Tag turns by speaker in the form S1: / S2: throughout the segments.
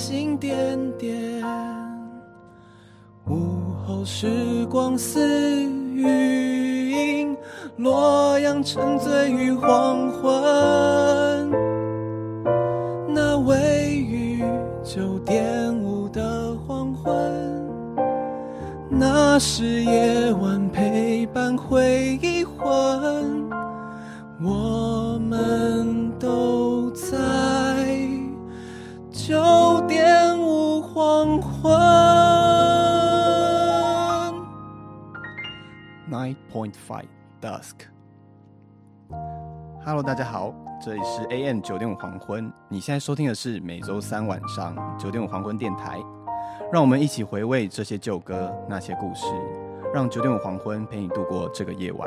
S1: 星点点。午后时光似雨音，洛阳沉醉于黄昏。那位于九点五的黄昏，那是夜晚陪伴回忆魂。我们都在九点五黄昏。Nine point five dusk。Hello，大家好，这里是 AM 九点五黄昏。你现在收听的是每周三晚上九点五黄昏电台，让我们一起回味这些旧歌、那些故事，让九点五黄昏陪你度过这个夜晚。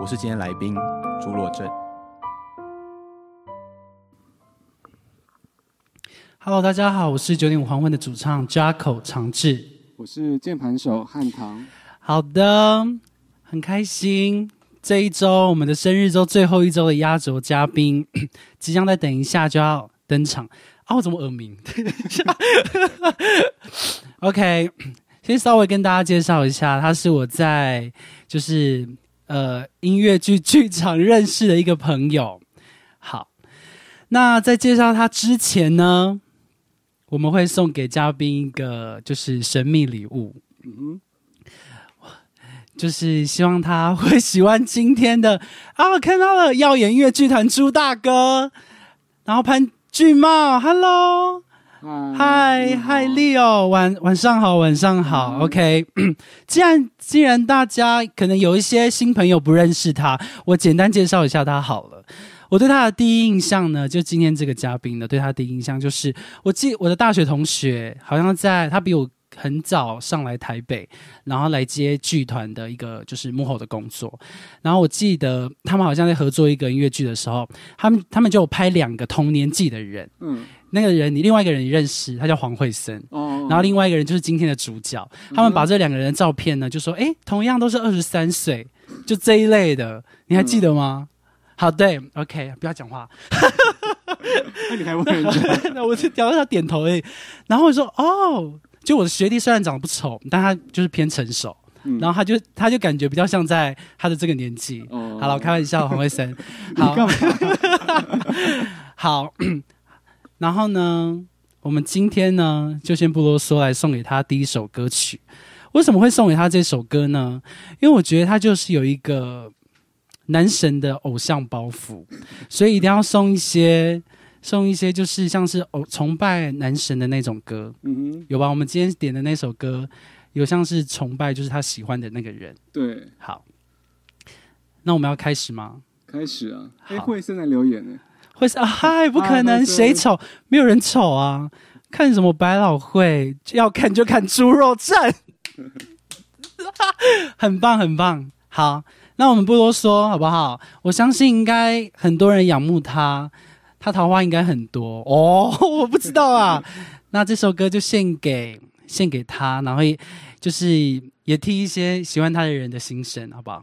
S1: 我是今天来宾朱若正。
S2: Hello，大家好，我是九点五黄昏的主唱 Jaco 长志。
S3: 我是键盘手汉唐，
S2: 好的，很开心。这一周我们的生日周最后一周的压轴嘉宾， 即将在等一下就要登场。啊，我怎么耳鸣？ 等一下，OK，先稍微跟大家介绍一下，他是我在就是呃音乐剧剧场认识的一个朋友。好，那在介绍他之前呢，我们会送给嘉宾一个就是神秘礼物。就是希望他会喜欢今天的 啊，看到了耀眼乐剧团朱大哥，然后潘俊茂，Hello，嗨
S3: 嗯
S2: 嗨，Leo，晚晚上好，晚上好、o k 既然既然大家可能有一些新朋友不认识他，我简单介绍一下他好了。我对他的第一印象呢，就今天这个嘉宾呢，对他的第一印象就是，我记我的大学同学好像在他比我很早上来台北，然后来接剧团的一个就是幕后的工作。然后我记得他们好像在合作一个音乐剧的时候，他们他们就有拍两个同年纪的人，
S3: 嗯，
S2: 那个人你另外一个人你认识，他叫黄慧森。
S3: 哦，
S2: 然后另外一个人就是今天的主角，他们把这两个人的照片呢，就说，诶，同样都是二十三岁，就这一类的，你还记得吗？好，对，OK，不要讲话，
S3: 那你还问人家，
S2: 那我就聊到他点头而已。然后我说，哦，就我的学弟虽然长得不丑，但他就是偏成熟，
S3: 嗯
S2: 然后他就他就感觉比较像在他的这个年纪。
S3: 哦
S2: 好了，我开玩 笑，黄慧生，
S3: 你
S2: 好
S3: 干嘛？
S2: 好。 然后呢，我们今天呢就先不啰嗦，来送给他第一首歌曲。为什么会送给他这首歌呢？因为我觉得他就是有一个男神的偶像包袱，所以一定要送一些送一些就是像是偶崇拜男神的那种歌，
S3: 嗯哼，
S2: 有吧？我们今天点的那首歌有像是崇拜，就是他喜欢的那个人。
S3: 对，
S2: 好，那我们要开始吗？
S3: 开始啊，哎，
S2: 好
S3: 慧生在留言呢，
S2: 会是啊，嗨，不可能，
S3: 会是
S2: 谁丑？没有人丑啊！看什么百老汇？要看就看猪肉站，很棒，很棒。好，那我们不多说，好不好？我相信应该很多人仰慕他，他桃花应该很多哦。 我不知道啊。那这首歌就献给献给他，然后也就是也替一些喜欢他的人的心声，好不好？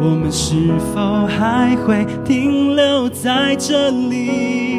S2: 我们是否还会停留在这里？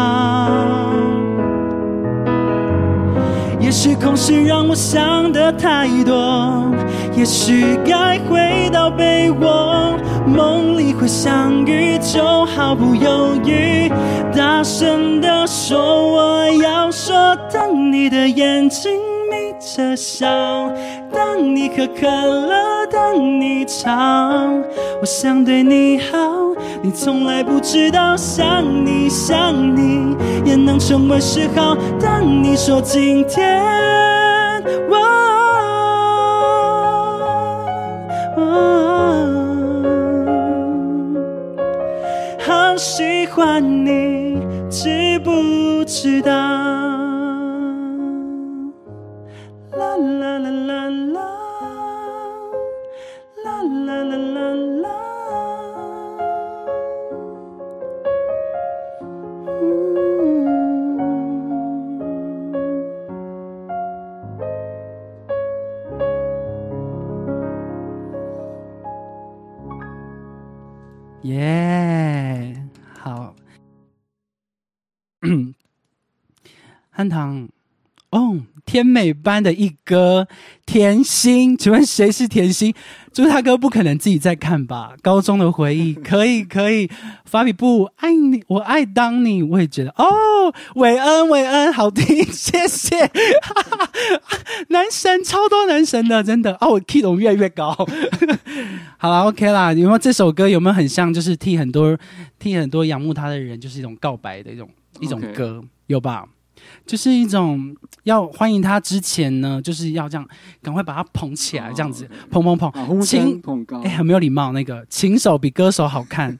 S2: 也许空虚让我想的太多，也许该回到被窝，梦里会相遇，就毫不犹豫，大声的说我要说，当你的眼睛眯着笑，当你喝可乐，当你唱，我想对你好，你从来不知道，想你想你也能成为嗜好，当你说今天。哇哦好喜欢你，知不知道？啦啦啦啦啦，啦啦啦啦啦。嗯耶、好。 汉唐，哦，甜美班的一哥甜心，请问谁是甜心？朱大哥不可能自己在看吧？高中的回忆，可以可以。法比布，爱你，我爱当你，我也觉得哦。韦恩，韦恩，好听，谢谢。 男神超多男神的，真的哦，我 key 懂越来越高。好啦 o k 啦，有没有这首歌有没有很像，就是替很多替很多仰慕他的人，就是一种告白的一种一种
S3: OK
S2: 歌有吧？就是一种要欢迎他之前呢，就是要这样赶快把他捧起来，
S3: 哦
S2: 这样子
S3: OK
S2: 捧捧捧，
S3: 啊，呼声
S2: 请
S3: 捧高
S2: 哎、，很没有礼貌。那个琴手比歌手好 看，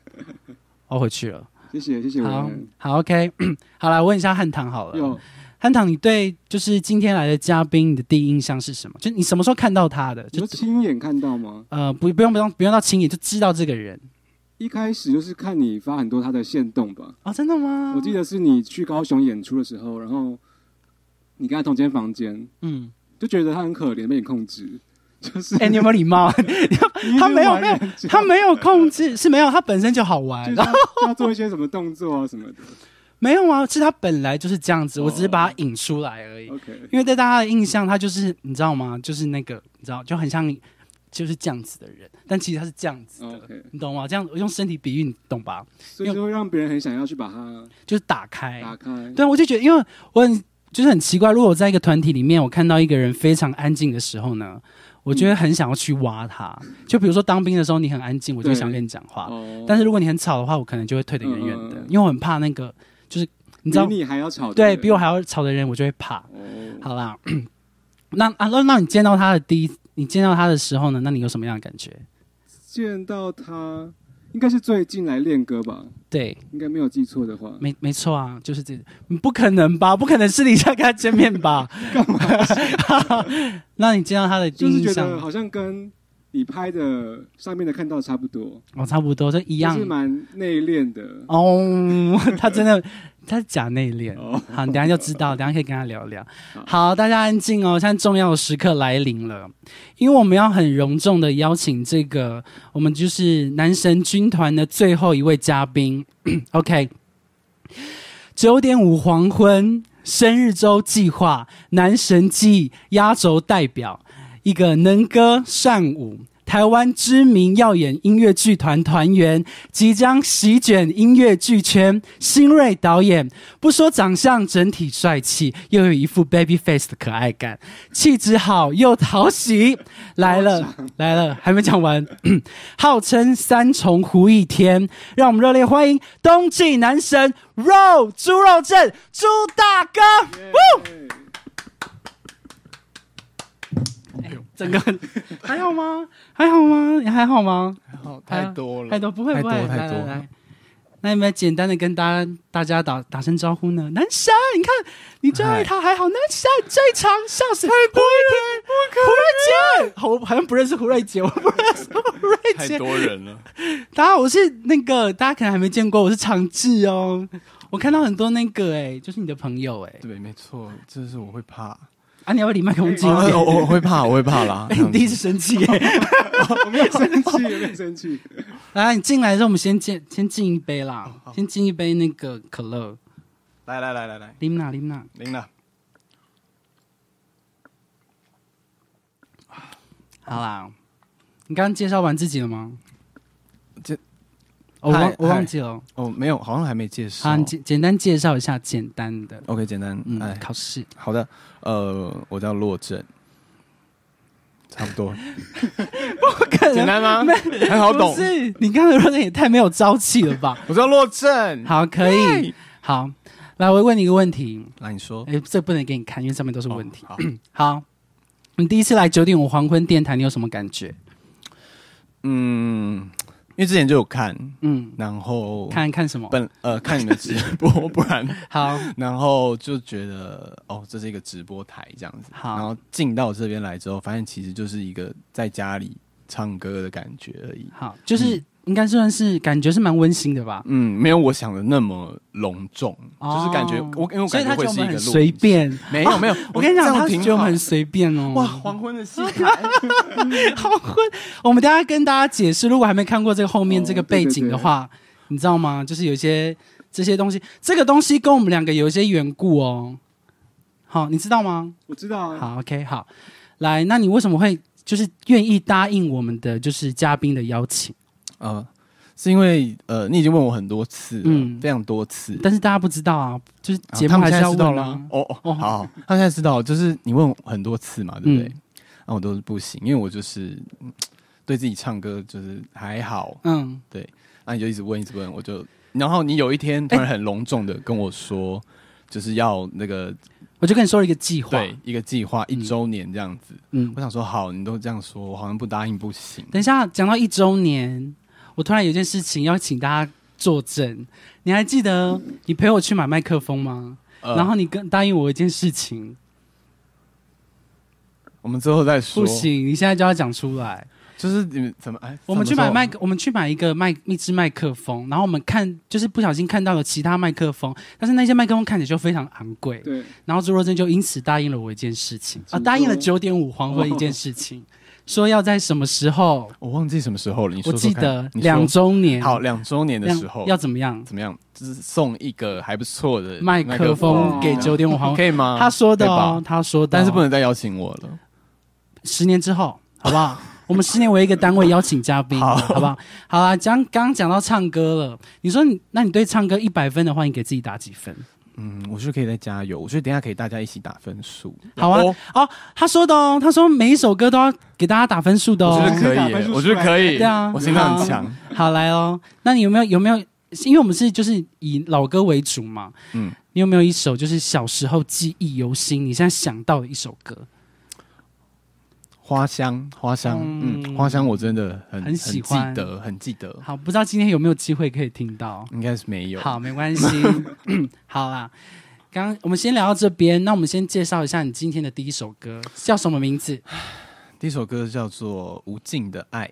S2: 我哦回去了。
S3: 谢谢谢谢我
S2: 好呃
S3: 们。
S2: 好，OK，好 来问一下汉唐好了。
S3: 有
S2: 汉唐，你对就是今天来的嘉宾，你的第一印象是什么？就你什么时候看到他的？
S3: 你
S2: 就
S3: 说亲眼看到吗？
S2: 呃，不，不用，不用，不用到亲眼就知道这个人
S3: 一开始就是看你发很多他的线动吧，
S2: 哦，真的吗？
S3: 我记，得是你去高雄演出的时候，然后你跟他同间房间，
S2: 嗯，
S3: 就觉得他很可怜，被你控制， 就是
S2: 哎、你有没有礼貌？他没有没有，他没有控制，是没有，他本身就好
S3: 就
S2: 玩
S3: 是，要就要做一些什么动作啊什么的。
S2: 没有啊，是他本来就是这样子，我只是
S3: 哦
S2: 把他引出来而已。
S3: OK，
S2: 因为 对大家的印象，他就是你知道吗？就是那个你知道，就很像你就是这样子的人，但其实他是这样子的
S3: 哦 OK
S2: 你懂吗？这样我用身体比喻，你懂吧？
S3: 所以就会让别人很想要去把它
S2: 就是打开，
S3: 打开。
S2: 哎对，我就觉得，因为我很就是很奇怪，如果我在一个团体里面，我看到一个人非常安静的时候呢，我就会很想要去挖他。就比如说当兵的时候，你很安静，我就会想跟你讲话；
S3: 哦
S2: 啊但是如果你很吵的话，我可能就会退得远远的，
S3: 嗯嗯嗯
S2: 因为我很怕那个，就是你知道，
S3: 比你还要吵的
S2: 对
S3: 人
S2: 比我还要吵的人，我就会怕。
S3: 哦，
S2: 好啦，那啊，那那你见到他的第一，你见到他的时候呢，那你有什么样的感觉？
S3: 见到他应该是最近来练歌吧，
S2: 对，
S3: 应该没有记错的话。
S2: 没没错啊，就是这，嗯不可能吧？不可能私底下跟他见 面吧？干嘛？那你见到他的第
S3: 就是
S2: 一印
S3: 觉
S2: 象
S3: 得好像跟你拍的上面的看到的差不多，
S2: 哦，差不多，就一
S3: 就
S2: 样
S3: 是。蛮内敛的。
S2: 哦， 他真的，他是假内敛。
S3: 哦，
S2: 好，你等一下就知道，等一下可以跟他聊聊。好，大家安静哦，现在重要的时刻来临了，因为我们要很隆重的邀请这个我们就是男神军团的最后一位嘉宾 ，OK，九点五黄昏生日周计划男神季压轴代表，一个能歌善舞。台湾知名耀眼音乐剧团团员，即将席卷音乐剧圈。新锐导演不说长相整体帅气，又有一副 baby face 的可爱感，气质好又讨喜，来了来了，还没讲完， 号称三重胡一天，让我们热烈欢迎冬季男神肉猪肉症猪大哥，整个还好吗？还好吗？你还好吗？
S1: 好，太多了，
S2: 太多不会
S1: 太
S2: 不
S1: 多
S2: 会，
S1: 太多
S2: 来来来，那有没有简单的跟大家大家打打声招呼呢？男神，你看你最爱他还好，男神最长笑死胡一天，胡瑞杰，好我好像不认识胡瑞 杰，我不认识胡瑞
S1: 太
S2: 杰。
S1: 多人了。
S2: 大家好，我是那个大家可能还没见过，我是长志哦。我看到很多那个哎、就是你的朋友哎、
S1: 对，没错，这是我会怕，哦
S2: 啊，你要不要离麦克风近一点？
S1: 我我会怕，我会怕 啦。
S2: 哎、你第一次生气哎、
S3: 我没有生气，我没有生气。
S2: 来，你进来的时候，我们先敬先敬一杯啦，先敬一杯那个可乐。
S1: 来来来来来，
S2: 琳娜，琳娜，
S1: 琳娜，
S2: 好啦，你刚刚介绍完自己了吗？
S1: 这
S2: 哦我忘
S1: 嗨
S2: 我忘记了。
S1: 哦，没有，好像还没介绍
S2: 好，。你简简单介绍一下简单的，
S1: OK，简单，
S2: 嗯，
S1: 哎，
S2: 考试。
S1: 好的，呃，我叫洛正，差不 多，
S2: 不可
S1: 简单
S2: 能，
S1: 吗？很好懂
S2: 不。是你刚刚的论点也太没有朝气了 吧？
S1: 我叫洛正，
S2: 好，可以，好，来，我问你一个问题。
S1: 那你说
S2: 哎，这不能给你看，因为上面都是问题。
S1: 哦好，
S2: 好，你第一次来九点五黄昏电台，你有什么感觉？
S1: 嗯，因为之前就有看，
S2: 嗯，
S1: 然后
S2: 看看什么？
S1: 本呃看你们直播， 不然
S2: 好，
S1: 然后就觉得哦，这是一个直播台这样子。
S2: 好
S1: 然后进到这边来之后，发现其实就是一个在家里唱歌的感觉而已。
S2: 好，就是应该算是感觉是蛮温馨的吧。
S1: 嗯，没有我想的那么隆重，
S2: 哦
S1: 就是感觉我因为我
S2: 所以
S1: 感觉会
S2: 他觉得我
S1: 是一
S2: 们
S1: 个
S2: 很
S1: 录影
S2: 随，便。
S1: 没有没有，
S2: 我跟你讲，他
S1: 挺
S2: 觉得我们很
S1: 好。
S2: 随便哦。
S1: 哇，黄昏的戏台，
S2: 好混！我们等一下跟大家解释，如果还没看过这个后面这
S1: 哦
S2: 个背景的话，你知道吗？就是有一些这些东西，这个东西跟我们两个有一些缘故哦。好，你知道吗？
S3: 我知道啊，
S2: 好，OK，好，来，那你为什么会就是愿意答应我们的就是嘉宾的邀请？
S1: 呃，是因为呃，你已经问我很多次了，
S2: 嗯
S1: 非常多次，
S2: 但是大家不知道啊，就是
S1: 啊
S2: 节
S1: 他
S2: 目
S1: 们
S2: 还
S1: 现
S2: 是
S1: 在
S2: 要
S1: 知道
S2: 问
S1: 了
S2: 啊。。
S1: 哦
S2: 哦
S1: 哦，好，他们现在知道了，就是你问我很多次嘛，对不对？
S2: 嗯
S1: 啊，我都是不行，因为我就是嗯对自己唱歌就是还好，
S2: 嗯，
S1: 那、你就一直问，一直问，我就，然后你有一天突然很隆重的跟我 说，就是要那个
S2: 我就跟你说了一个计划。
S1: 对一个计划一周年这样子，
S2: 嗯
S1: 我，想说好，你都这样说，我好像不答应不行。
S2: 等一下，讲到一周年，我突然有一件事情要请大家作证。你还记得你陪我去买麦克风吗？
S1: 呃
S2: 然后你跟答应我一件事情，
S1: 我们之后再说，
S2: 不，行，你现在就要讲出来。
S1: 就是你们怎么哎，
S2: 我们去
S1: 怎么
S2: 买
S1: 说
S2: 麦克，我们去买一个麦一支麦克风，然后我们看就是不小心看到了其他麦克风，但是那些麦克风看起来就非常昂贵。
S3: 对，
S2: 然后朱若珍就因此答应了我一件事情啊，
S3: 请
S2: 答应了九
S3: 说
S2: 点五黄昏一件 事情，说要在什么时候？
S1: 我忘记什么时候了，你说
S2: 我
S1: 说
S2: 记
S1: 看
S2: 得
S1: 你说
S2: 两周年，
S1: 好两周年的
S2: 两
S1: 时候
S2: 要怎么样？
S1: 怎么样？就是送一个还不错的
S2: 麦克风给九点五
S1: 麦克风
S2: 黄昏。
S1: 可以吗？
S2: 他说的
S1: 啊对
S2: 哦
S1: 吧，
S2: 他说的哦、
S1: 但是不能再邀请我了。
S2: 十年之后，好不好？我们十年为一个单位邀请嘉宾，好
S1: 好
S2: 不好？好啊，讲刚刚讲到唱歌了，你说你那你对唱歌一百分的话，你给自己打几分？
S1: 嗯，我觉得可以再加油。我觉得等一下可以大家一起打分数。
S2: 好啊
S1: 哦
S2: 哦，他说的哦，他说每一首歌都要给大家打分数的
S1: 我
S2: 哦
S1: 觉。得可
S3: 打
S1: 以
S3: 分
S1: 耶，
S3: 数
S1: 我觉
S3: 出
S1: 得
S3: 来
S1: 可以。
S2: 对啊
S1: 我心脏很强。
S2: 好来哦，那你有没有有没有？因为我们是就是以老歌为主嘛，嗯
S1: 嗯，
S2: 你有没有一首就是小时候记忆犹新，你现在想到的一首歌？
S1: 花香，花香，嗯，
S2: 嗯
S1: 花香，我真的很
S2: 很喜欢
S1: 记得，很记得，
S2: 好，不知道今天有没有机会可以听到？
S1: 应该是没有。
S2: 好，没 关系。好啦，刚我们先聊到这边，那我们先介绍一下你今天的第一首歌叫什么名字？
S1: 第一首歌叫做《无尽的爱》，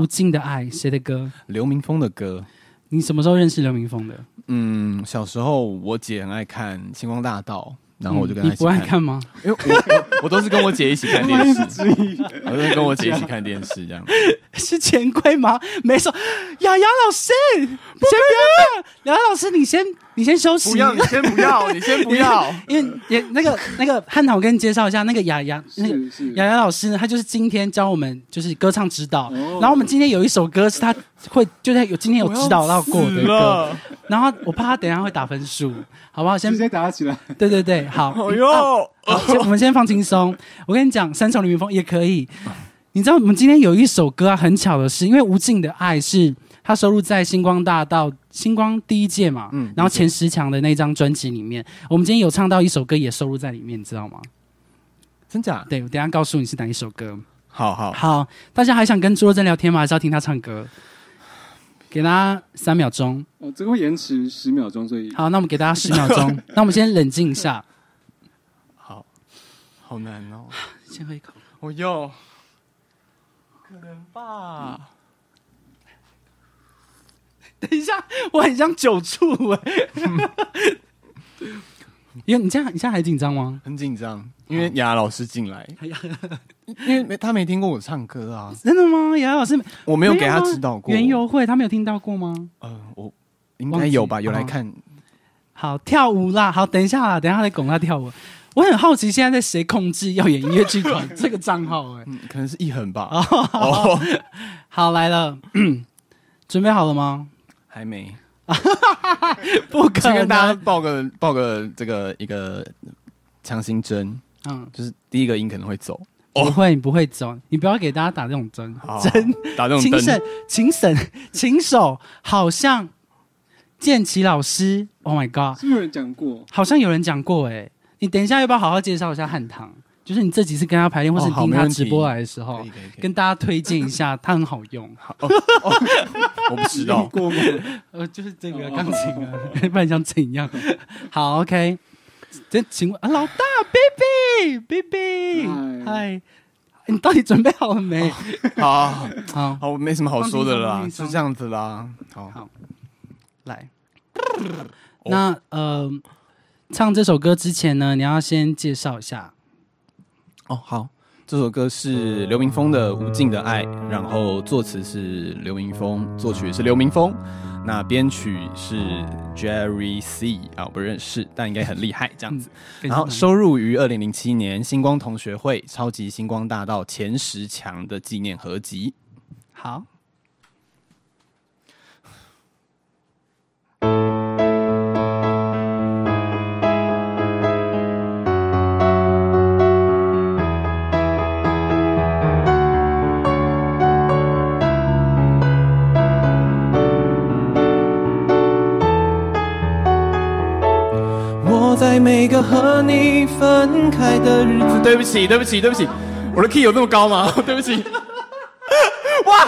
S2: 无尽的爱》谁的歌？
S1: 刘明峰的歌。
S2: 你什么时候认识刘明峰的？
S1: 嗯，小时候我姐很爱看《星光大道》，然后我就跟
S2: 嗯
S1: 她
S2: 你
S1: 一起
S2: 不爱看吗？
S1: 因为我我我都是跟我姐一起看电视， 我都是跟我姐一起看电视这样。
S2: 是钱柜吗？没错，雅雅老师，先不 要看，雅雅老师，你先你先休息，
S1: 先不要，你先不 要。
S2: 因为也那个那个汉唐，我跟你介绍一下，那个雅雅，那个
S3: 是
S1: 嗯
S3: 是
S2: 雅雅老师呢，她就是今天教我们就是歌唱指导，
S3: 哦
S2: 然后我们今天有一首歌是她会就是有今天有指导到过的
S1: 我
S2: 歌，
S1: 要 死
S2: 然后我怕她等一下会打分数，好不好？先
S3: 直接打起来。
S2: 对对对，好，
S1: 哎呦，
S2: 好，先我们先放轻松。我跟你讲，三重黎明风也可以。你知道我们今天有一首歌啊，很巧的是，因为《无尽的爱》是它收录在星光大道星光第一届嘛，
S1: 嗯
S2: 然后前十强的那张专辑里面，我们今天有唱到一首歌也收录在里面，你知道吗？
S1: 真假？
S2: 对，我等一下告诉你是哪一首歌。
S1: 好好，
S2: 好，大家还想跟朱若珍聊天吗？还是要听她唱歌？给大家三秒钟。
S3: 哦，这个会延迟十秒钟，所以
S2: 好，那我们给大家十秒 钟。那我们先冷静一下，
S1: 好，好难哦。
S2: 先喝一口。
S1: 我又，可能吧。
S2: 等一下，我很像酒醋哎、 因为你这样，你现在还紧张吗？
S1: 很紧张，因为雅老师进来，因为没他没听过我唱歌啊，
S2: 真的吗？雅雅老师没
S1: 我没有给他指导过。
S2: 原油会，他没有听到过吗？
S1: 呃，我应该有吧，
S2: 忘记
S1: 有来看。
S2: 好，跳舞啦！好，等一下啦，等一下再拱他跳舞。我很好奇，现在在谁控制耀眼音乐剧 团这个账号、哎，
S1: 嗯，可能是一恒吧。
S2: 哦，好来了， 准备好了吗？
S1: 还没，
S2: 不可
S1: 先跟大家
S2: 能，
S1: 报个报个这个一个强心针，
S2: 嗯，
S1: 就是第一个音可能会走，
S2: 不会，你不会走，你不要给大家打这种针，
S1: 真哦打这种
S2: 琴
S1: 灯
S2: 审，琴审，琴手好像建奇老师，Oh my god，
S3: 是不是有人讲过？
S2: 好像有人讲过哎、你等一下要不要好好介绍一下汉唐？就是你这几次跟他排练，或是
S1: 哦
S2: 你
S1: 好
S2: 听
S1: 没
S2: 他
S1: 问题
S2: 直播来的时候，
S1: 可以可以可以
S2: 跟大家推荐一下，他很好用。
S1: 我不知 道。
S3: 过吗？
S2: 呃，就是这个
S3: 哦
S2: 钢琴啊， 不然想怎样？好，OK。这请问啊，老大，baby，baby，嗨
S3: 嗨，
S2: 你到底准备好了没？
S1: 哦好
S2: 好，
S1: 好，没什么好说的了
S2: 放
S1: 啦，
S2: 轻松
S1: 就这样子啦。好，
S2: 好来。
S1: 哦
S2: 那呃，唱这首歌之前呢，你要先介绍一下。
S1: 哦，好，这首歌是刘明峰的《无尽的爱》，然后作词是刘明峰，作曲是刘明峰，那编曲是 Jerry C 啊，我不认识，但应该很厉害这样子。然后收入于二零零七年星光同学会超级星光大道前十强的纪念合集。
S2: 好，
S4: 我在每个和你分开的日子，
S1: 对不起，对不起，对不起，我的 key 有这么高吗？ 对不起，哇，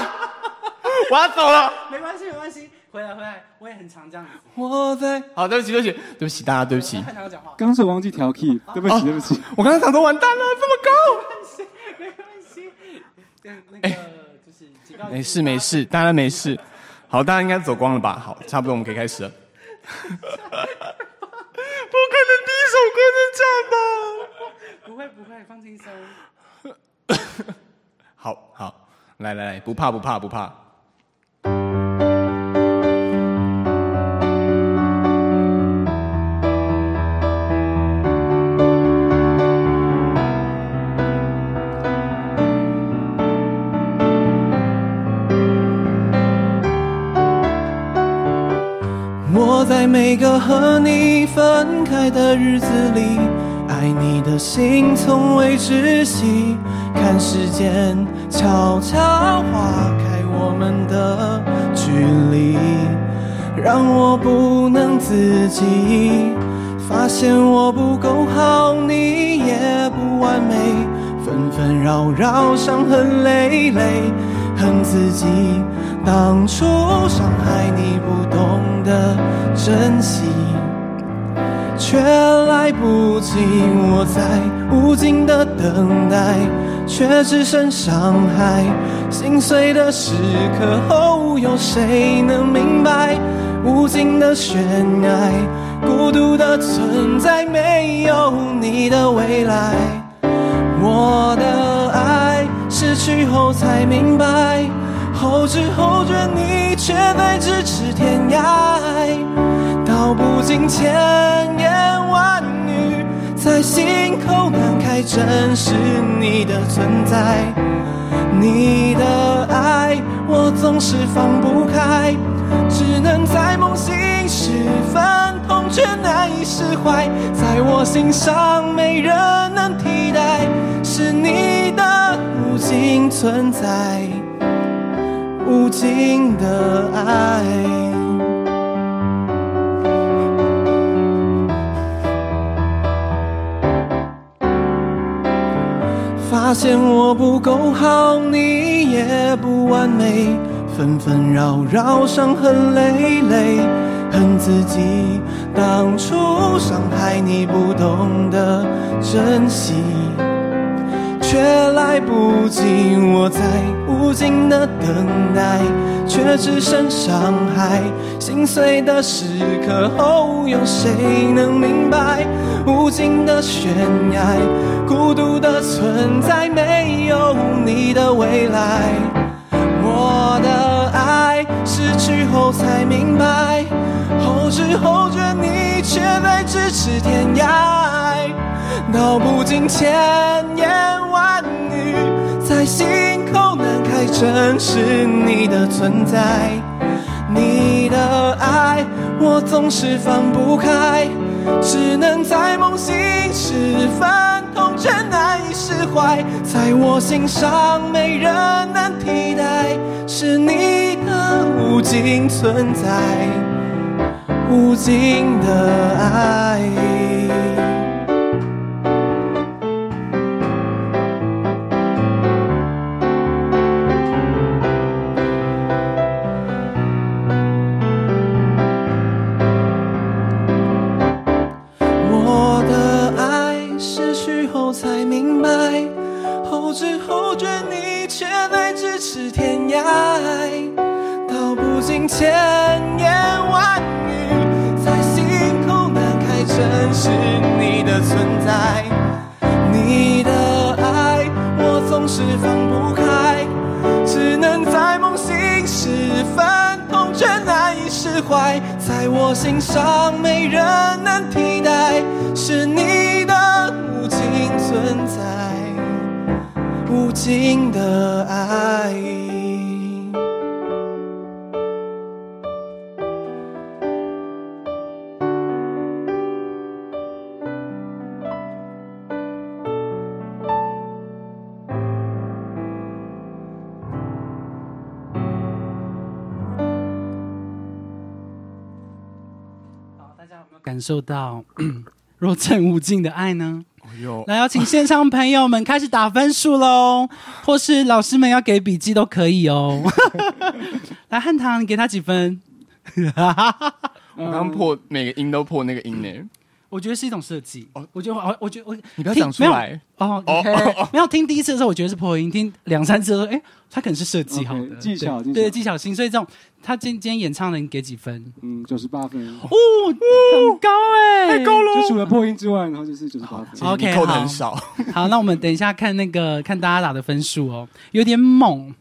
S1: 我要走了。
S2: 没关系，没关系，回来回来，我也很常这样 子。
S4: 我在
S1: 好，对不起，对不起，对不起大家，对不起。
S2: 看他讲话，
S3: 刚是我忘记调 key，
S2: 哦
S3: 对不起，对不起。
S1: 我刚刚想说完蛋了，这么
S2: 没关系。那个就是警告
S1: 高。没事没事，大家没事。好，大家应该走光了吧？好，差不多我们可以开始 了。不可能第一首歌就这样吧？
S2: 不会不会，放轻松。
S1: 好好，来来来，不怕不怕不怕。
S4: 我在每个和你分开的日子里，爱你的心从未窒息。看时间悄悄划开我们的距离，让我不能自己发现我不够好，你也不完美，纷纷扰扰，伤痕累累，恨自己当初伤害你不懂得珍惜。却来不及，我在无尽的等待，却只剩伤害。心碎的时刻后，有谁能明白？无尽的悬崖，孤独的存在，没有你的未来。我的爱失去后才明白，后知后觉你却在咫尺天涯，道不尽千言万语，在心口难开，真实你的存在。你的爱我总是放不开，只能在梦醒时分痛却难以释怀，在我心上没人能替代，是你的无尽存在，无尽的爱。发现我不够好，你也不完美，纷纷扰扰，伤痕累累，恨自己当初伤害你不懂得珍惜，却来不及，我在无尽的等待，却只剩伤害，心碎的时刻后，有谁能明白？无尽的悬崖，孤独的存在，没有你的未来。我的爱失去后才明白，后知后觉你却在咫尺天涯，道不尽千言万语，在心口难开，真实你的存在。你的爱我总是放不开，只能在梦醒时分痛却难以释怀，在我心上没人能替代，是你的无尽存在，无尽的爱。我的爱失去后才明白，后知后觉你却在咫尺天涯，道不尽千言万语，在心口难开，真实你的存在，你的爱我总是放不开，只能在梦醒时分痛却难以释怀，在我心上没人能替代，是你的无尽存在，无尽的爱。
S2: 感受到 若趁无尽的爱呢？
S1: 有
S2: 来，邀请线上朋友们开始打分数喽，或是老师们要给笔记都可以哦。 来，汉唐，你给他几分？
S1: 我刚刚破每个音都破那个音
S2: 嗯
S1: 呢，
S2: 我觉得是一种设计。
S1: 哦
S2: 我觉得我，我觉得我
S1: 你不要讲出来。
S2: 哦
S1: 哦
S2: ，OK，
S1: 哦哦
S2: 没有听第一次的时候，我觉得是破音；听两三次的时候，哎，他可能是设计好的
S3: OK，
S2: 对
S3: 技巧技巧
S2: 对技巧性。所以这种他今今天演唱的，你给 几分？
S3: 嗯，九十八分，
S2: 哦，很高
S1: 欸
S2: 哎，太高了
S3: 就除了破音之外，然后就是九十八哎分。
S2: OK，
S1: 你扣的
S2: 好
S1: 很少，
S2: 好，那我们等一下看那个看大家打的分数哦，有 点猛，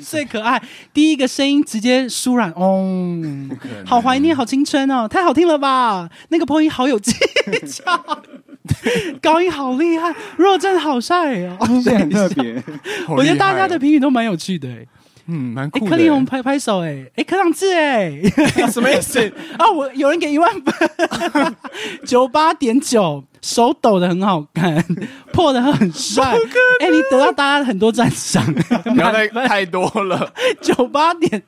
S2: 最可爱。第一个声音直接舒软，哦， 好怀念，好青春哦，太好听了吧！那个破音好有技巧， 高音好厉害，若真好帅哦。
S3: 这很特别，
S1: 好
S2: 我觉得
S1: 厉害
S2: 大家的
S1: 哦
S2: 评语都蛮有趣的、欸，
S1: 嗯蛮
S2: 哎、
S1: 酷的。
S2: 柯立红拍拍手、欸，哎、柯朗志、欸，哎，
S1: 什么意 思？
S2: 啊，我有人给一万分，九八点九，手抖的很好看，破的很帅。哎、你得到大家很多赞赏，
S1: 不要再太多了，
S2: 九八点，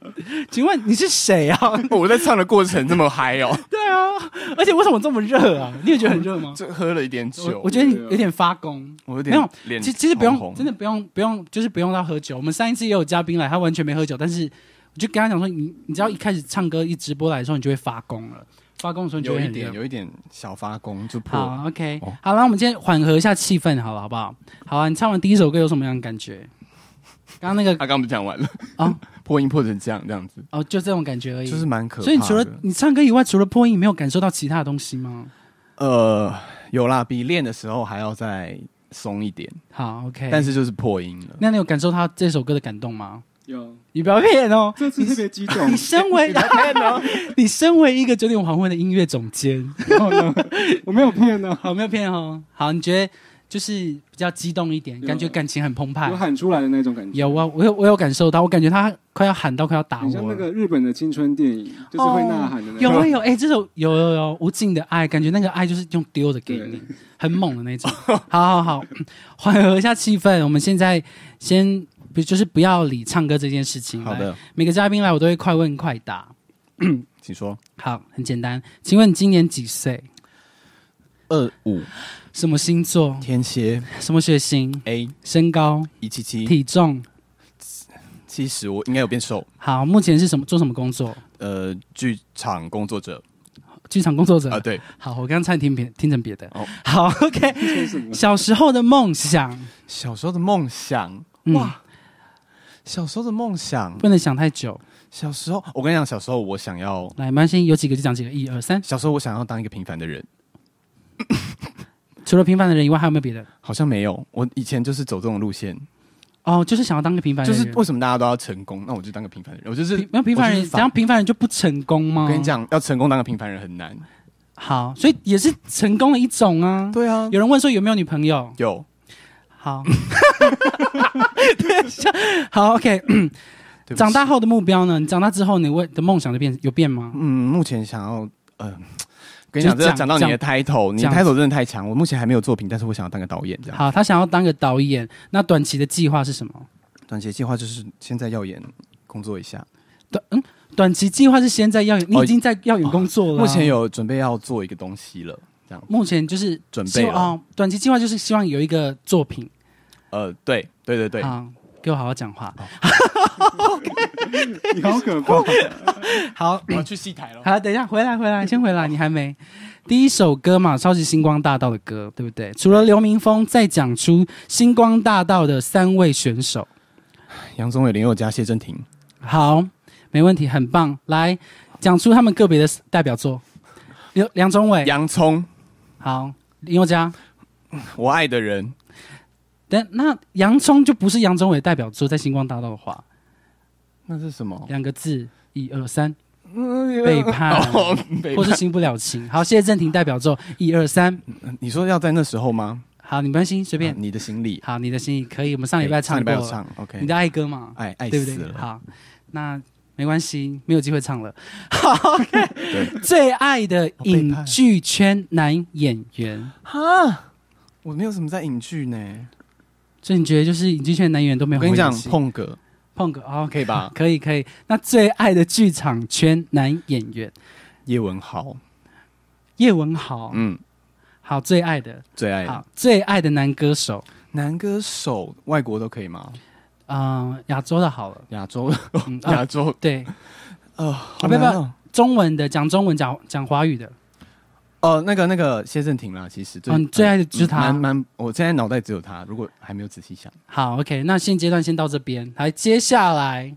S2: 请问你是谁啊？
S1: 我在唱的过程这么嗨哦，
S2: 对啊，而且为什么这么热啊？你有觉得很热吗？
S1: 这喝了一点
S2: 我
S1: 酒啊
S2: 我，觉得你有点发功，
S1: 我有
S2: 没
S1: 点
S2: 有，
S1: 脸
S2: 其其实不
S1: 红
S2: 用，
S1: 红
S2: 真的不用，不用，就是不用到喝酒。我们上一次也有嘉宾来，他完全没喝酒，但是我就跟他讲说，你你只要一开始唱歌一直播来的时候，你就会发功了。发功的时候觉
S1: 有
S2: 得
S1: 一
S2: 很
S1: 点
S2: 热
S1: 有一点小发功就破了。
S2: 好，OK，、
S1: 哦
S2: 好，那我们今天缓和一下气氛，好了，好不好？好啊，你唱完第一首歌有什么样的感觉？刚刚 那
S1: 他
S2: 个
S1: 刚刚不是讲完了
S2: 啊
S1: 啊？ 破音破成这样这样子，
S2: 哦，就这种感觉而已。
S1: 啊就是蛮可怕的。
S2: 所以你除了你唱歌以外，除了破音，你没有感受到其他的东西吗？
S1: 呃有啦，比练的时候还要再松一点，
S2: 好，OK。
S1: 但是就是破音了。
S2: 那你有感受他这首歌的感动吗？
S3: 有
S2: 你不要骗哦！
S3: 这次特别 激动
S2: 你，身为 你身为一个九点黄昏的音乐总监，
S3: 然后呢，我没有骗啊呢，
S2: 好，没有骗哦。好，你觉得就是比较激动一点，
S3: 有
S2: 感觉感情很澎湃
S3: 有。喊出来的那种感觉，
S2: 有啊，我有我有感受到，我感觉他快要喊到快要打
S3: 很像
S2: 我
S3: 那
S2: 了。
S3: 个日本的青春电影，就是会呐喊的那
S2: 有
S3: 种。
S2: 啊有，哎、这首有有有无尽的爱，感觉那个爱就是用丢的给你，很猛的那种。好好好，缓和一下气氛，我们现在先不就是不要理唱歌这件事情。
S1: 好
S2: 来，
S1: 的，
S2: 每个嘉宾来我都会快问快答。
S1: 请说。
S2: 好，很简单。请问你今年几岁？
S1: 二五
S2: 什么星座？
S1: 天蝎
S2: 什么血型？
S1: A
S2: 身高？
S1: 一七七
S2: 体重？
S1: 七十，我应该有变瘦。
S2: 好，目前是什么做什么工作？
S1: 呃，剧场工作者
S2: 剧场工作者。
S1: 啊、对，
S2: 好，我刚刚差点听别听成别的。
S1: 哦
S2: 好，OK。
S3: 说什么？
S2: 小时候的梦想，
S1: 小时候的梦想，
S2: 嗯、
S1: 哇，小时候的梦想，
S2: 不能想太久。
S1: 小时候，我跟你讲，小时候我想要，
S2: 来，没关系，有几个就讲几个，一二三。
S1: 小时候我想要当一个平凡的人，
S2: 除了平凡的人以外，还有没有别的？
S1: 好像没有，我以前就是走这种路线，
S2: 哦，就是想要当个平凡
S1: 就
S2: 人，
S1: 是为什么大家都要成功，那我就当个平凡人，我就是
S2: 平没有平凡
S1: 我
S2: 人，
S1: 就是
S2: 这
S1: 反
S2: 样平凡人就不成功吗？
S1: 我跟你，讲，要成功当个平凡人很难，
S2: 好，所以也是成功的一种啊。
S1: 对啊，
S2: 有人问说有没有女朋友？
S1: 有，
S2: 好， 等一下，好，OK。
S1: 对不起
S2: 长大，后的目标呢？你长大之后，你为的梦想就变有变吗？
S1: 嗯，目前想要，嗯、跟你讲，
S2: 就
S1: 这
S2: 是
S1: 个
S2: 讲
S1: 讲到你的
S2: 讲
S1: title，你的
S2: 讲
S1: title 真的太强。我目前还没有作品，但是我想要当个导演，这样。
S2: 好，他想要当个导演，那短期的计划是什么？
S1: 短期计划就是现在要演工作一下，
S2: 短期计划是先在耀眼，你已经在耀眼工作了啊、
S1: 哦目前有准备要做一个东西了，这样。
S2: 目前就是
S1: 准备
S2: 希望
S1: 了
S2: 哦，短期计划就是希望有一个作品。
S1: 呃，对对对对，
S2: 好，给我好好讲话。
S3: 你好可怕！
S2: 好，
S1: 我要去戏台了。
S2: 好，等一下，回来，回来，先回来，你还没。第一首歌嘛，超级星光大道的歌，对不对？除了刘明峰，再讲出星光大道的三位选手。
S1: 杨宗纬、林宥嘉、谢振廷，
S2: 好，没问题，很棒。来，讲出他们个别的代表作。刘梁宗伟，
S1: 洋葱，
S2: 好，林宥嘉。
S1: 我爱的人，
S2: 但那洋葱就不是杨宗纬的代表作，在星光大道的话，
S1: 那是什么？
S2: 两个字，一二三，
S1: 背
S2: 背叛，
S1: 哦，背
S2: 或是
S1: 叛。
S2: 新不了情。好，谢振廷代表作，一二三。
S1: 你说要在那时候吗？
S2: 好，你没关系，随便
S1: 啊。你的行李，
S2: 好，你的心意可以，我们上礼拜
S1: 哎
S2: 唱
S1: 上礼
S2: 过
S1: 拜有
S2: 了，
S1: 唱，OK。
S2: 你的爱歌嘛，
S1: 爱爱
S2: 对不
S1: 死
S2: 对？
S1: 了，
S2: 好，那没关系，没有机会 唱了。
S1: 对
S2: 最爱的
S1: 背
S2: 影
S1: 叛
S2: 剧圈男演员，
S1: 哈，我没有什么在影剧呢。
S2: 所以你觉得就是影剧圈男演员都没
S1: 我跟
S2: 有
S1: 你
S2: 很会
S1: 讲，
S2: 演戏？
S1: 碰哥
S2: 碰个哦，
S1: 可以吧？
S2: 可以可以。那最爱的剧场圈男演员
S1: 叶文 豪，
S2: 叶文豪，
S1: 嗯，
S2: 好，最爱的，
S1: 最爱的
S2: 好，最爱的男歌手，
S1: 男歌手，外国都可以吗？
S2: 嗯，亚洲的 好了，
S1: 亚洲，
S2: 嗯，啊
S1: 哦亚 洲，
S2: 对，
S1: 呃，好
S2: 不要
S1: 难哦。
S2: 中文的讲中文讲讲华语的，
S1: 哦，那个那个谢振廷啦，其实
S2: 哦你最爱的就是他
S1: 蛮蛮，我现在脑袋只有他。如果还没有仔细想，
S2: 好，OK，那现阶段先到这边。来，接下来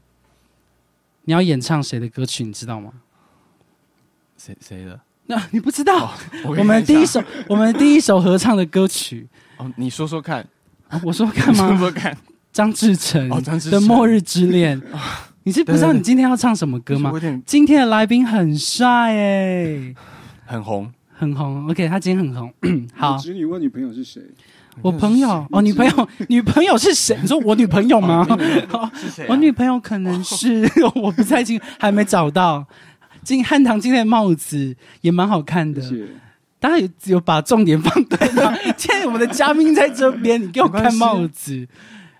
S2: 你要演唱谁的歌曲，你知道吗？
S1: 谁谁的？
S2: 那、你不知道，
S1: 哦我
S2: 我们
S1: 看一下
S2: 第一首，我们第一首合唱的歌曲，
S1: 哦，你说说看，
S2: 啊我说干
S1: 你 说
S2: 嘛？
S1: 说看，
S2: 张志成
S1: 哦张志
S2: 的
S1: 成
S2: 《末日之 恋》你是不知道
S1: 对对对
S2: 你今天要唱什么歌
S1: 我
S2: 吗
S1: 有？点
S2: 今天的来宾很帅哎、
S1: 很红，
S2: 很红。OK，他今天 很红。 好
S3: 我，侄女问女朋友是谁？
S2: 我朋友哦，女朋 友，女朋友是谁？你说我女朋友吗？
S1: 是谁啊
S2: 我哦女朋友可能 是我不太清，还没找到。今汉唐今天的帽子也蛮好看的
S3: 谢，谢。
S2: 大家有有把重点放对吗？ 今天我们的嘉宾在这边，你给我看帽子。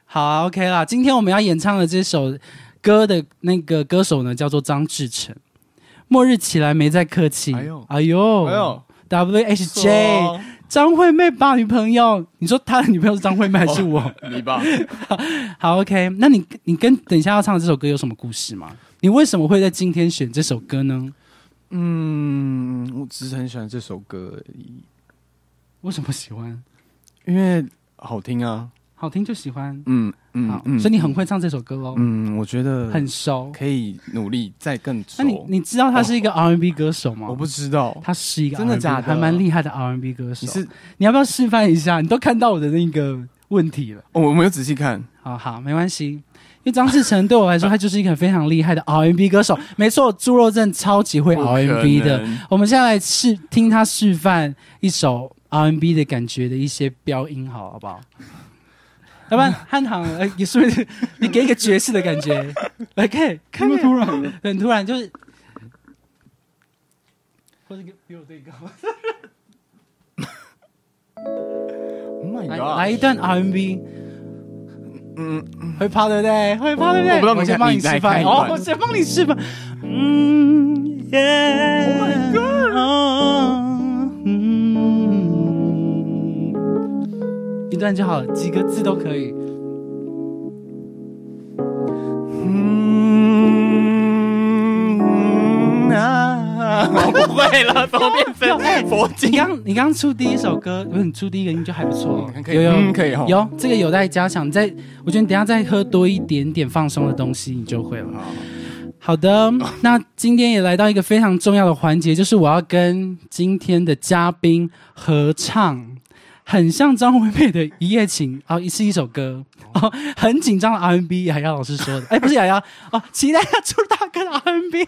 S2: 好啊、o k 啦。今天我们要演唱的这首歌的那个歌手呢，叫做张志成。末日起来没再客气，
S1: 哎呦
S2: 哎呦，
S1: 哎呦哦
S2: w H J 张惠妹吧，女朋友，你说她的女朋友是张惠妹还是我？
S1: 你吧，
S2: 好，OK，那你你跟等一下要唱的这首歌有什么故事吗？你为什么会在今天选这首歌呢？
S1: 嗯，我只是很喜欢这首歌而已，
S2: 为什么喜欢？
S1: 因为好听啊。
S2: 好听就喜欢。
S1: 嗯嗯
S2: 好，
S1: 嗯，
S2: 所以你很会唱这首歌喽，
S1: 嗯，我觉得
S2: 很熟。
S1: 可以努力再更熟
S2: 那。你你知道他是一个 R&B 歌手吗？
S1: 我不知道，
S2: 他是一个 R&B,
S1: 真的假的
S2: 还蛮厉害的 R&B 歌手。
S1: 你是
S2: 你要不要示范一下？你都看到我的那个问题了。
S1: 哦，我没有仔细看。
S2: 好好，没关系。因为张志成对我来说，他就是一个非常厉害的 R&B 歌手。没错，猪肉症超级会
S1: 不可
S2: R&B 的。
S1: 能
S2: 我们现在来示听他示范一首 R&B 的感觉的一些标音好，好不 好？要不然汉唐，呃，你是不是你给一个爵士的感觉？ 来看，看
S3: 那，么突然的，
S2: 很突然，就是，或者比我最高。
S1: Oh my
S2: 来
S1: god！
S2: 来一段 R&B，嗯，会跑对不对？会跑对不对？
S1: 我不知道你看你
S2: 先帮示
S1: 来
S2: 范
S1: 看一
S2: 哦
S1: 段，
S2: 我先帮你示范。嗯，Yeah。Oh my god！嗯，一段就好了，几个字都可以。
S1: 嗯啊，我不会了，怎么变成佛
S2: 你
S1: 经？
S2: 刚你刚出第一首歌，不是你出第一个音就还不错
S1: 嗯，可以
S2: 有有
S1: 嗯可以哦
S2: 有这个有待加强。你再，我觉得你等一下再喝多一点点放松的东西，你就会了。好的，那今天也来到一个非常重要的环节，就是我要跟今天的嘉宾合唱，很像张惠妹的《一夜情》啊、哦，是一首歌哦，很紧张的 R&B，雅雅老师说的，哎，不是雅雅哦，期待他出大哥的 R&B。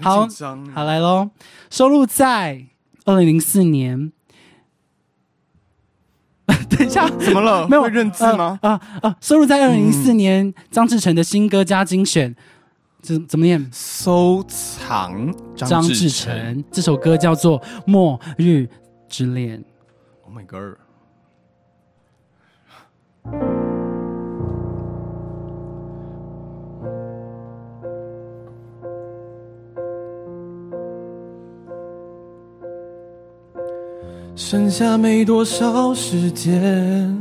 S2: 好
S1: 紧，张
S2: 嗯好来喽，收录在二零零四年。 等一下，
S1: 怎么了？
S2: 没有
S1: 会认字吗？
S2: 啊啊、收录在二零零四年张志成的新歌加精选，怎怎么念？
S1: 收藏
S2: 张志
S1: 成。
S2: 成这首歌叫做《末日之恋》。
S1: Oh my god！
S4: 剩下没多少时间，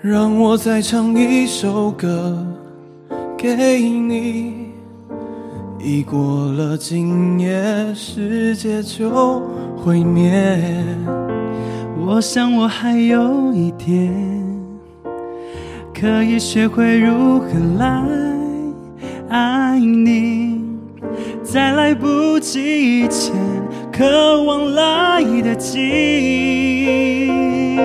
S4: 让我再唱一首歌给你。已过了今夜，世界就毁灭。
S2: 我想我还有一天，可以学会如何来爱你，在来不及以前，渴望来得及。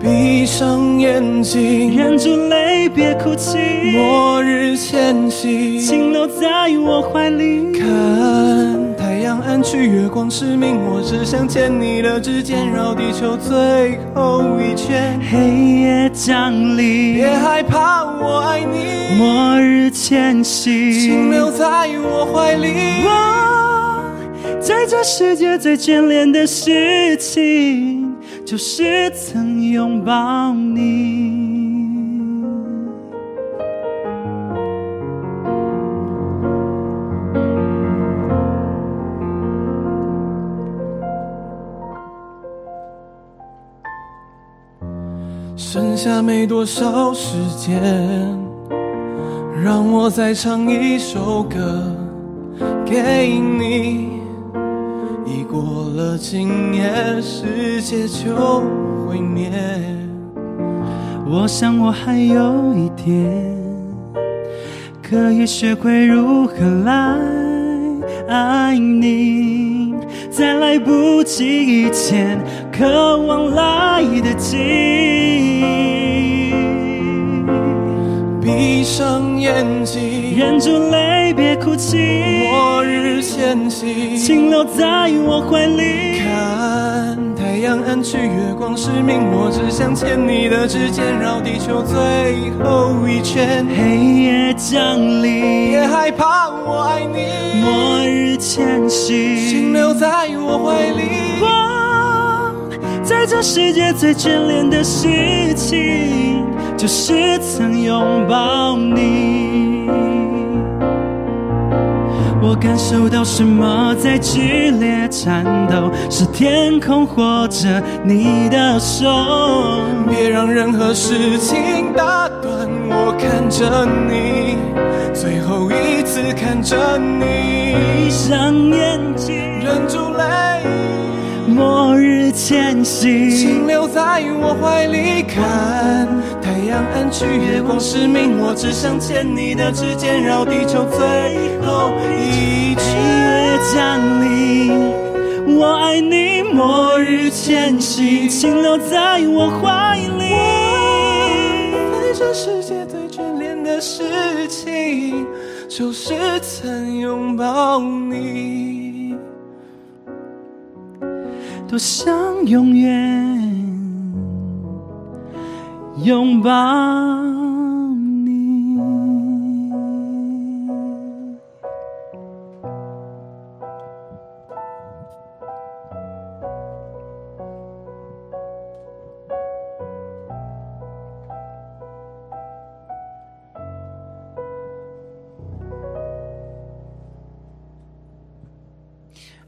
S4: 闭上眼睛，
S2: 忍住泪，别哭泣，
S4: 末日前夕，
S2: 请留在我怀里。
S4: 看太阳暗去，月光失明。我只想牵你的指尖，绕地球最后一圈。
S2: 黑夜降临
S4: 别，害怕，我爱你。
S2: 末日前夕，
S4: 请留在我怀里。
S2: 我在这世界最眷恋的事情，就是曾拥抱你。
S4: 剩下没多少时间，让我再唱一首歌给你。已过了今夜，世界就毁灭。
S2: 我想我还有一天，可以学会如何来爱你，在来不及以前，渴望来得及。
S4: 闭上眼睛，
S2: 忍住泪，别哭泣，
S4: 末日前夕。
S2: 请留在我怀里。
S4: 看太阳暗去，月光失明，我只想牵你的指尖，绕地球最后一圈。
S2: 黑夜降临
S4: 别，害怕，我爱你。
S2: 末日前夕，
S4: 请留在我怀里。
S2: 我在这世界最眷恋的事情，就是曾拥抱你。我感受到什么在剧烈颤抖，是天空或者你的手。
S4: 别让任何事情打断我看着你，最后一次看着你
S2: 闭，上眼睛，
S4: 忍住泪，
S2: 末日前夕
S4: 请。留在我怀里看太阳暗去，月光失明，我只想牵你的指尖，绕地球最后一圈。
S2: 月降临，我爱你，末日前夕，请留在我怀里。
S4: 在这世界最眷恋的事情，就是曾拥抱你。
S2: 多想永远拥抱你。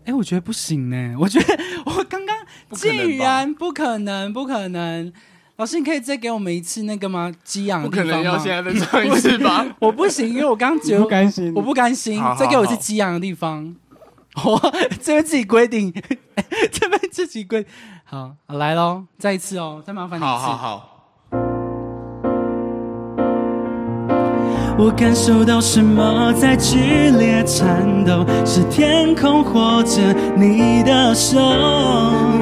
S2: 哎、我觉得不行呢、我觉得我刚刚
S1: 可能吧
S2: 竟然不可能，不可能。老师，你可以再给我们一次那个吗？激昂的
S1: 不
S2: 地
S1: 可
S2: 方吗
S1: 能要现在再唱一次 吧？
S2: 我不行，因为我刚觉得
S3: 不甘心
S2: 我不甘心
S1: 好好，
S2: 再给我一次激昂的地方。 我这边自己规定， 这边自己规好，好来喽，再一次哦，再麻烦你一次。
S1: 好好好，
S2: 我感受到什么在剧烈颤抖，是天空或者你的手。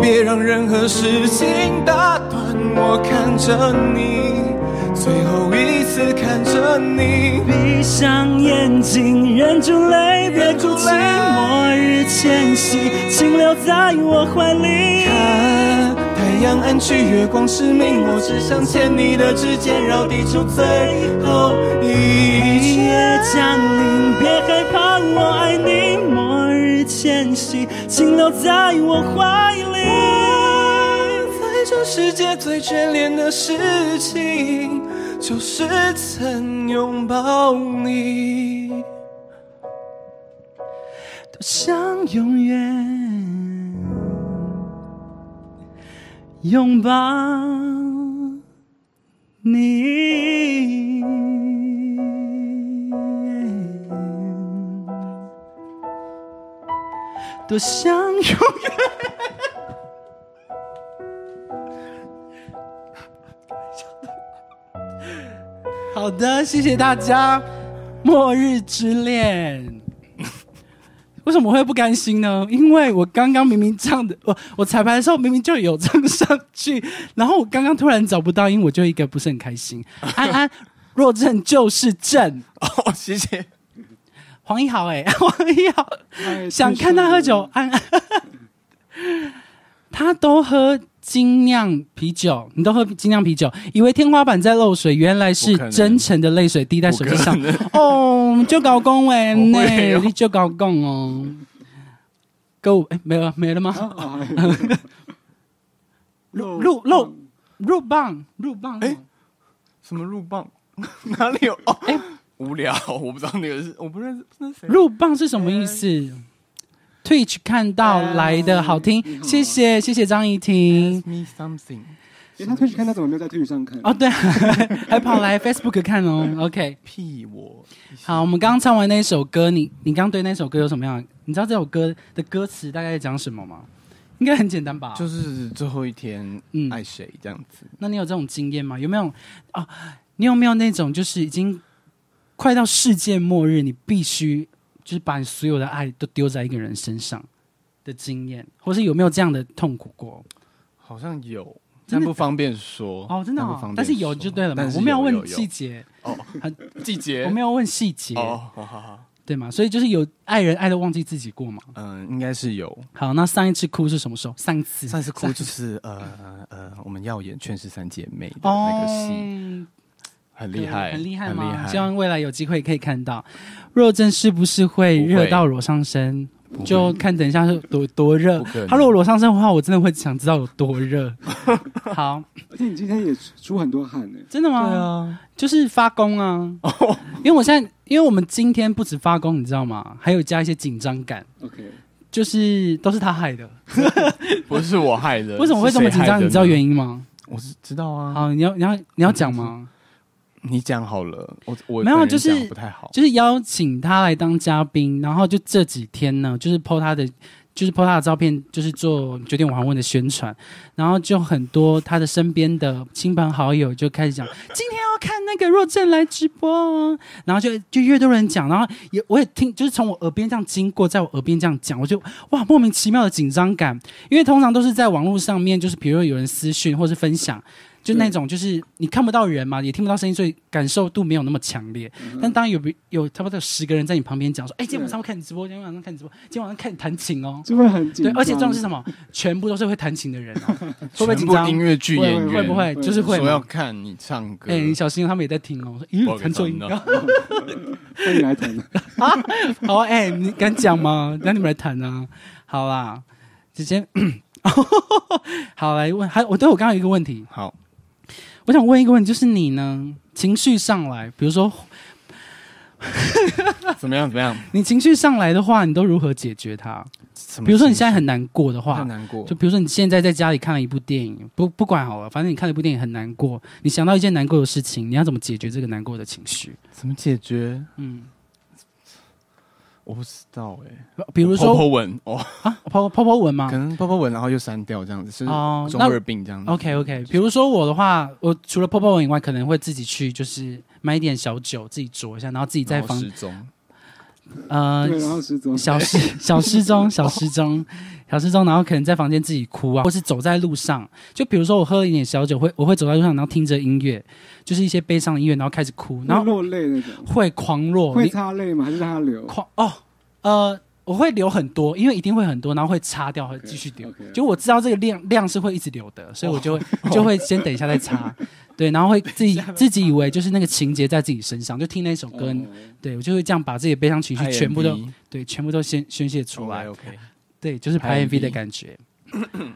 S4: 别让任何事情打断我看着你，最后一次看着你。
S2: 闭上眼睛，忍住泪，别哭
S4: 忍住
S2: 泣。
S4: 泪
S2: 末日前夕，请留在我怀里。
S4: 看太阳暗去，月光失明，我只想牵你的指尖，绕地球最后一圈。
S2: 夜降临，别害怕，我爱你。末日前夕，请留在我怀里。
S4: 在这世界最眷恋的事情，就是曾拥抱你。
S2: 多想永远拥抱你。多想永远。 好的，谢谢大家，《末日之恋》。为什么会不甘心呢？因为我刚刚明明唱的，我我彩排的时候明明就有唱上去，然后我刚刚突然找不到音，我就一个不是很开心。安安，若正就是正，
S1: 哦，谢谢。
S2: 黄一豪哎、 黄一豪
S3: 哎
S2: 想看他喝酒，，
S1: 嗯
S2: 安 安，他都喝精酿啤酒，你都喝精酿啤酒，以为天花板在漏水，原来是
S1: 不可能
S2: 真诚的泪水滴在手机上
S1: 不可能。
S2: 哦，就搞公哎，
S1: 不
S2: 呢
S1: 会哦，
S2: 你就搞公哦。够哎，没了没了 吗？
S3: 哦哎露
S2: 入入入棒入棒，
S1: 哦哎什么入棒？ 哪里有？哦，
S2: 哎
S1: 无聊，我不知道那个是，我不认识，那是谁？
S2: 入棒是什么意
S1: 哎
S2: 思？Twitch 看到来的好
S1: 哎
S2: 听，谢谢谢谢张怡婷
S1: Ask。me something，
S3: 哎，他退去看他怎么没有在退去上看？
S2: 哦，对， 还跑来 Facebook 看哦。OK，
S1: 屁我
S2: 好，我们刚刚唱完那一首歌，你你刚对那首歌有什么样的？你知道这首歌的歌词大概在讲什么吗？应该很简单吧。，
S1: 就是是最后一天
S2: 啊嗯
S1: 爱谁这样子。
S2: 那你有这种经验吗？有没有啊？你有没有那种就是已经快到世界末日，你必须就是把你所有的爱都丢在一个人身上的经验，或是有没有这样的痛苦过？
S1: 好像有，
S2: 真
S1: 但
S2: 的
S1: 不方便说。
S2: 哦，真的、
S1: 但不
S2: 哦
S1: 方便
S2: 但是有就对了嘛
S1: 但。是
S2: 我没有
S1: 有
S2: 问细节，
S1: 哦，季节，
S2: 我没有问细节，
S1: 哦，好好好，
S2: 对嘛？所以就是有爱人爱的忘记自己过嘛。
S1: 嗯，应该是有。
S2: 好，那上一次哭是什么时候？上次，
S1: 上次哭就是呃呃，我们耀眼劝世三姐妹的那个戏，
S2: 哦
S1: 很厉害，
S2: 对很厉害
S1: 很厉
S2: 吗？
S1: 害。
S2: 希望未来有机会可以看到。若真是不是会热到裸上身，
S1: 会
S2: 就看等一下是多多热
S1: 不可。能
S2: 他如果裸上身的话，我真的会想知道有 多热。好，
S3: 而且你今天也出很多汗呢。
S2: 真的吗？
S1: 对，啊，哦
S2: 就是发功啊。因为我现在，因为我们今天不止发功，你知道吗？还有加一些紧张感，
S3: OK，
S2: 就是都是他害的。
S1: 不是我害 的。
S2: 为什么会这么紧张？你知道
S1: 因？
S2: 原因吗？
S1: 我是知道啊。
S2: 好，你要你要你要讲吗？
S1: 你讲好了，我我
S2: 没有啊
S1: 本人
S2: 就是
S1: 讲不太好，
S2: 就是邀请他来当嘉宾，然后就这几天呢，就是 PO 他的，就是 PO 他的照片，就是做九点晚问的宣传，然后就很多他的身边的亲朋好友就开始讲，今天要看那个若正来直播哦，然后就就越多人讲，然后也我也听，就是从我耳边这样经过，在我耳边这样讲，我就哇莫名其妙的紧张感，因为通常都是在网络上面，就是比如说有人私讯或是分享。就那种，就是你看不到人嘛，也听不到声音，所以感受度没有那么强烈。
S1: 嗯
S2: 但当有比有差不多有十个人在你旁边讲说，哎、今天晚上要看你直播，今天晚上看你直播，今天晚上看你弹琴哦。
S3: 就会很紧
S2: 对，
S3: 张。
S2: 而且重点是什么？全部都是会弹琴的人、 啊，会不会
S1: 全
S2: 紧
S1: 部
S2: 张？
S1: 音乐剧演员
S2: 会不会
S3: 会
S2: 就是会
S1: 说要
S2: 嘛？
S1: 看你唱歌，
S2: 哎、你小心哦，他们也在听哦。我说，咦，弹错音
S1: 不好
S2: 了
S1: 意思啊
S3: 欢迎来谈。
S2: 好啊，哎、你敢讲吗？让你们来谈啊！好啦，直接 好来问，还我对我刚刚有一个问题，
S1: 好，
S2: 我想问一个问题，就是你呢，情绪上来，比如说
S1: 怎么样怎么样？
S2: 你情绪上来的话，你都如何解决它？
S1: 什么
S2: 比如说你
S1: 情
S2: 现在很难过的
S1: 绪
S2: 话
S1: 很，难过，
S2: 就比如说你现在在家里看了一部电影，不不管好了，反正你看了一部电影很难过，你想到一件难过的事情，你要怎么解决这个难过的情绪？
S1: 怎么解决？
S2: 嗯，
S1: 我不知道哎，
S2: 比如
S1: 泡泡
S2: 说
S1: 文哦，
S2: 啊，泡泡泡文吗
S1: 可能泡泡文然后又删掉这样子，是
S2: 哦
S1: 中
S2: 那
S1: 二病这样子。
S2: ？OK OK，比如说我的话，我除了泡泡文以外，可能会自己去就是买一点小酒，自己酌一下，然后自己在
S1: 然后
S2: 房
S1: 失踪，
S2: 呃
S3: 对，然后失踪，
S2: 小失小失踪，小失踪，小失踪，然后可能在房间自己哭啊，或是走在路上，就比如说我喝了一点小酒，会我会走在路上，然后听着音乐，就是一些悲伤的音乐，然后开始哭，然后
S3: 会落泪那种，
S2: 会狂落，
S3: 会
S2: 你
S3: 擦泪吗？还是让它流？
S2: 狂哦，呃，我会流很多，因为一定会很多，然后会擦掉，会
S3: OK，
S2: 继续流。
S3: OK，OK
S2: 就我知道这个量量是会一直流
S1: 哦
S2: 的，所以我就会、就会先等一下再 擦，对，然后会自己自己以为就是那个情节在自己身上，就听那首歌，
S3: 哦
S2: 对我就会这样把自己的悲伤情绪全部都
S1: IMV
S2: 对全部都宣宣泄出来。哦
S1: OK，
S2: 对，就是拍
S1: 拍
S2: MV 的
S1: MV
S2: 感觉。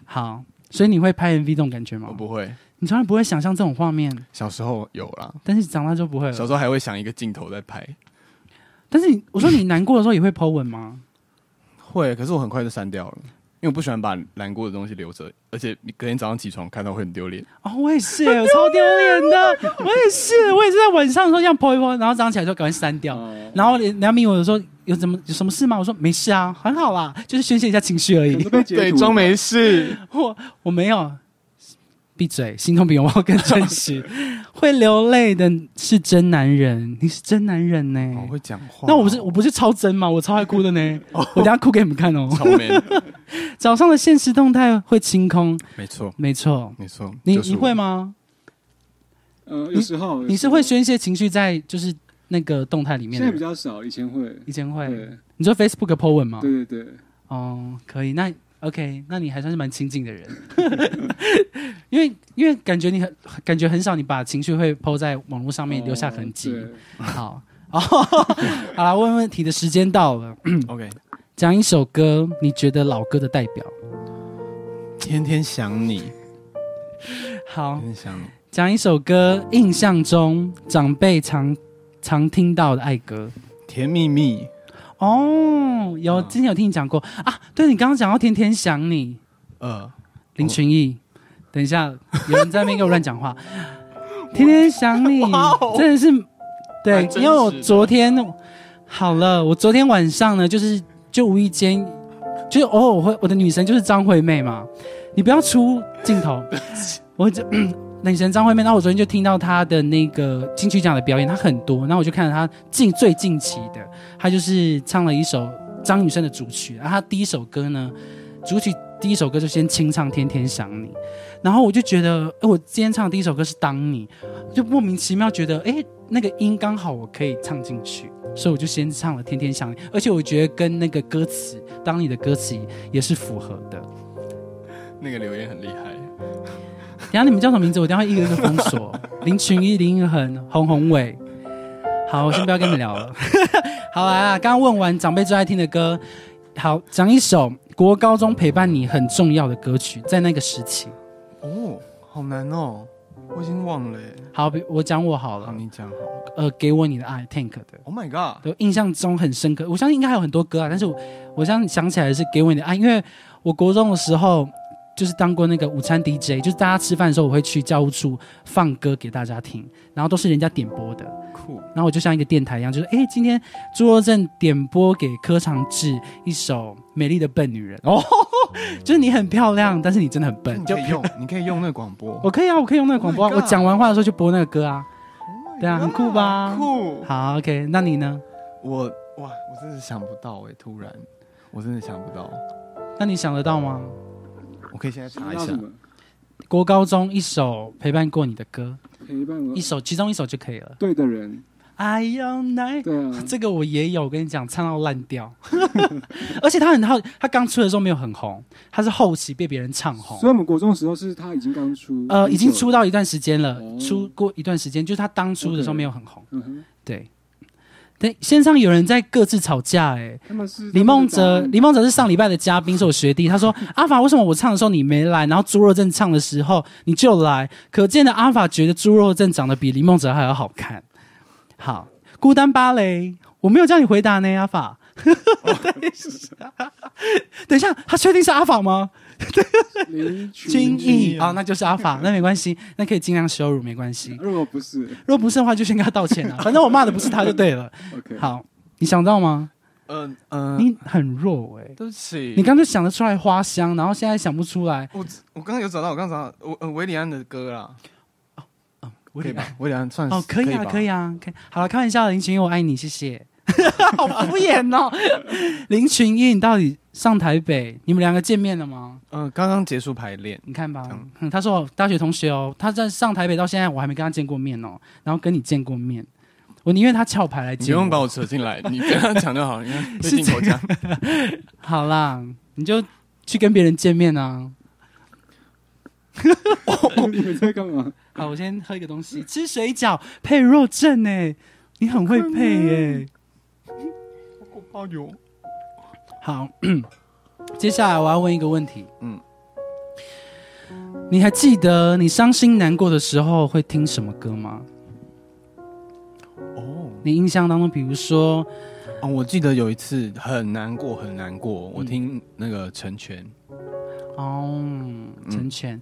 S2: 好，所以你会拍 MV 这种感觉吗
S1: 我？不会，
S2: 你从来不会想象这种画面，
S1: 小时候有啦，
S2: 但是长大就不会
S1: 小
S2: 了。
S1: 时候还会想一个镜头在拍，
S2: 但是你我说你难过的时候也会 po 文吗？
S1: 会，可是我很快就删掉了，因为我不喜欢把难过的东西留着，而且你隔天早上起床看到会很丢脸。
S2: 哦，我也是，我超丢脸的，我也是，我也是在晚上的时候这样 po 一 po，然后早上起来就赶快删掉。
S1: 嗯
S3: 哦
S2: 然后人家问我说有怎么有什么事吗？我说没事啊，很好啦，就是宣泄一下情绪而
S3: 可
S2: 已
S3: 是。被截图
S1: 对，装没事。
S2: 我我没有，闭嘴，心痛比拥抱更 真实。会流泪的是真男人，你是真男人呢、
S1: 嗯我哦会哦讲话。哦
S2: 那我不是我不是超真嘛，我超爱哭的呢，我等一下哭给你们看哦。
S1: 草莓，
S2: 早上的现实动态会清空，
S1: 没错，
S2: 没错，
S1: 没错。
S2: 你
S1: 就是
S2: 你
S1: 我
S2: 会？吗？
S3: 呃，有时候
S2: 嗯你是会，宣泄情绪在就是那个动态里
S3: 有时
S2: 面
S3: 候现在
S2: 的
S3: 比
S2: 人，
S3: 较少，以前会，
S2: 以前会。啊
S3: 对
S2: 你说 Facebook 的 po 文吗？
S3: 对对对，
S2: 哦，可以，那 OK，那你还算是蛮亲近的人， 因为因为感觉你很感觉很少，你把情绪会 po 在网络上面留下痕迹。
S3: 哦
S2: 好， 哦，好啦，问问题的时间到了，
S1: OK，
S2: 讲一首歌，你觉得老歌的代表？
S1: 天天想你，
S2: 好
S1: 天，天想你。
S2: 讲一首歌，印象中长辈常常听到的爱歌。
S1: 甜蜜蜜，
S2: 哦，有
S1: 嗯
S2: 之前有听你讲过啊，对你刚刚讲到天天想你，
S1: 呃，
S2: 林群义，等一下有人在那边给我乱讲 话，天天想你，真的是，对
S1: 哦哎蛮真，实的
S2: 因为我昨天好了，我昨天晚上呢，就是就无意间，就是偶尔会我的女神就是张惠妹嘛，你不要出镜 头，我就。 女神张惠妹，然后我昨天就听到她的那个金曲奖的表演，她很多，然后我就看了她近最近期的，她就是唱了一首张雨生的主曲，然啊后她第一首歌呢，主曲第一首歌就先清唱《天天想你》，然后我就觉得，哎，我今天唱的第一首歌是《当你》，就莫名其妙觉得，哎，那个音刚好我可以唱进去，所以我就先唱了《天天想你》，而且我觉得跟那个歌词《当你》的歌词也是符合的。
S1: 那个留言很厉害。
S2: 等一下你们叫什么名字？我等一下会一个一个封锁。林群一、林依恒、洪宏伟。好，我先不要跟你们聊了。 好来啊，刚刚问完长辈最爱听的歌，好讲一首国高中陪伴你很重要的歌曲，在那个时期。
S1: 哦，好难哦，我已经忘了耶。
S2: 好，比我讲我好
S1: 好，
S2: 了，
S1: 你讲好了。
S2: 呃，给我你的爱，Tank 的，
S1: Oh my god，
S2: 我印象中很深刻。我相信应该还有很多歌啊，但是我我相信想起来是给我你的爱，因为我国中的时候就是当过那个午餐 DJ，就是大家吃饭的时候，我会去教务处放歌给大家听，然后都是人家点播的。
S1: 酷，
S2: 然后我就像一个电台一样，就是哎、诶今天朱若正点播给柯长志一首《美丽的笨女人》哦， 就是你很漂亮，但是你真的很笨
S1: 你。可以用，你可以用那个广播，
S2: 我可以啊，我可以用那个广播啊、
S1: Oh my
S2: 我
S1: god Oh
S2: 讲完话的时候就播那个歌啊。对啊，很酷吧？
S1: 酷，
S2: 好，OK，那你呢？
S1: 我哇，我真的想不到哎、突然，我真的想不到，
S2: 那你想得到吗？
S1: 我可以现在查一
S3: 要
S1: 下
S3: 什，么？
S2: 国高中一首陪伴过你的歌，
S3: 陪伴我
S2: 一首其中一首就可以了。
S3: 对的人，
S2: 哎呀，奶，
S3: 对啊，
S2: 这个我也有，我跟你讲，唱到烂掉。 而且他很好，他刚出的时候没有很红，他是后期被别人唱红
S3: 所以。我们国中的时候是他已经刚出，
S2: 呃，已经出
S3: 了，
S2: 道一段时间了，
S3: 哦
S2: 出过一段时间，就是他当初的时候
S3: OK
S2: 没有很红。
S3: 嗯哼，
S2: 对，但线上有人在各自吵架、欸，
S3: 他们是
S2: 李梦哲，
S3: 他们的答案
S2: 李梦哲是上礼拜的嘉宾，是我学弟。他说：“阿法，为什么我唱的时候你没来，然后朱若正唱的时候你就来？”可见的阿法觉得朱若正长得比李梦哲还要好看。好，孤单芭蕾，我没有叫你回答呢，阿法。 等一下，他确定是阿法吗？
S3: 林
S2: 君
S3: 群
S2: 毅啊，那就是阿法，那没关系，那可以尽量羞辱，没关系。
S3: 如果不是
S2: 如果不是的话，就先跟他道歉啊。反正我骂的不是他就对了。
S3: ，OK，，
S2: 好，你想到吗？
S1: 嗯嗯，
S2: 呃你很弱哎、
S1: 对不起，
S2: 你刚就想得出来花香，然后现在想不出来。
S1: 我我刚刚有找到，我刚刚找到我呃维里安的歌啦，
S2: 我
S1: 可以吧？维里安算是
S2: 哦，可以啊，
S1: 吧
S2: 可以啊，可以。好了，开玩笑的，林群英，我爱你，谢谢。 好敷衍 哦。林群英，你到底上台北？你们两个见面了吗？
S1: 嗯，刚刚结束排练，
S2: 你看吧
S1: 嗯，
S2: 嗯，他是我大学同学哦，他在上台北到现在，我还没跟他见过面哦，然后跟你见过面，我宁愿他翘牌来
S1: 你
S2: 见
S1: 不
S2: 我。
S1: 用把我扯进来，你 跟他讲就好，你看对
S2: 是
S1: 镜头讲。
S2: 好啦，你就去跟别人见面啊。
S3: 你们在干嘛？
S2: 好，我先喝一个东西，吃水饺配肉粽哎、你很会配哎、
S1: 哎呦，
S2: 好，接下来我要问一个问题。嗯
S1: 嗯，
S2: 你还记得你伤心难过的时候会听什么歌吗？
S1: 哦
S2: 你印象当中，比如说
S1: 哦，我记得有一次很难过，很难过，
S2: 嗯
S1: 我听那个成 全，
S2: 哦，成全，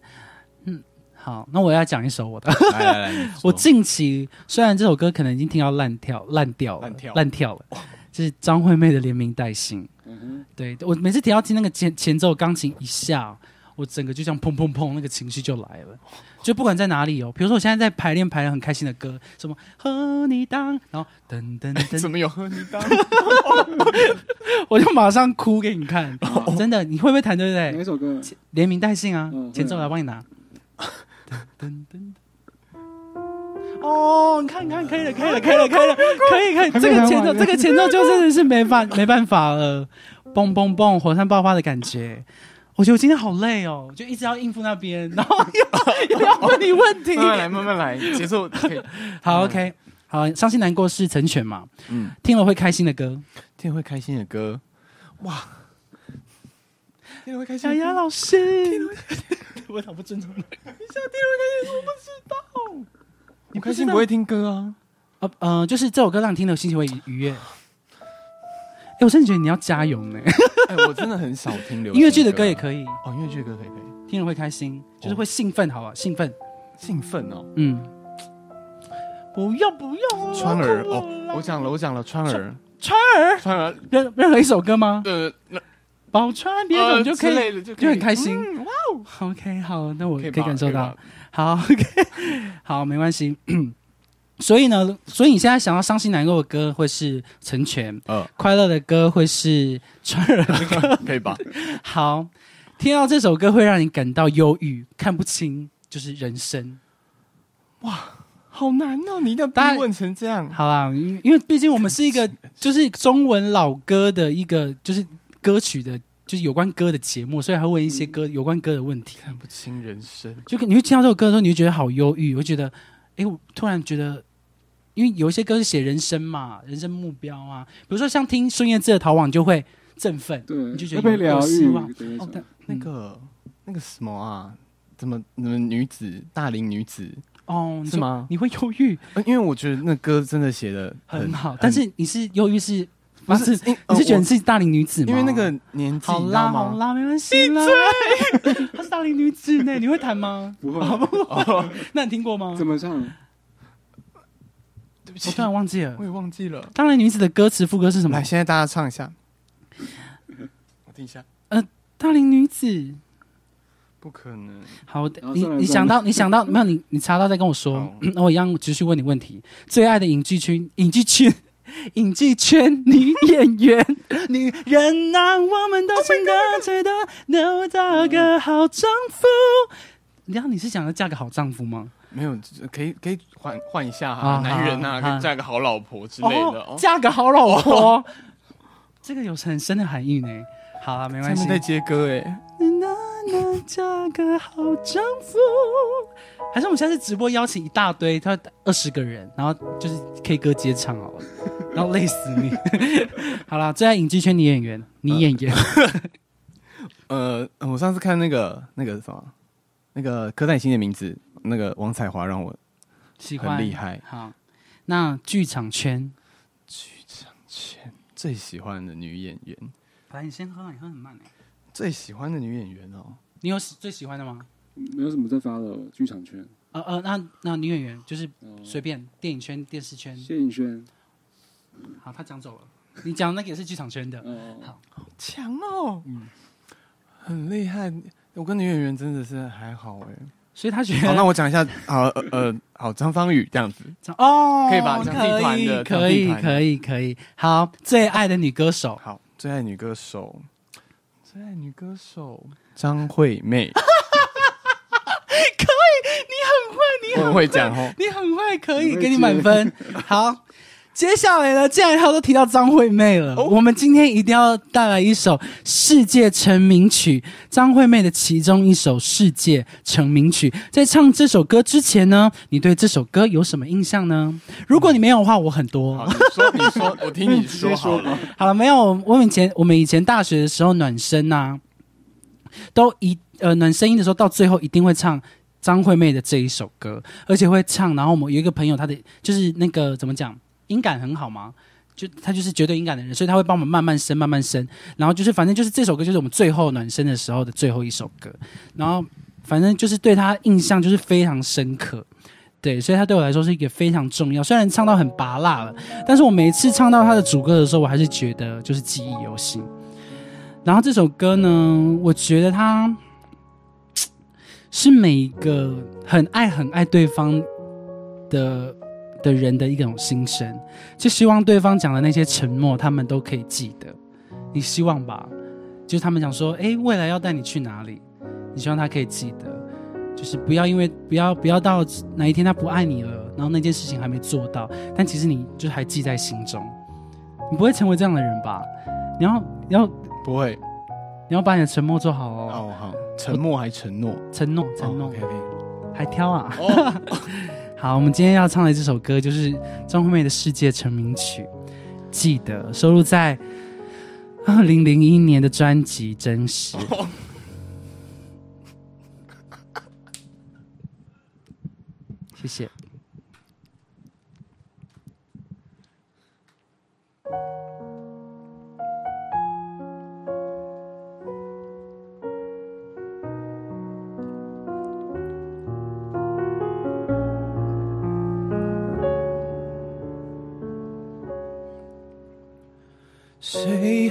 S2: 嗯，好，那我要讲一首我的。
S1: 来来来，你说
S2: 我近期虽然这首歌可能已经听到烂跳烂掉了，
S1: 烂跳
S2: 了，就是张惠妹的《连名带姓》。
S3: 嗯哼，
S2: 对我每次听到听那个前前奏钢琴一下，我整个就像砰砰砰，那个情绪就来了。就不管在哪里哦，比如说我现在在排练排了很开心的歌，什么和你当，然后噔噔 噔，
S1: 怎么有喝你当？
S2: 我就马上哭给你看，真的，你会不会弹对不
S3: 哪
S2: 对？
S3: 一首歌？
S2: 连名带姓啊
S3: 嗯，
S2: 前奏来帮你拿，噔噔噔。 哦，你看，你看，可以了，可以了，可以了，可以了，可以，可以。这个前奏，这个前奏就真的是没办没办法呃了，嘣嘣嘣，火山爆发的感觉。我觉得我今天好累哦，就一直要应付那边，然后 又又要问你问题。
S1: 慢慢来，慢慢来，节奏 可以。
S2: 好，OK，好，伤心难过是成全嘛，
S1: 嗯，
S2: 听了会开心的歌。
S1: 听会开心的歌，哇，听会开
S2: 小
S1: 心
S2: 牙老师， 我好不尊重你。
S1: 你开心不会听歌啊？
S2: 呃呃，就是这首歌让你听了心情会愉悦。哎，我真的觉得你要加油呢。
S1: 哎，我真的很少听 流行
S2: 音乐剧的歌也
S1: 以。
S2: 可以，
S1: 哦，音乐剧的歌可以可以，
S2: 听了会开心，就是会兴奋，好吧？兴奋，
S1: 兴奋哦，
S2: 嗯。不要不要，
S1: 川儿
S2: 我要哭
S1: 哦，我讲了我讲了川儿
S2: 川儿
S1: 川儿，
S2: 任任何一首歌吗？
S1: 呃，那呃
S2: 宝川别种就可以，
S1: 以嗯就
S2: 就很开心。哇哦，OK，好，那我可以感受到。。好，OK，好， 没关系。所以呢，所以你现在想要伤心难过的歌会是成全，
S1: 呃，
S2: 快乐的歌会是川儿的歌。
S1: 可以 吧？
S2: 好，听到这首歌会让你感到忧郁，看不清就是人生。
S1: 好难哦，你一定要逼
S2: 当然
S1: 问成这样。
S2: 好啦，因因为毕竟我们是一个就是中文老歌的一个就是歌曲的，就是有关歌的节目，所以还会问一些歌有关歌的问题。
S1: 看不清人生，
S2: 就你会听到这首歌的时候，你会觉得好忧郁，会觉得，哎，我突然觉得，因为有一些歌是写人生嘛，人生目标啊，比如说像听孙燕姿的《逃亡》就会振奋，
S3: 对，
S2: 你就觉
S3: 会
S2: 得
S3: 被
S2: 有有
S3: 疗
S2: 希望
S3: 愈的那
S1: 哦
S3: 种，
S1: 那个那个什么啊，怎么你们女子大龄女子
S2: 哦，你
S1: 是
S2: 说？
S1: 吗？
S2: 你会忧郁
S1: 呃因为我觉得那歌真的写的
S2: 很好，但是你是忧郁是不是，
S1: 因
S2: 你是觉得
S1: 呃
S2: 你是大龄女子
S1: 我
S2: 吗？
S1: 因为那个年纪，
S2: 好
S1: 你知
S2: 啦
S1: 道
S2: 好
S1: 吗？
S2: 啦，没关系啦。 她是大龄女子呢，你会弹吗？
S3: 不会
S2: 啊不会。那你听过吗？
S3: 怎么唱？
S1: 对不
S2: 我突然忘记了
S1: 我。也忘记了。
S2: 大龄女子的歌词副歌是什么
S1: 来，？现在大家唱一下，我听一下。
S2: 大龄女子。
S1: 不可能，
S2: 好
S3: 然，后
S2: 你你想
S3: 算了算了
S2: 到你想到没有？你你查到再跟我说
S1: 好，
S2: 嗯那我一样继续问你问题。最爱的影剧圈，影剧圈，影剧圈女演员， 女人呐、我们都
S1: Oh
S2: 值得值得能找个好丈夫。你知道你是想要嫁个好丈夫吗？
S1: 没有，这可以可以换换一下
S2: 啊
S1: 啊，男人
S2: 啊
S1: 啊，
S2: 啊
S1: 可以嫁个好老婆之类的哦。
S2: 嫁个好 老婆，这个有很深的含义呢。好啊了，没
S1: 下
S2: 关系
S1: 面。在接歌哎，
S2: 那那嫁个好丈夫，还是我们下次直播邀请一大堆，他二十个人，然后就是 K 歌接唱好了， 然后累死你。 好啦，最爱影剧圈女演员，你演员，
S1: 呃，呃我上次看那个那个什么，那个呃柯南新的名字，那个王彩华让我
S2: 喜欢
S1: 很厉。害。
S2: 好，那剧场圈，
S1: 前最喜欢的女演员，
S2: 来你先喝，你喝很慢、欸、
S1: 最喜欢的女演员哦，
S2: 你有喜最喜欢的吗？
S3: 没有什么在发了，剧场圈。
S2: 呃呃，那那女演员就是
S3: 哦
S2: 随便电影圈、电视圈。
S3: 谢颖轩，
S2: 好，他讲走了，你讲那个也是剧场圈的。
S3: 哦，
S2: 好
S1: 强哦，很厉害。我跟女演员真的是还好哎、
S2: 所以他觉得
S1: 好，那我讲一下，好呃呃，好张方宇这样子，
S2: 讲哦，
S1: 可以吧讲地
S2: 可
S1: 团
S2: 以，
S1: 的
S2: 可
S1: 讲地
S2: 以，
S1: 团的
S2: 可以，可以。好，最爱的女歌手，
S1: 好，最爱女歌手，最爱女歌手张惠妹，
S2: 可以，你
S1: 我
S2: 很
S1: 很
S2: 会，
S1: 会讲哦。
S2: 你很你很会，可以
S3: 很会
S2: 给你
S3: 接
S2: 满分。好，接下来呢，既然他都提到张惠妹了，
S1: 哦
S2: 我们今天一定要带来一首世界成名曲，张惠妹的其中一首世界成名曲。在唱这首歌之前呢，你对这首歌有什么印象呢？如果你没有的话，我很多。
S1: 好，你说你说，我听你说好了。
S2: 好了，没有，我们以前我们以前大学的时候暖身呐、都一呃暖声音的时候，到最后一定会唱张惠妹的这一首歌，而且会唱。然后我们有一个朋友，他的就是那个怎么讲，音感很好嘛。就他就是绝对音感的人，所以他会帮我们慢慢升，慢慢升，然后就是反正就是这首歌就是我们最后暖身的时候的最后一首歌，然后反正就是对他印象就是非常深刻，对，所以他对我来说是一个非常重要。虽然唱到很拔辣了，但是我每次唱到他的主歌的时候，我还是觉得就是记忆犹新。然后这首歌呢，我觉得它是每一个很爱很爱对方的的人的一种心声，就希望对方讲的那些承诺，他们都可以记得。你希望吧，就是他们讲说，诶，未来要带你去哪里，你希望他可以记得，就是不要因为不要不要到哪一天他不爱你了，然后那件事情还没做到，但其实你就还记在心中，你不会成为这样的人吧？你要你要
S1: 不会
S2: 你要把你的承诺做好哦，
S1: 哦，好，沉默还承诺，
S2: 承诺承诺、
S1: OK OK。
S2: 还挑啊！
S1: 哦，
S2: 好，我们今天要唱的这首歌就是张惠妹的《世界成名曲》，记得收录在二零零一年的专辑《真实》。
S1: 哦
S2: 谢谢。
S4: 谁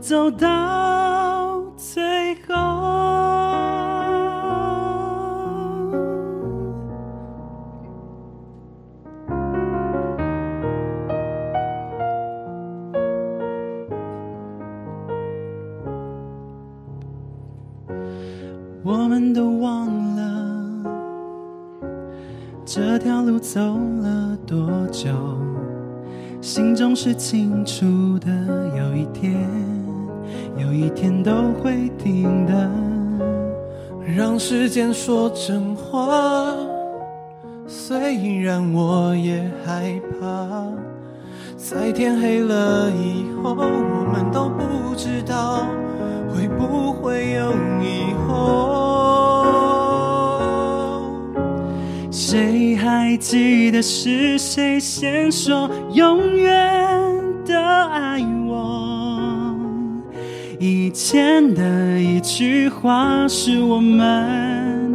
S2: 走到最后。我们都忘了。这条路走了多久？心中是清楚的，有一天，有一天都会停的。
S4: 让时间说真话。虽然我也害怕，在天黑了以后，我们都不知道会不会有以后。
S2: 谁还记得是谁先说永远的爱我？以前的一句话是我们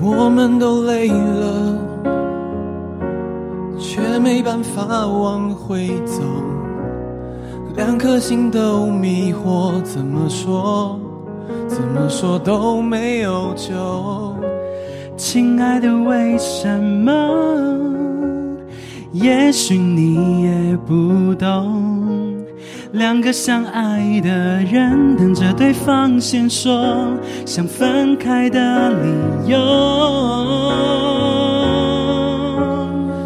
S4: 我们都累了，却没办法往回走。两颗心都迷惑，怎么说，怎么说都没有救。
S2: 亲爱的，为什么？也许你也不懂，两个相爱的人等着对方先说想分开的理由。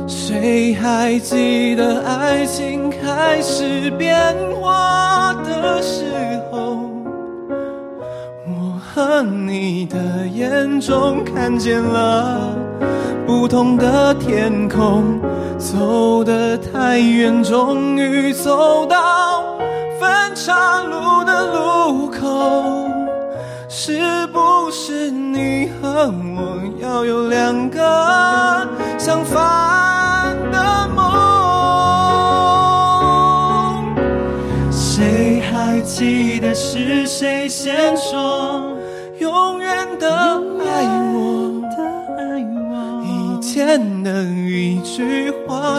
S4: 谁还记得爱情开始变化的时候？我和你的眼中看见了不同的天空，走得太远，终于走到分岔路的路口。是不是你和我要有两个相反的梦？
S2: 谁还记得是谁先说
S4: 永远的爱我，
S2: 的爱我？
S4: 以前的一句话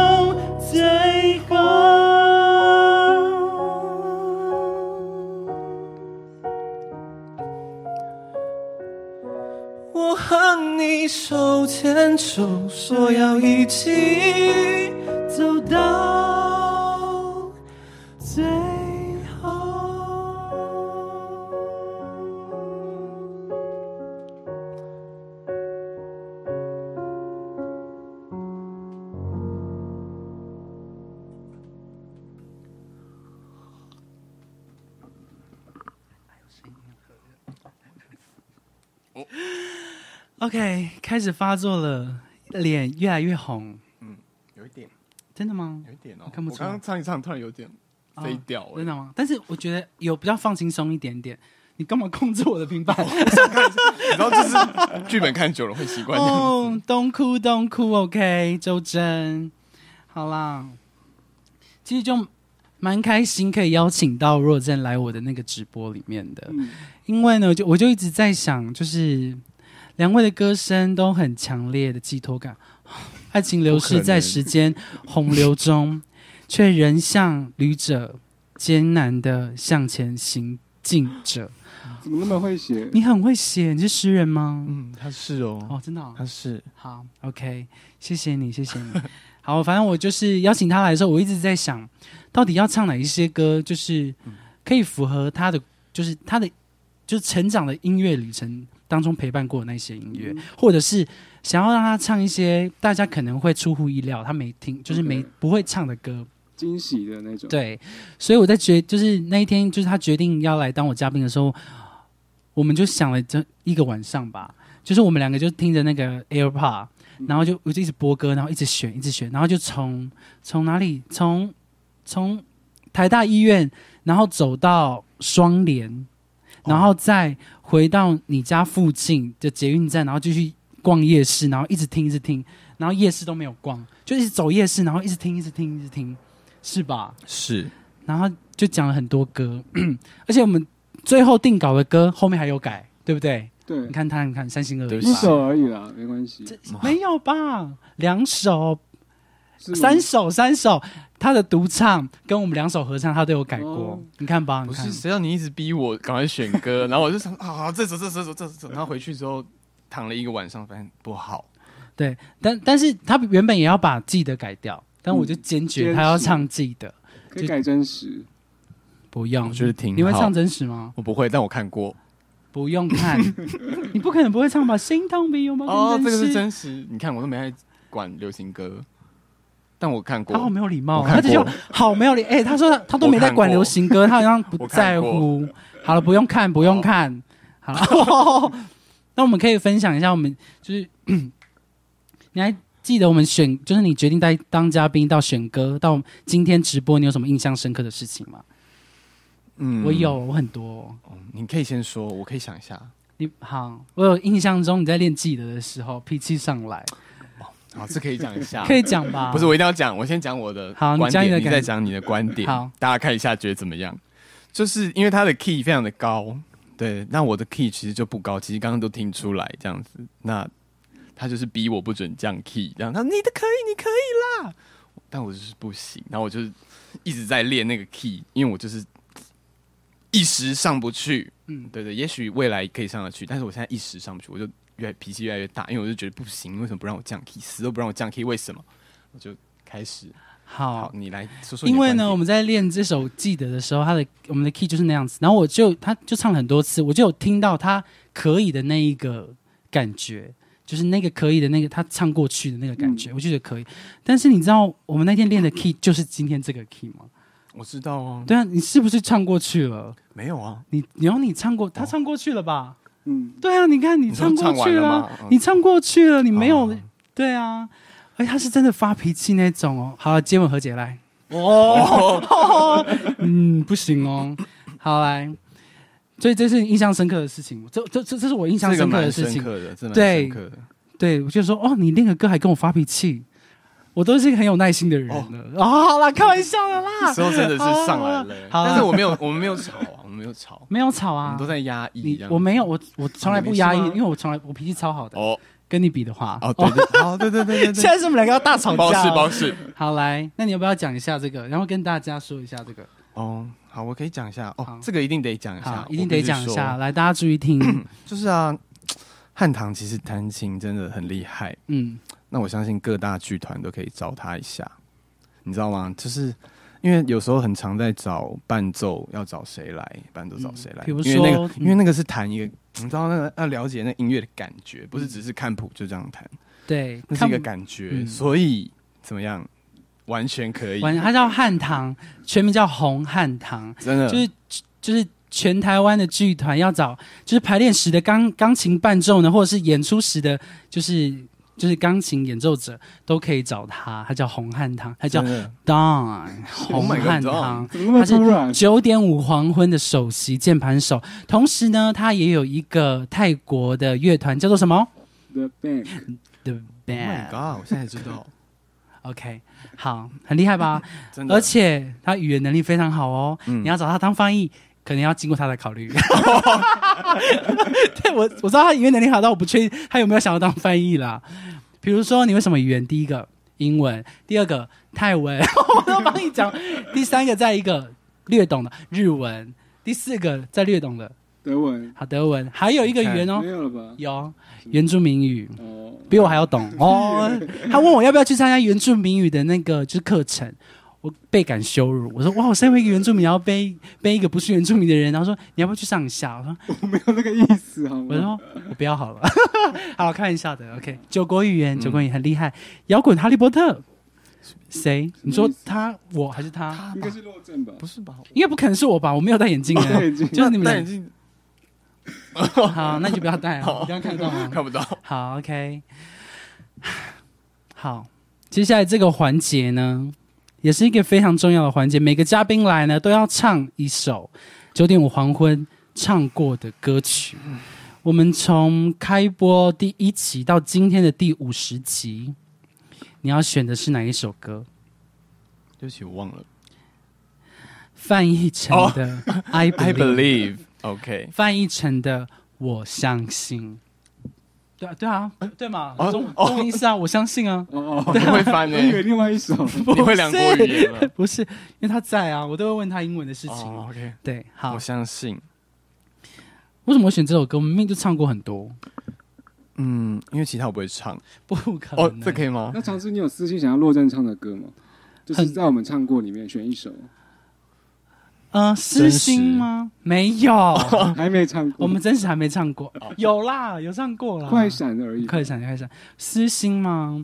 S2: 最后。
S4: 我和你手牵手，说要一起走到最后。
S2: OK，开始发作了，脸越来越红，
S1: 有一点，
S2: 真的吗？
S1: 有一点哦。
S2: 看不出
S1: 我刚
S2: 来哦
S1: 刚唱一唱，突然有点飞掉、欸。
S2: 真的吗？但是我觉得有比较放轻松一点点。你干嘛控制我的平板？
S1: 你知道，就是剧本看久了会习惯。
S2: 哦， 东哭东哭，OK，周真，好啦，其实就蛮开心可以邀请到若真来我的那个直播里面的，
S3: 嗯
S2: 因为呢，就我就一直在想，就是两位的歌声都很强烈的寄托感， 爱情流逝在时间洪流中，却仍像旅者艰难的向前行进着。
S3: 怎么那么会写？
S2: 你很会写，你是诗人吗？
S1: 嗯，他是哦，
S2: 哦，真的、哦。
S1: 他是
S2: 好，OK，谢谢你，谢谢你。 好，反正我就是邀请他来的时候，我一直在想，到底要唱哪一些歌，就是可以符合他的，就是他的，就是成长的音乐旅程当中陪伴过的那些音
S3: 嗯
S2: 乐，或者是想要让他唱一些大家可能会出乎意料，他没听，就是没
S3: OK
S2: 不会唱的歌。
S3: 惊喜的那种。，
S2: 对，所以我在决，就是那一天，就是他决定要来当我嘉宾的时候，我们就想了这一个晚上吧，就是我们两个就听着那个 AirPod，然后就我就一直播歌，然后一直选，一直选，然后就从从哪里，从从台大医院，然后走到双联，然后再回到你家附近的捷运站，然后继续逛夜市，然后一直听一直听，然后夜市都没有逛，就一直走夜市，然后一直听一直听一直听，是吧？
S1: 是
S2: 然后就讲了很多歌， 而且我们最后定稿的歌后面还有改，对不对？
S3: 对
S2: 你，看他，你看三心二
S1: 对
S2: 意
S1: 不起
S3: 一，首而已啦，没关系。
S2: 这
S1: 哦
S2: 没有吧？两首
S1: 嗯
S3: 是吗
S2: 三首三首，他的独唱跟我们两首合唱，他都有改过。
S3: 哦
S2: 你看吧，
S1: 不
S2: 你看
S1: 是谁让你一直逼我赶快选歌，然后我就想啊，这首这首这首这首，然后回去之后躺了一个晚上，发现不好，
S2: 对，但但是他原本也要把记得改掉，但我就坚决
S3: 坚
S2: 他要
S3: 持
S2: 唱记得，
S3: 可以改真实，
S2: 不用。
S1: 我觉得挺
S2: 你会
S1: 好
S2: 唱真实吗？
S1: 我不会，但我看过
S2: 不用 看，你不可能不会唱吧？心痛比拥抱
S1: 哦，
S2: 更
S1: 这个
S2: 实
S1: 是。真实，你看我都没爱管流行歌，但我看过
S2: 他，好没有礼貌、
S1: 我
S2: 哦，
S1: 看
S2: 他就
S1: 过
S2: 说好没有礼。哎、他说他他都
S1: 我
S2: 没在
S1: 看
S2: 管
S1: 过
S2: 流行歌，他好像不
S1: 我看
S2: 在
S1: 过
S2: 乎。好了，不用看，不用看。好了， 那我们可以分享一下，我们就是 你还记得我们选，就是你决定当当嘉宾到选歌到今天直播，你有什么印象深刻的事情吗？
S1: 嗯
S2: 我有，，我很多。
S1: 哦你可以先说，我可以想一下。
S2: 你好，我有印象中你在练记得的时候脾气上来，
S1: 好，这可以讲一下，
S2: 可以讲吧？
S1: 不是，我一定要讲，我先讲我的
S2: 好你
S1: 观
S2: 讲你
S1: 点，
S2: 的
S1: 你
S2: 感
S1: 再讲你的观点，
S2: 好，
S1: 大家看一下觉得怎么样？就是因为它的 key 非常的高，对，那我的 key 其实就不高，其实刚刚都听出来这样子，那他就是逼我不准降 key，这样，他说你的可以，你可以啦，但我就是不行，然后我就是一直在练那个 key，因为我就是一时上不去，
S2: 嗯
S1: 嗯，对对，也许未来可以上得去，但是我现在一时上不去，我就越脾气越来越大，因为我就觉得不行，为什么不让我降 key，死都不让我降 key，为什么？我就开始，
S2: 好
S1: 好，，你来说说你
S2: 因
S1: 的观点。
S2: 为呢，我们在练这首《记得》的时候，他的我们的 key 就是那样子，然后我就他就唱了很多次，我就有听到他可以的那一个感觉，就是那个可以的那个他唱过去的那个
S1: 嗯
S2: 感觉，我就觉得可以。但是你知道我们那天练的 key 就是今天这个 key 吗？
S1: 我知道啊，
S2: 对啊，你是不是唱过去了？
S1: 没有啊，
S2: 你然后你唱过，
S1: 哦
S2: 他唱过去了吧？
S3: 嗯，
S2: 对啊，你看你
S1: 你说
S2: 过
S1: 唱完
S2: 去
S1: 了
S2: 啊
S1: 吗？嗯
S2: 你唱过去了，你没有、
S1: 哦
S2: 对啊，而且他是真的发脾气那种哦。好，接吻和解来。哦， 嗯，不行哦。好来，所以这是印象深刻的事情。这这这这是我印象
S1: 这个
S2: 深刻的
S1: 蛮
S2: 事
S1: 深
S2: 情。
S1: 刻的，这蛮
S2: 对
S1: 深刻的。
S2: 对，我就说哦，你练个歌还跟我发脾气，我都是一个很有耐心的人了。哦，好啦，开玩笑的啦
S1: 那，时候真的是上来了、
S2: 好啊好啊
S1: 但是我没有，我们没有吵啊，我们没有吵，
S2: 没有吵
S1: 我
S2: 啊
S1: 们都。在压抑
S2: 你
S1: 这样。哦
S2: 我没有，我我从来不压抑，
S1: 你没事吗
S2: 因为我从来我脾气超好的。
S1: 哦
S2: 跟你比的话，
S1: 哦，对 对，哦对对对对
S2: 现
S1: 对，
S2: 在是我们两个要大吵架哦
S1: 包
S2: 了。
S1: 是包是。
S2: 好，来，那你要不要讲一下这个，然后跟大家说一下这个？
S1: 哦，好，我可以讲一下
S2: 好
S1: 哦，这个一定得讲一下
S2: 好，，一定得讲一下，。来，大家注意 听。
S1: 就是啊，汉唐其实弹琴真的很厉害，
S2: 嗯，
S1: 那我相信各大剧团都可以找他一下，你知道吗？就是因为有时候很常在找伴奏，要找谁来，伴奏找谁来
S2: 嗯，比如
S1: 因为那
S2: 说
S1: 个，因为那个是弹一个，你知道那个要了解那音乐的感觉，不是只是看谱就这样弹，
S2: 对，
S1: 那是
S2: 看
S1: 一个感觉，
S2: 嗯
S1: 所以怎么样，完全可以，
S2: 完，他叫汉唐，全名叫红汉唐，
S1: 真的
S2: 就是就是全台湾的剧团要找，就是排练时的钢钢琴伴奏呢，或者是演出时的，就是就是钢琴演奏者都可以找他，他叫红汉唐，他叫
S1: 真的
S2: Don 红
S1: 嗯 Oh my God，
S2: 汉
S1: Don
S2: 唐。
S3: 怎么那么突然？
S2: 九点五黄昏的首席键盘手，同时呢，他也有一个泰国的乐团，叫做什么
S3: The Bank，
S2: ？The
S1: ，Oh my
S2: Band。
S1: God，我现在知道，
S2: OK，好，很厉害吧？
S1: 真的，
S2: 而且他语言能力非常好哦。
S1: 嗯
S2: 你要找他当翻译，可能要经过他的考虑。 对，我我知道他语言能力好，但我不确定他有没有想要当翻译啦。比如说，你为什么语言？第一个英文，第二个泰文， 我都帮你讲。第三个，再一个略懂的日文，第四个再略懂的
S3: 德文
S2: 好，德文还有一个语言哦
S3: 没，有了吧？
S2: 有原住民语，
S3: 哦，
S2: 比我还 要懂哦。他问我要不要去参加原住民语的那个就是课程，我倍感羞辱。我说哇，我身为一个原住民，然后被被一个不是原住民的人，然后说你要不要去上一下？我说
S3: 我没有那个意思，好
S2: 我
S3: 吗？
S2: 说我不要好了， 好我开玩笑的。OK，九国语
S1: 嗯
S2: 言，九国语言很厉害，摇滚哈利波特。谁？你说他我还是他？
S3: 应该是落枕吧？
S1: 不是吧？
S2: 应该不可能是我吧？我没有戴眼镜
S3: 戴
S2: 的，
S3: 眼镜
S2: 就是你们
S1: 戴眼
S2: 俩。
S1: 镜
S2: 好，那你就不要戴了，你刚刚看得到吗？
S1: 看不到，
S2: 好，OK，好，接下来这个环节呢，也是一个非常重要的环节。每个嘉宾来呢，都要唱一首《九点五黄昏》唱过的歌曲。我们从开播第一期到今天的第五十集，你要选的是哪一首歌？
S1: 对不起，我忘了。
S2: 范逸臣的《I
S1: I
S2: Believe》，
S1: believe. OK，
S2: 范逸臣的《我相信》。对啊，对啊，对嘛？
S1: 哦
S2: 中
S1: 哦
S2: 中音是啊，我相信啊，
S3: 哦
S1: 你
S3: 哦，
S1: 会翻呢、
S3: 我以为另外一首，
S1: 你会两国语言了。
S2: 不是，因为他在啊，我都会问他英文的事情。
S1: 哦，OK，
S2: 对，好
S1: 我，相信。
S2: 为什么我选这首歌？我们明明就唱过很多，
S1: 嗯，因为其他 我不会唱。
S2: 不可能。
S1: 哦，这可以吗？
S3: 那长志，你有私信想要洛正唱的歌吗？就是
S2: 很
S3: 在我们唱过里面选一首，
S2: 呃，私
S1: 真实
S2: 心吗？没 有，
S3: 还没唱过，
S2: 啊我们真实还没唱过。
S1: 哦
S2: 有啦，有唱过啦。
S3: 快闪而已。
S2: 快闪，快闪。私心吗？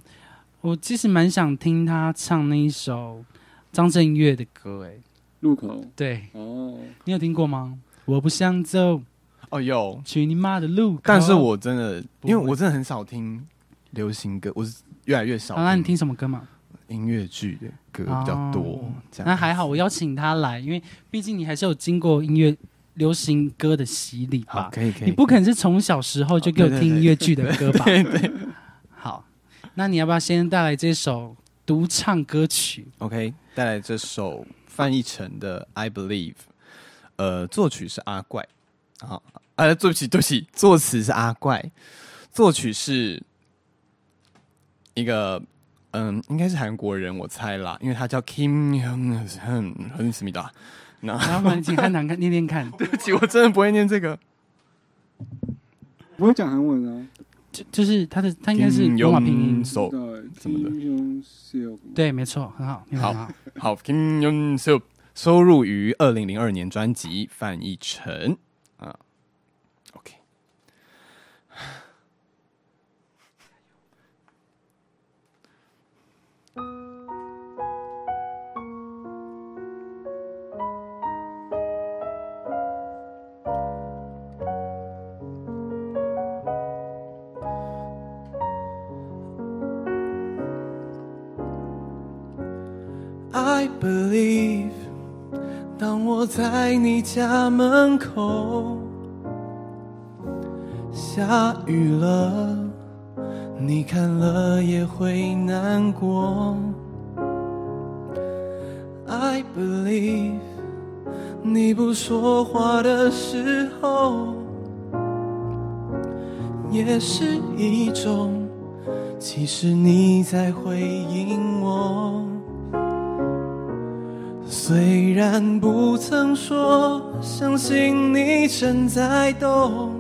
S2: 我其实蛮想听他唱那一首张震岳的歌，哎，
S3: 路口
S2: 对
S3: 哦，
S2: 你有听过吗？我不想走，
S1: 哦，有。
S2: 去你妈的路口。
S1: 但是我真的，
S2: 不会
S1: 因为我真的很少听流行歌，我是越来越少
S2: 哦好，那你听什么歌嘛？
S1: 音乐剧的歌比较多。
S2: 哦
S1: 这样
S2: 那还好，我邀请他来，因为毕竟你还是有经过音乐流行歌的洗礼
S1: 好，
S2: 吧。
S1: 可以可以。
S2: 你不可能是从小时候就给我
S1: 哦对对
S2: 听
S1: 对
S2: 音乐剧的歌吧？ 好，那你要不要先带来这首独唱歌曲？
S1: OK，带来这首范逸臣的《I Believe》，呃，作曲是阿怪，啊，呃，对不起，对不起，作词是阿怪，作曲是一个，嗯，应该是韩国人，我猜啦，因为他叫 Kim Hyun Hun Hun s m i d 那
S2: 然后你请汉唐看念 念看，
S1: 对不起，我真的不会念这个。
S3: 不会讲韩文啊，
S2: 就就是他的他应该是罗马拼音
S1: Kim，Hyun Soo
S3: 对，
S1: 什么的
S3: 金庸秀
S2: 对，没错，很好，念得很好。
S1: 好，Kim Yun Soo 收录于二零零二年专辑《范逸臣》啊。OK，
S4: I believe，当我在你家门口，下雨了，你看了也会难过。I believe，你不说话的时候，也是一种，其实你在回应我。虽然不曾说，相信你正在懂。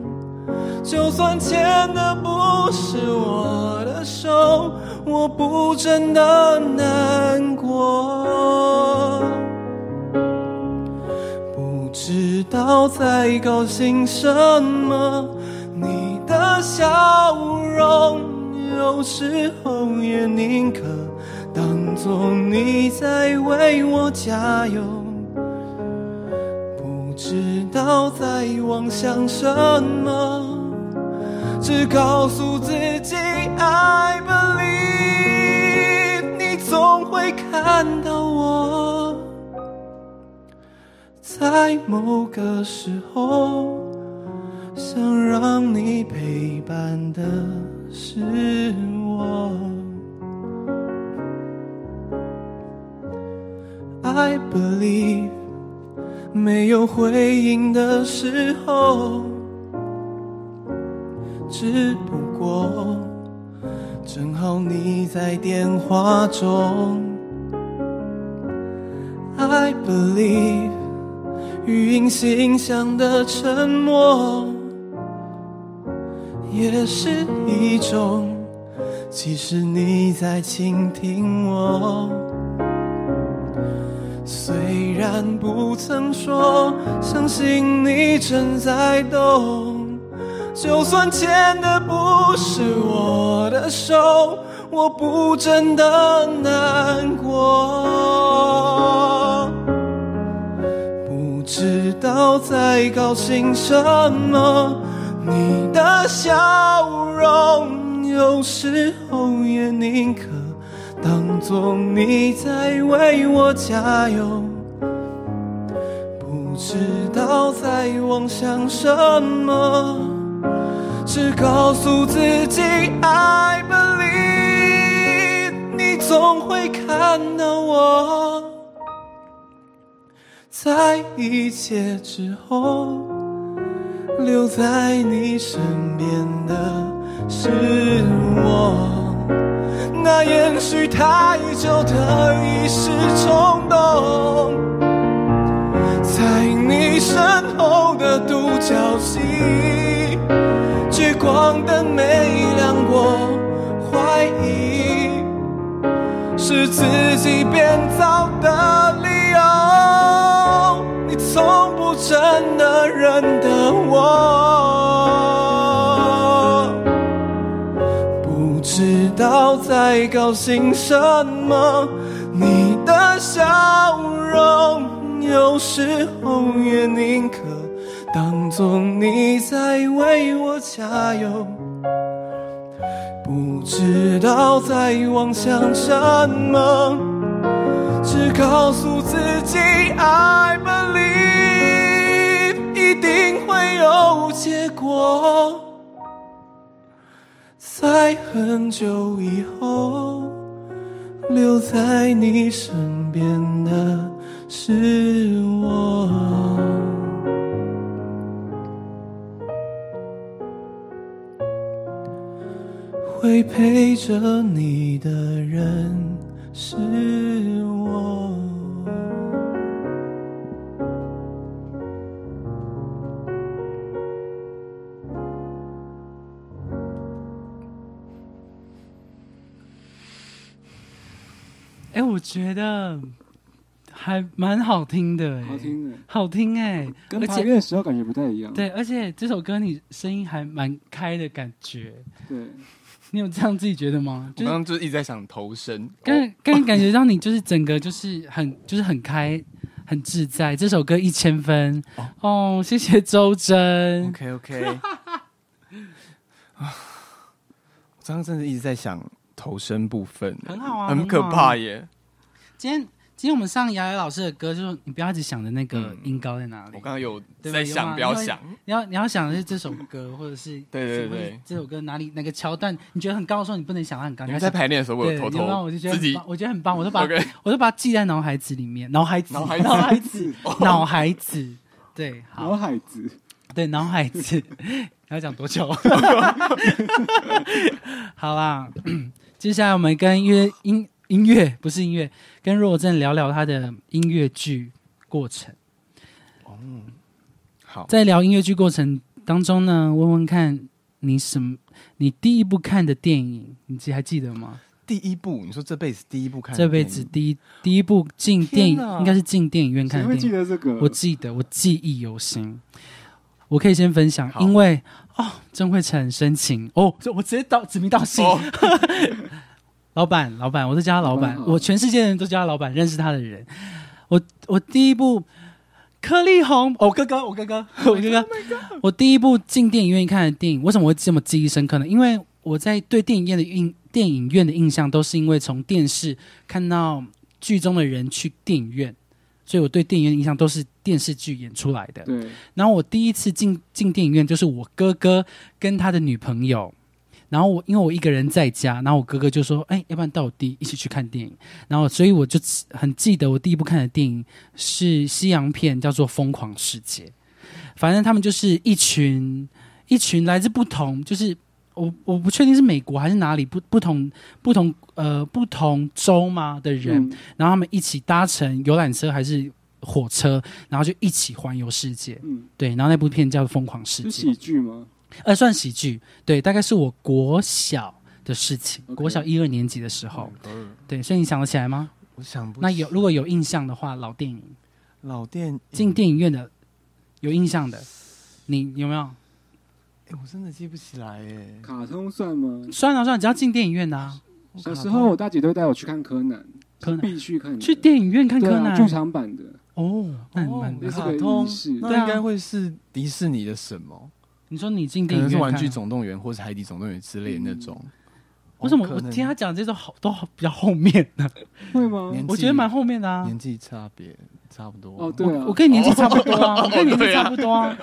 S4: 就算牵的不是我的手，我不真的难过。不知道在高兴什么，你的笑容有时候也宁可当作你在为我加油。不知道在妄想什么，只告诉自己 I believe，你总会看到我。在某个时候，想让你陪伴的是我。I believe，没有回应的时候，只不过正好你在电话中。I believe。语音信箱的沉默，也是一种。其实你在倾听我，虽然不曾说，相信你正在懂。就算牵的不是我的手，我不真的难过。不知道在高兴什么。你的笑容有时候也宁可当作你在为我加油。不知道在妄想什么，只告诉自己 I believe，你总会看到我，在一切之后，留在你身边的是我。那延续太久的一时冲动，在你身后的独角戏，聚光灯没亮过，怀疑是自己编造的理由，你从不真的认得我。不知道在高兴什么。你的笑容有时候也宁可当作你在为我加油。不知道在妄想什么，只告诉自己 I believe 一定会有结果。在很久以后，留在你身边的是我。会陪着你的人是我。
S2: 哎、我觉得还蛮好听的、哎，
S3: 好，听的，
S2: 好听哎、
S3: 跟
S2: 而
S3: 排
S2: 且
S3: 练的时候感觉不太一样。
S2: 对，而且这首歌你声音还蛮开的感觉，
S3: 对，
S2: 你有这样自己觉得
S1: 我
S2: 吗？就
S1: 刚
S2: 是
S1: 刚就是一直在想投身，哦
S2: 刚刚感觉到你就是整个就是很就是很开。很自在，这首歌一千分哦谢谢周真。
S1: OK OK，我 刚刚真的一直在想投身部分，
S2: 很好啊
S1: 很
S2: 很
S1: 可
S2: 好啊
S1: 怕耶。
S2: 今天今天我们上雅雅老师的歌，就是你不要一直想着那个
S1: 嗯
S2: 音高在哪里，
S1: 我刚刚有
S2: 对吧
S1: 在想，不
S2: 有吗
S1: 要想，
S2: 你要你要想的是这首歌，或者是
S1: 对对对
S2: 或者是这首歌哪里哪个桥段你觉得很高的时候，你不能想它很高。
S1: 你
S2: 要
S1: 们在
S2: 想
S1: 排练的时候，我
S2: 对，
S1: 有偷
S2: 你要让
S1: 偷
S2: 我就觉得
S1: 自
S2: 很
S1: 己
S2: 棒我觉得很棒，我都把
S1: OK
S2: 我都把它记在脑海子里面，脑海子，
S1: 脑海子哦
S2: 脑海子，脑海子，对，
S3: 脑
S2: 好，
S3: 海子，
S2: 对，脑海 子，要讲多久？ 好啦， 接下来我们跟约音音乐不是音乐，跟若正聊聊他的音乐剧过程。
S1: 哦好。
S2: 在聊音乐剧过程当中呢，问问看你什么？你第一部看的电影，你记还记得吗？
S1: 第一部，你说这辈子第一部看的
S2: 这
S1: 电
S2: 辈
S1: 影，
S2: 子第一第一部进电影
S1: 天，哪
S2: 应该是进电影院看
S3: 谁
S2: 的
S3: 会
S2: 电
S3: 记
S2: 影。
S3: 得这个？
S2: 我记得，我记忆犹新。我可以先分享，
S1: 好
S2: 因为哦，郑慧成深情哦，这我直接到指名道姓。
S1: 哦，
S2: 老板，老板，我都叫他老板
S3: 老，板好
S2: 我全世界的人都叫他老板，认识他的人。我我第一部柯立
S3: Oh
S2: 红，哦我、哥哥，我哥哥，我哥哥，我第一部进电影院看的电影，为什么会这么记忆深刻呢？因为我在对电影院的印电影院的印象，都是因为从电视看到剧中的人去电影院，所以我对电影院的印象都是电视剧演出来的。
S3: 对，
S2: 然后我第一次进进电影院，就是我哥哥跟他的女朋友。然后我因为我一个人在家，然后我哥哥就说：“哎，要不然带我弟一起去看电影。”然后所以我就很记得我第一部看的电影是西洋片，叫做《疯狂世界》。反正他们就是一群一群来自不同，就是我我不确定是美国还是哪里不不同不同呃不同州嘛的人，
S3: 嗯
S2: 然后他们一起搭乘游览车还是火车，然后就一起环游世界。
S3: 嗯，
S2: 对，然后那部片叫《疯狂世界
S3: 是喜》，剧吗？
S2: 呃，算喜剧，对，大概是我国小的事情，
S3: OK
S2: 国小一二年级的时候，
S1: 嗯
S2: 对，所以你想得起来吗？
S1: 我想不嗯
S2: 那
S1: 起
S2: 有如果有印象的话，老电影
S1: 老电影
S2: 进电影院的有印象的，你有没有？
S1: 哎我真的记不起来哎。
S3: 卡通算吗？
S2: 算了算了，只要进电影院的、啊，
S3: 小时候我大姐都会带我去看柯南，
S2: 柯南
S3: 必须看
S1: 嗯
S3: 的
S2: 去电影院看
S3: 对
S2: 柯
S3: 啊
S2: 南、
S3: 剧场版的，
S2: 哦，那你
S1: 哦
S2: 蛮
S1: 也
S3: 这
S1: 是
S3: 是
S1: 卡
S3: 个
S1: 通
S3: 仪式。
S1: 那
S2: 对啊
S1: 应该会是迪士尼的什么？
S2: 你说你进
S1: 可
S2: 电影
S1: 能
S2: 院
S1: 是《玩
S2: 看
S1: 具
S2: 啊
S1: 总动员》或是《海底总动员》之类的那种。哦
S2: 为什么
S1: 可
S2: 我
S1: 能
S2: 听他讲这种好都好比较后面呢、
S3: 会吗？
S1: 年纪
S2: 我觉得蛮后面的啊。
S1: 年纪差别差不多。
S3: 哦，对啊，
S2: 我跟你年纪差不多 啊，我跟你年纪差不多啊。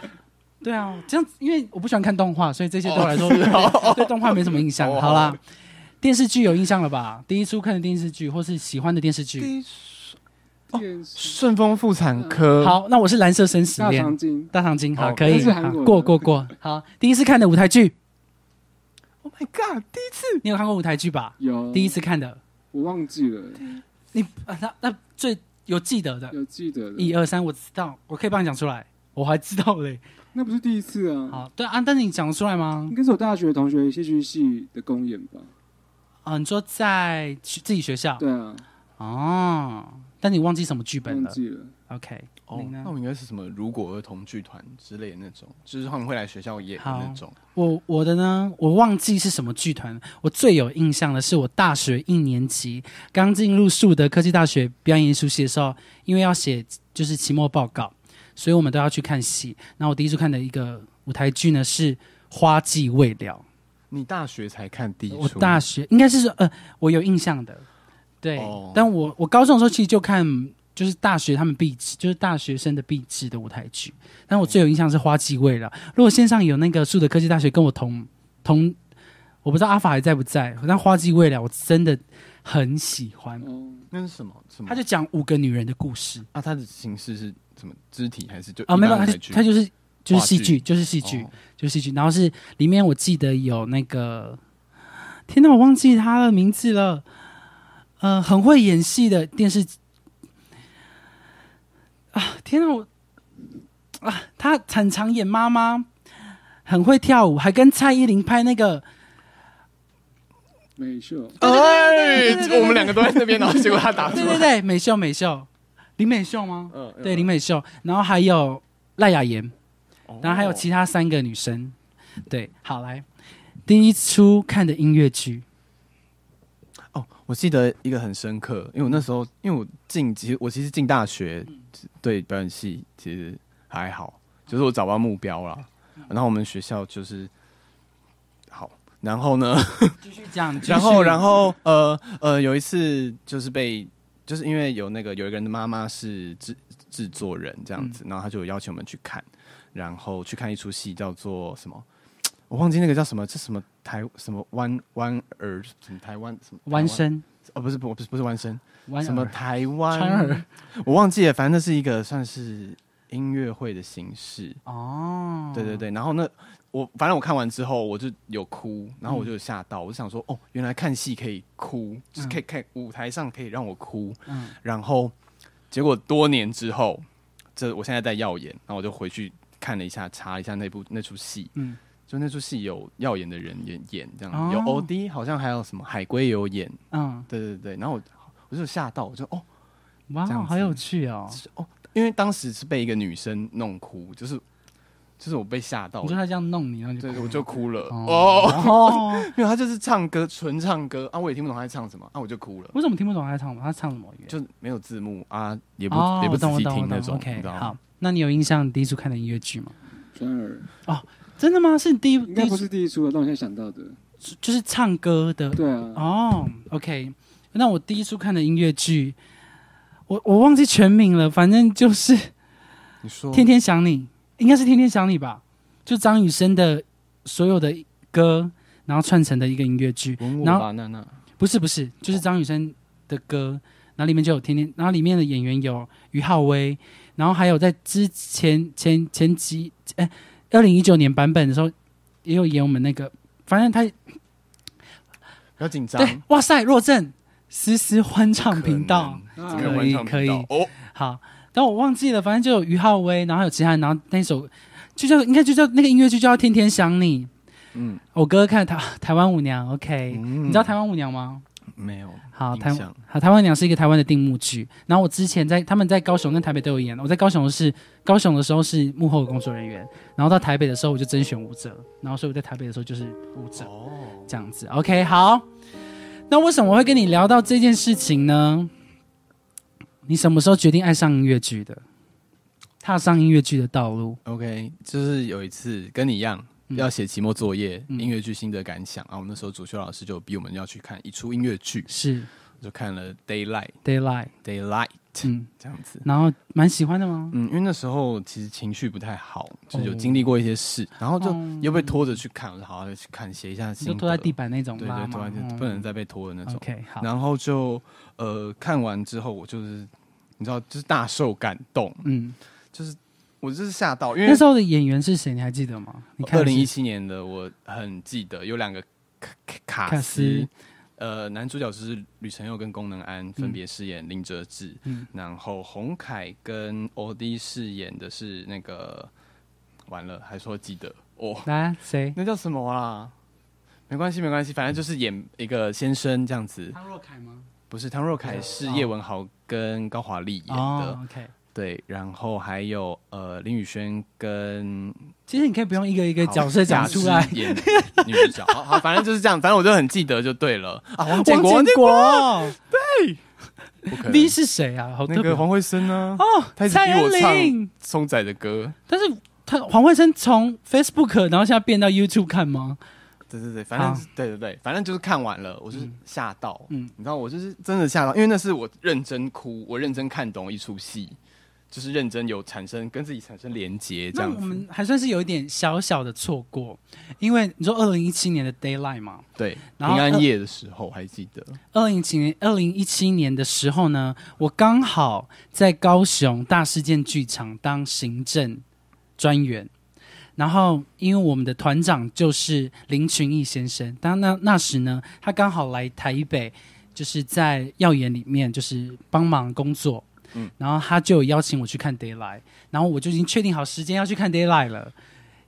S2: 对啊，这样子，因为我不喜欢看动画，所以这些对 我来说、
S3: 啊
S2: 对动画没什么印象。
S1: 哦
S2: 好啦，电视剧有印象了吧？第一出看的电视剧，或是喜欢的电视剧。哦
S3: 电视
S1: 顺丰妇产科，，
S2: 好，那我是蓝色生死
S3: 呃大
S2: 恋、
S3: 长今，
S2: 大长今，好，
S1: 哦
S2: 可以，
S3: 那是韩
S2: 好
S3: 国的
S2: 过过过。好，第一次看的舞台剧，
S1: ，Oh my God，第一次
S2: 你有看过舞台剧吧？
S3: 有
S2: 第一次看的，
S3: 我忘记了，
S2: 你啊，那那最有记得的，
S3: 有记得
S2: 一
S3: 的，
S2: 二三，我知道，我可以帮你讲出来，我还知道嘞。
S3: 那不是第一次啊，
S2: 好，对啊，但是你讲得出来吗
S3: 应？该是我大学同学戏剧系的公演吧？
S2: 啊，你说在学自己学校
S3: 对啊，
S2: 哦，但你忘记什么剧本
S3: 忘
S2: 了
S3: 记了，
S2: ？OK，
S1: 哦
S2: 你，呢
S1: 那我应该是什么？如果儿童剧团之类的那种，就是他们会来学校演的
S2: 好
S1: 那种。
S2: 我我的呢，我忘记是什么剧团。我最有印象的是我大学一年级刚进入树德科技大学表演艺术系的时候，因为要写就是期末报告，所以我们都要去看戏。然后我第一次看的一个舞台剧呢是《花季未了
S1: 你大学才看第》，一
S2: 我
S1: 出，
S2: 大学应该是说呃，我有印象的，对。
S1: 哦
S2: 但我我高中的时候其实就看就是大学他们毕制，就是大学生的毕制的舞台剧。但我最有印象是《花季未了》。如果线上有那个树德科技大学跟我同同，我不知道阿法还在不在，但《花季未了》我真的很喜欢。
S3: 哦，
S1: 那是什么什么？
S2: 他就讲五个女人的故事
S1: 啊，他的形式是什么？肢体还是就
S2: 啊，没有，
S1: 他
S2: 他就他 就是就是戏
S1: 话剧
S2: 剧，就是戏剧，就是戏剧。然后是里面我记得有那个，天哪，我忘记他的名字了。呃，很会演戏的电视啊，天哪，我啊，他很常演妈妈，很会跳舞，还跟蔡依林拍那个
S3: 美秀，
S1: 哎
S2: 对对对对对对对，
S1: 我们两个都在那边，然后结果他打出
S2: 对对
S1: 来。
S2: 对美秀美秀林美秀吗？
S1: 嗯，嗯
S2: 对林美秀，然后还有赖雅妍。
S1: 哦
S2: 然后还有其他三个女生。对，好来，第一出看的音乐剧，
S1: 哦，我记得一个很深刻，因为我那时候因为我进其实我其实进大学对表演系其实还好，就是我找不到目标啦。然后我们学校就是好，然后呢，
S2: 继续讲。
S1: 然后，然
S2: 后
S1: 后，呃呃，有一次就是被，就是因为有那个有一个人的妈妈是制制作人这样子，
S2: 嗯
S1: 然后他就邀请我们去看，然后去看一出戏叫做什么，我忘记那个叫什么，这什么台什么湾湾儿什么台湾什么
S2: 弯
S1: 身
S2: 身，
S1: 哦，不是不不是不是湾生，
S2: 弯
S1: 什 么
S2: 耳
S1: 台
S2: 川
S1: 湾，
S2: 儿
S1: 我忘记了，反正那是一个算是音乐会的形式，
S2: 哦，
S1: 对对对，然后那我反正我看完之后，我就有哭，然
S2: 嗯
S1: 后我就有吓到，我就想说，哦，原来看戏可以哭，就是可以看舞台上可以让我哭。
S2: 嗯
S1: 然后结果多年之后，这我现在在耀眼，然后我就回去看了一下，查一下那部那出戏，
S2: 嗯
S1: 就那出戏有耀眼的人演演这样，
S2: 哦
S1: 有 OD，好像还有什么海龟有演，
S2: 嗯，
S1: 对对对，然后我我就吓到，我就哦
S2: 哇
S1: 这样，子
S2: 好有趣哦！
S1: 哦，因为当时是被一个女生弄哭，就是就是我被吓到
S2: 你说
S1: 了。
S2: 他这样弄你，然后就
S1: 哦对，
S2: 哭
S1: 我就哭了。哦，
S2: 哦，
S1: 没有，他就是唱歌，纯唱歌啊，我也听不懂他在唱什么啊，我就哭了，
S2: 为什么听不懂他在唱什么？他唱什么语言？
S1: 就没有字幕啊，也不、
S2: 哦
S1: 也不
S2: 我
S1: 仔
S2: 懂我
S1: 细
S2: 懂
S1: 听
S2: 我懂
S1: 那种，你
S2: OK，
S1: 知道
S2: 好
S1: 吗？，
S2: 那你有印象你第一出看的音乐剧吗？
S3: 川儿，
S2: 真的吗？是你第一
S3: 应
S2: 第
S3: 该
S2: 一
S3: 不
S2: 出
S3: 是第一出了，但我现在想到的，
S2: 就是唱歌的
S3: 对啊，
S2: 哦，OK，那我第一出看的音乐剧，我我忘记全名了，反正就是《
S1: 你说
S2: 天天想你》，应该是《天天想你》吧？就张雨生的所有的歌，然后串成的一个音乐剧，
S1: 吻我
S2: 然后
S1: 吧，娜娜，
S2: 不是不是，就是张雨生的歌，然后里面就有天天，然后里面的演员有于浩威，然后还有在之前前前几哎二零一九年版本的时候，也有演我们那个，反正他
S1: 不要紧张，
S2: 对，哇塞，若正思思欢
S1: 可
S2: 唱
S1: 能
S2: 频道。
S3: 啊
S1: 怎么有欢唱
S2: 可以
S1: 频道哦，
S2: 好，但我忘记了，反正就有于浩威，然后还有其他人，然后那首就叫应该就叫那个音乐剧叫《天天想你》。
S1: 嗯，
S2: 我哥哥看台台湾舞娘，OK，、
S1: 嗯
S2: 你知道台湾舞娘吗？
S1: 没有，
S2: 好，
S1: 印
S2: 台
S1: 象
S2: 好台湾娘是一个台湾的定目剧，然后我之前在他们在高雄跟台北都有演，我在高雄是高雄的时候是幕后的工作人员，然后到台北的时候我就甄选舞者，然后所以我在台北的时候就是舞者
S1: 哦，
S2: 这样子，OK，好，那为什么我会跟你聊到这件事情呢？你什么时候决定爱上音乐剧的？踏上音乐剧的道路，
S1: OK，就是有一次跟你一样，要写期末作业，
S2: 嗯
S1: 音乐剧心得感想啊。我们那时候主修老师就逼我们要去看一出音乐剧，
S2: 是
S1: 就看了《Daylight》《
S2: Daylight，
S1: Daylight》
S2: 嗯，
S1: 这样子。
S2: 然后蛮喜欢的吗？
S1: 嗯，因为那时候其实情绪不太好，就有
S2: 哦
S1: 经历过一些事，然后就
S2: 哦
S1: 又被拖着去看，我说好好去看，写一下
S2: 你
S1: 心
S2: 就
S1: 得。
S2: 拖在地板那种
S1: 对
S2: 拉
S1: 对，
S2: 吗
S1: 拖在地
S2: 嗯
S1: 不能再被拖的那种。
S2: OK，好，
S1: 然后就呃看完之后，我就是你知道，就是大受感动，
S2: 嗯，
S1: 就是我就是吓到，因为
S2: 那时候的演员是谁？你还记得吗？你看
S1: 二
S2: 的
S1: 零
S2: 是
S1: 一七年的我很记得有两个卡卡
S2: 卡
S1: 卡
S2: 斯
S1: 斯，呃，男主角就是吕承佑跟宫能安分别饰演林哲志，
S2: 嗯
S1: 然后洪凯跟欧弟饰演的是那个完了还说记得哦，
S2: 来谁？
S1: 那叫什么啊？没关系，没关系，反正就是演一个先生这样子，
S2: 潘若凯吗？
S1: 不是汤若凯是叶文豪跟高华丽演的，
S2: 哦，OK。
S1: 对，然后还有呃林宇轩跟
S2: 其实你可以不用一个一个
S1: 好
S2: 角色讲出来
S1: 雅。芝演女主角，好好，反正就是这样，反正我就很记得就对了啊。王建国，
S2: 王
S1: 王
S2: 建
S1: 建
S2: 国
S1: 不可能
S2: ，V 是谁啊？好特
S1: 那
S2: 别
S1: 个黄慧生呢？哦，他一直逼我
S2: 蔡依林
S1: 唱松仔的歌，
S2: 但是他黄慧生从 Facebook，然后现在变到 YouTube 看吗？
S1: 对对对，反正
S2: 好
S1: 对对对，反正就是看完了，我就是吓到，
S2: 嗯
S1: 嗯，你知道我就是真的吓到，因为那是我认真哭，我认真看懂一出戏，就是认真有产生跟自己产生连结这
S2: 那
S1: 样
S2: 我
S1: 子，
S2: 们还算是有一点小小的错过，因为你说二零一七年的 Daylight 嘛，
S1: 对，平
S2: 然后
S1: 安
S2: 呃
S1: 夜的时候还记得，
S2: 二零一七年二零一七年的时候呢，我刚好在高雄大事件剧场当行政专员。然后，因为我们的团长就是林群义先生，当那那时呢，他刚好来台北，就是在耀眼里面就是帮忙工作，嗯
S1: 嗯，
S2: 然后他就有邀请我去看 Daylight，然后我就已经确定好时间要去看 Daylight 了，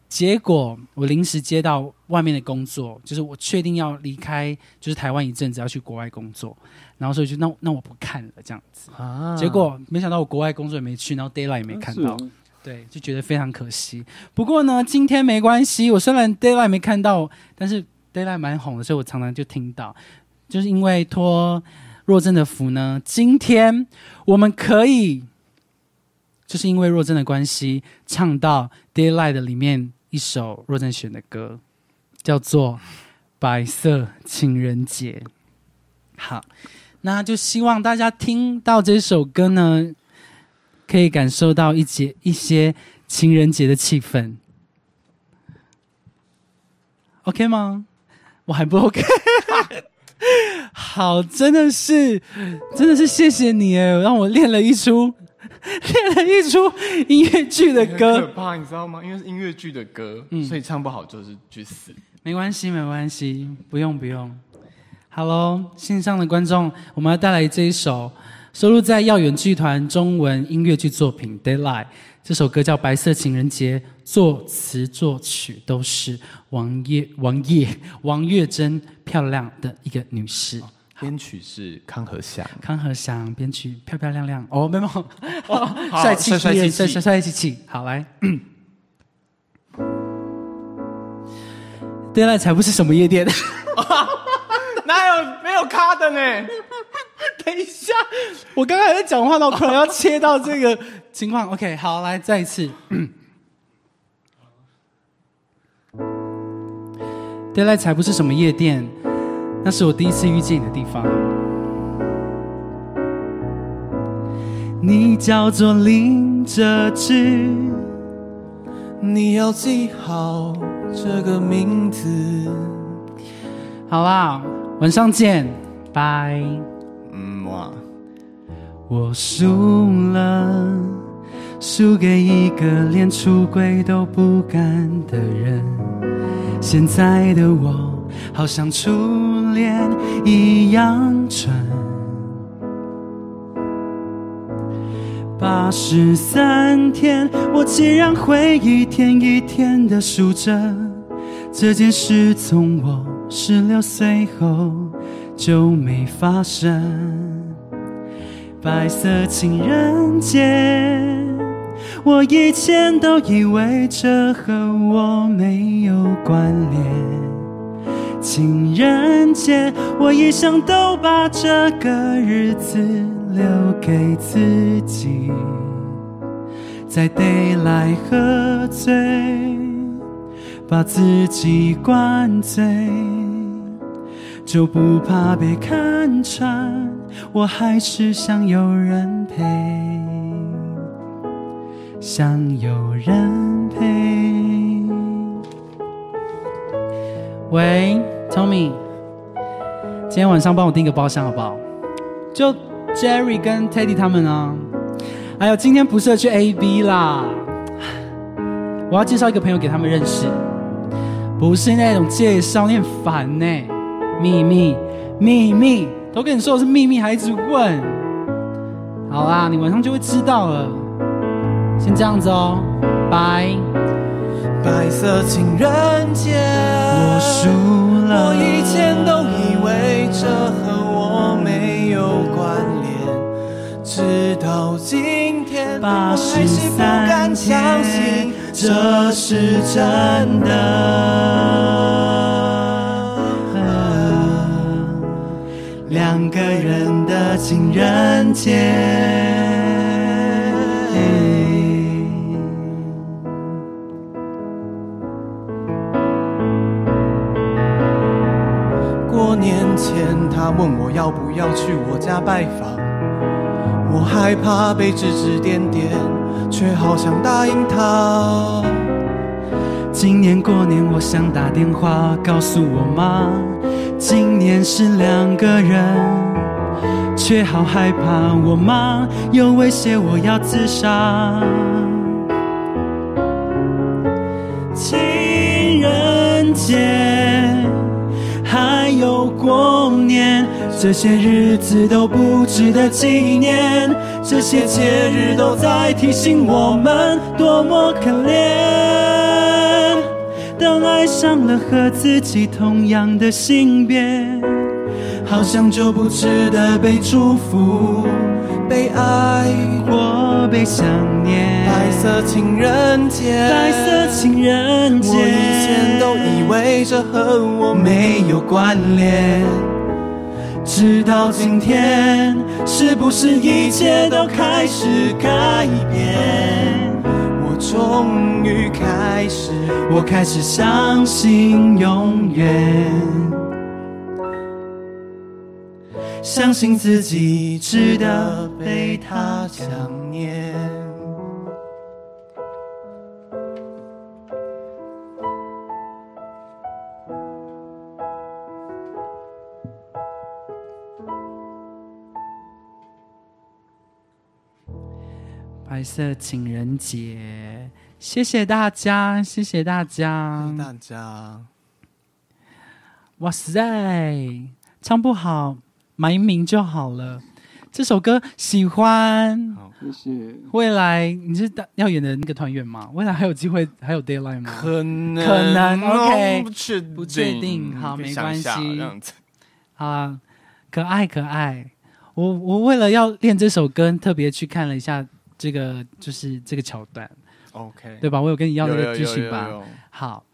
S2: 结果我临时接到外面的工作，就是我确定要离开，就是台湾一阵子要去国外工作，然后所以就那那我不看了这样子。
S4: 嗯
S1: 啊
S2: 结果没想到我国外工作也没去，然后 d a y l i
S3: 啊
S2: g h t 也没看到，对，就觉得非常可惜。不过呢，今天没关系，我虽然 d a y l i g h t 没看到，但是 d a y l i g h t 蛮红的，所以我常常就听到，就是因为托若真的福呢，今天我们可以就是因为若真的关系，唱到《Daylight》里面一首若真选的歌，叫做《白色情人节》。好，那就希望大家听到这首歌呢，可以感受到一节一些情人节的气氛。OK 吗？我还不 OK。好，真的是，真的是谢谢你耶，让我练了一出， 练了一出音乐剧的呃歌
S1: 很可。怕，你知道吗？因为是音乐剧的歌，所以唱不好就是去死。
S2: 没关系，没关系，不用不用。好喽，线上的观众，我们要带来这一首收录在耀远剧团中文音乐剧作品《Daylight》。这首歌叫《白色情人节》，作词作曲都是王叶王叶王月珍，漂亮的一个女士。
S1: 哦编曲是康和祥，
S2: 康和祥编曲漂漂亮亮哦，没有，
S1: 好
S2: 帅气
S1: 帅帅嗯
S2: 气
S1: 气
S2: 帅
S1: 气
S2: 帅帅气气，好来。Daylight 才不是什么夜店，
S1: 哪有没有咖的呢？
S2: 等一下，我刚刚还在讲话呢，我可能要切到这 个情况。OK，好，来再一 次。Daylight 才不是什么夜店，那是我第一次遇见你的地方。你叫做林哲志，
S4: 你要记好这个名字。
S2: 好啦，晚上见，拜。
S1: 嗯哇，
S2: 我输了，输给一个连出轨都不敢的人。现在的我，好像初恋一样蠢。八十三天，我竟然会一天一天的数着。这件事从我十六岁后就没发生。白色情人节，我以前都以为这和我没有关联。情人节，我一向都把这个日子留给自己，在 d a y l i g h t 喝醉。把自己灌醉，就不怕被看穿，我还是想有人陪，想有人陪。喂，Tommy，今天晚上帮我订个包厢好不好？就 Jerry 跟 Teddy 他们啊。还有今天不适合去 AB 啦，我要介绍一个朋友给他们认识，不是那种介绍，你很烦呢、秘密，秘密，都跟你说我是秘密，还一直问。好啦，你晚上就会知道了。先这样子哦，拜。
S4: 白色情人节，
S2: 我输了
S4: 我以前都以为这和我没有关联，直到今天，我
S2: 八
S4: 还
S2: 十
S4: 是不
S2: 三
S4: 敢相
S2: 天
S4: 信，
S2: 这
S4: 这
S2: 是
S4: 是
S2: 真
S4: 真
S2: 的
S4: 的。
S2: 两个人的情人节。
S4: 过年前，他问我要不要去我家拜访，我害怕被指指点点，却好想答应他。
S2: 今年过年，我想打电话告诉我妈，今年是两个人，却好害怕我妈又威胁我要自杀。情人节，还有过年，这些日子都不值得纪念，这些节日都在提醒我们多么可怜。当爱上了和自己同样的性别，好像就不值得被祝福、
S4: 被爱
S2: 或被想念。
S4: 白色情人节，
S2: 白色情人节，
S4: 我以前都以为这和我没有关联，直到今天，是不是一切都开始改变？我终于开始，
S2: 我开始相信永远，相信自己值得被
S4: 被
S2: 他
S4: 他
S2: 讲
S4: 想。念。
S2: 白色情人节，谢谢大家，谢谢大家。
S4: 大家，
S2: 哇塞，唱不好埋名就好了。这首歌喜欢。
S3: 谢谢。
S2: 未来你是大要演的那个团员吗？未来还有机会，还有 d a y l i g h t 吗？
S1: 可能哦
S2: 可能，OK
S1: 不确
S2: 不确定好
S1: 可以
S2: 没
S1: 想一下
S2: 关系
S1: 这样子
S2: 好啊，可爱可爱。我我为了要练这首歌，特别去看了一下这个，就是这个桥段，
S1: OK，
S2: 对吧？我有跟你要那
S1: 有
S2: 个
S1: 有
S2: 剧
S1: 有
S2: 情
S1: 有
S2: 吧？
S1: 有
S2: 好，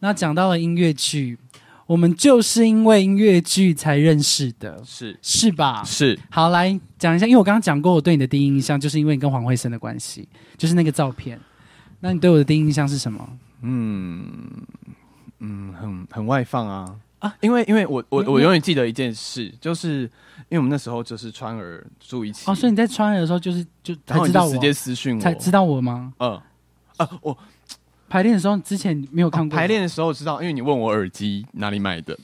S2: 那讲到了音乐剧，我们就是因为音乐剧才认识的，
S1: 是
S2: 是吧？
S1: 是
S2: 好，来讲一下，因为我刚刚讲过我对你的第一印象，就是因为你跟黄慧生的关系，就是那个照片。那你对我的第一印象是什么？
S1: 嗯嗯，很很外放啊
S2: 啊
S1: 啊！因为因为我我
S2: 你
S1: 我
S2: 你
S1: 永远记得一件事，就是因为我们那时候就是川儿住一起，
S2: 哦，所以你在穿的时候就是就
S1: 然
S2: 才
S1: 后
S2: 知
S1: 你
S2: 道
S1: 就
S2: 我
S1: 直，接私讯我，
S2: 才知道我吗？
S1: 嗯啊，我
S2: 排练的时候之前没有看过、
S1: 哦排练的时候知道，因为你问我耳机哪里买的，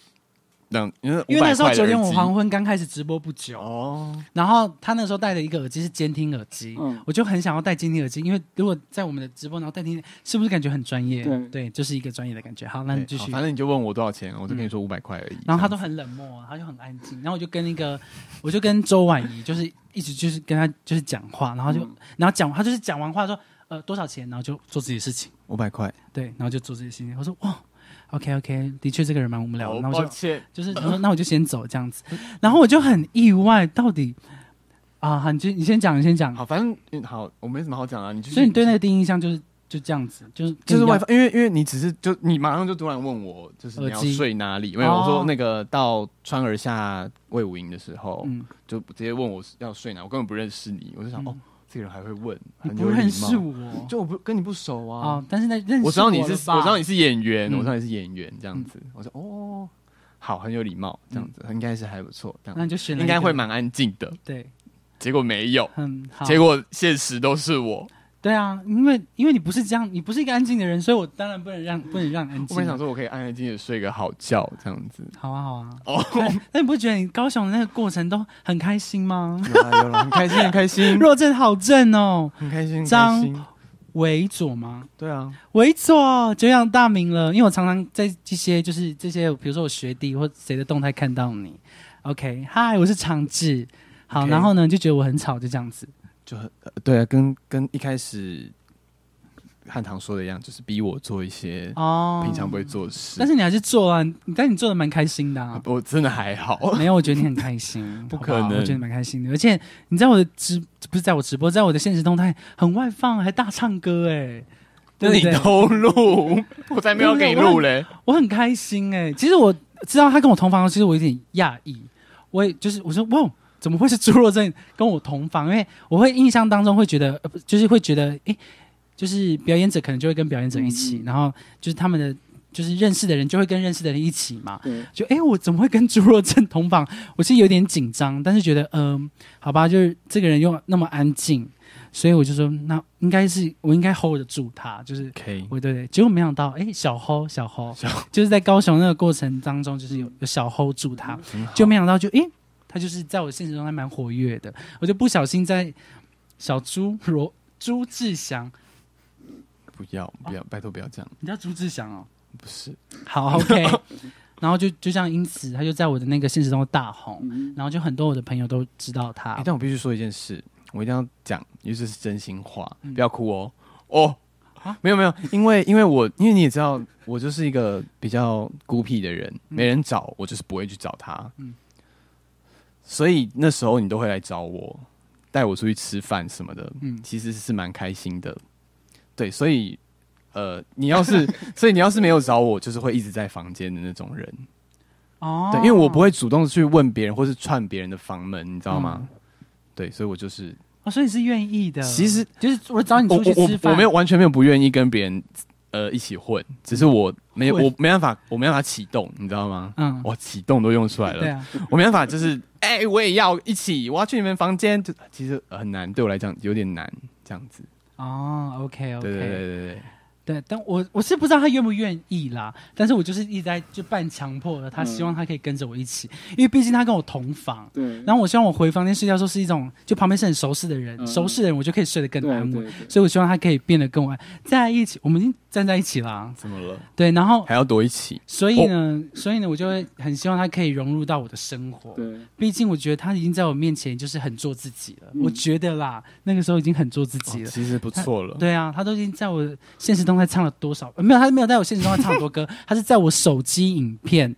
S1: 那样因为
S2: 因为那时候
S1: 500块的
S2: 九
S1: 耳
S2: 点五
S1: 机
S2: 黄昏刚开始直播不久，
S1: 哦，
S2: 然后他那时候戴的一个耳机是监听耳机，
S3: 嗯
S2: 我就很想要戴监听耳机，因为如果在我们的直播然后戴监听，是不是感觉很专业？
S3: 对
S2: 就是一个专业的感觉。好，那你
S1: 对
S2: 继
S1: 好
S2: 续。嗯
S1: 反正你就问我多少钱，我就跟你说五百块而已。
S2: 然后他都很冷漠，他就很安静。然后我就跟那个，我就跟周婉仪，就是一直就是跟他就是讲话，然后就、
S1: 嗯
S2: 然后讲他就是讲完话说呃多少钱，然后就做自己的事情，
S1: 五百块，
S2: 对，然后就做自己的事情。我说哇，OK OK，的确这个人蛮无聊的，
S1: 好
S2: 那我
S1: 哦抱
S2: 就
S1: 歉，
S2: 就是他说那我就先走这样子，然后我就很意外，到底啊，好你先你先讲，你先讲。
S1: 好，反正嗯好，我没什么好讲啊，你就是
S2: 所以你对那个第一印象就是就这样子，就是
S1: 就
S2: 跟
S1: 是
S2: 你要
S1: 外放，因为因为你只是就你马上就突然问我，就是你
S2: 耳
S1: 要
S2: 机
S1: 睡哪里？因为
S2: 哦
S1: 我说那个到川儿下魏武营的时候，
S2: 嗯
S1: 就直接问我要睡哪，我根本不认识你，我就想、
S2: 嗯
S1: 哦，这个人还会问，
S2: 你
S1: 很
S2: 不
S1: 有礼
S2: 认识
S1: 貌，
S2: 我
S1: 就我不跟你不熟啊。
S2: 哦，但是那认识
S1: 我知道你是，
S2: 了吧
S1: 我知道你是演员，
S2: 嗯
S1: 我知道你是演员，这样子，我说哦，好，很有礼貌，这样子，应该是还不错，这
S2: 嗯那
S1: 样
S2: 你就选了
S1: 应
S2: 一
S1: 该
S2: 个
S1: 会蛮安静的。
S2: 对，
S1: 结果没有，
S2: 嗯，好，
S1: 结果现实都是我。
S2: 对啊，因为因为你不是这样，你不是一个安静的人，所以我当然不能让不能让你安
S1: 我本
S2: 静啊。
S1: 来想说，我可以安安静静地睡个好觉，这样 子。
S2: 好啊好啊，
S1: 哦，
S2: 但 但你不觉得你高雄的那个过程都很开心 吗？
S1: 有啦有啦，很开心，很开心，
S2: 若正好正哦，
S1: 很开心，很开
S2: 张
S1: 心。
S2: 猥左吗？
S1: 对啊，
S2: 猥左，久仰大名了，因为我常常在这些就是这些，比如说我学弟或谁的动态看到你。OK，嗨，我是长志。好
S1: OK
S2: 然后呢，就觉得我很吵，就这样子。
S1: 就很呃对啊，跟跟一开始汉唐说的一样，就是逼我做一些
S2: 哦，
S1: 平常不会做的事。
S2: 但是你还是做啊，你但你做的蛮开心的、啊
S1: 啊。我真的还 好，
S2: 没有，我觉得你很 开心，
S1: 不
S2: 好
S1: 可
S2: 好
S1: 能
S2: 我觉得你蛮开心的。而且你在我的直不是在我直播，在我的现实动态很外放，还大唱歌哎、对不
S1: 你
S2: 对？
S1: 都录，我才没有给你录 嘞。
S2: 我很开心哎、其实我知道他跟我同房，其实我有点讶异，我也就是我说哇。怎么会是侏罗症跟我同房？因为我会印象当中会觉得，呃不就是会觉得，诶，就是表演者可能就会跟表演者一
S1: 嗯
S2: 起，然后就是他们的就是认识的人就会跟认识的人一起嘛。
S3: 嗯对，
S2: 就哎、诶我怎么会跟侏罗症同房？我是有点紧张，但是觉得嗯、好吧，就是这个人又那么安静，所以我就说，那应该是我应该 hold 得住他，就是。
S1: OK，
S2: 我对对，结果没想到，哎，小 hold 小 hold，
S1: 小
S2: 就是在高雄那个过程当中，就是有有小 hold 住他，就没想到就哎，他就是在我现实中还蛮活跃的，我就不小心在小猪罗朱志祥，
S1: 不要不要，拜托不要这样，
S2: 你知道朱志祥哦，
S1: 不是
S2: 好 OK，然后就就这样，因此他就在我的那个现实中大红，
S3: 嗯
S2: 然后就很多我的朋友都知道他
S1: 欸。但我必须说一件事，我一定要讲，也就是真心话，
S2: 嗯
S1: 不要哭哦。哦，
S2: 啊
S1: 没有没有，因为因为我因为你也知道，我就是一个比较孤僻的人，没人找我就是不会去找他。
S2: 嗯
S1: 所以那时候你都会来找我，带我出去吃饭什么的，
S2: 嗯
S1: 其实是蛮开心的。对，所以呃，你要是 所以你要是没有找我，就是会一直在房间的那种人。
S2: 哦，
S1: 对，因为我不会主动去问别人或是串别人的房门，你知道吗？对，所以我就是
S2: 哦，所以你是愿意的。
S1: 其实
S2: 就是我找你
S1: 我
S2: 出去
S1: 我
S2: 吃
S1: 我
S2: 饭，
S1: 我没有完全没有不愿意跟别人呃一起混，只是我没有
S2: 混
S1: 我没办法我没办法启动，你知道吗？
S2: 嗯，
S1: 我启动都用出来
S2: 对
S1: 了，
S2: 啊，
S1: 我没办法就是哎、我也要一起，我要去你们房间，就其实很难，对我来讲有点难这样子。
S2: 哦，OK OK，
S1: 对对对对对，
S2: 对，但我我是不知道他愿不愿意啦，但是我就是一直在就半强迫的，他
S3: 嗯
S2: 希望他可以跟着我一起，因为毕竟他跟我同房，
S3: 对，
S2: 然后我希望我回房间睡觉的时候是一种就旁边是很熟识的人，
S3: 嗯
S2: 熟识的人我就可以睡得更
S3: 对
S2: 安稳，
S3: 对对
S2: 所以我希望他可以变得跟我在一起，我们已经站在一起啦，
S1: 怎么了？
S2: 对，然后
S1: 还要躲一起？
S2: 所以呢，所以呢，我就会很希望他可以融入到我的生活，
S3: 对，
S2: 毕竟我觉得他已经在我面前就是很做自己了，
S3: 嗯
S2: 我觉得啦，那个时候已经很做自己
S1: 哦
S2: 了。
S1: 其实不错了。
S2: 对啊，他都已经在我现实动态唱了多少？呃没有，他没有在我现实动态唱很多歌，他是在我手机影片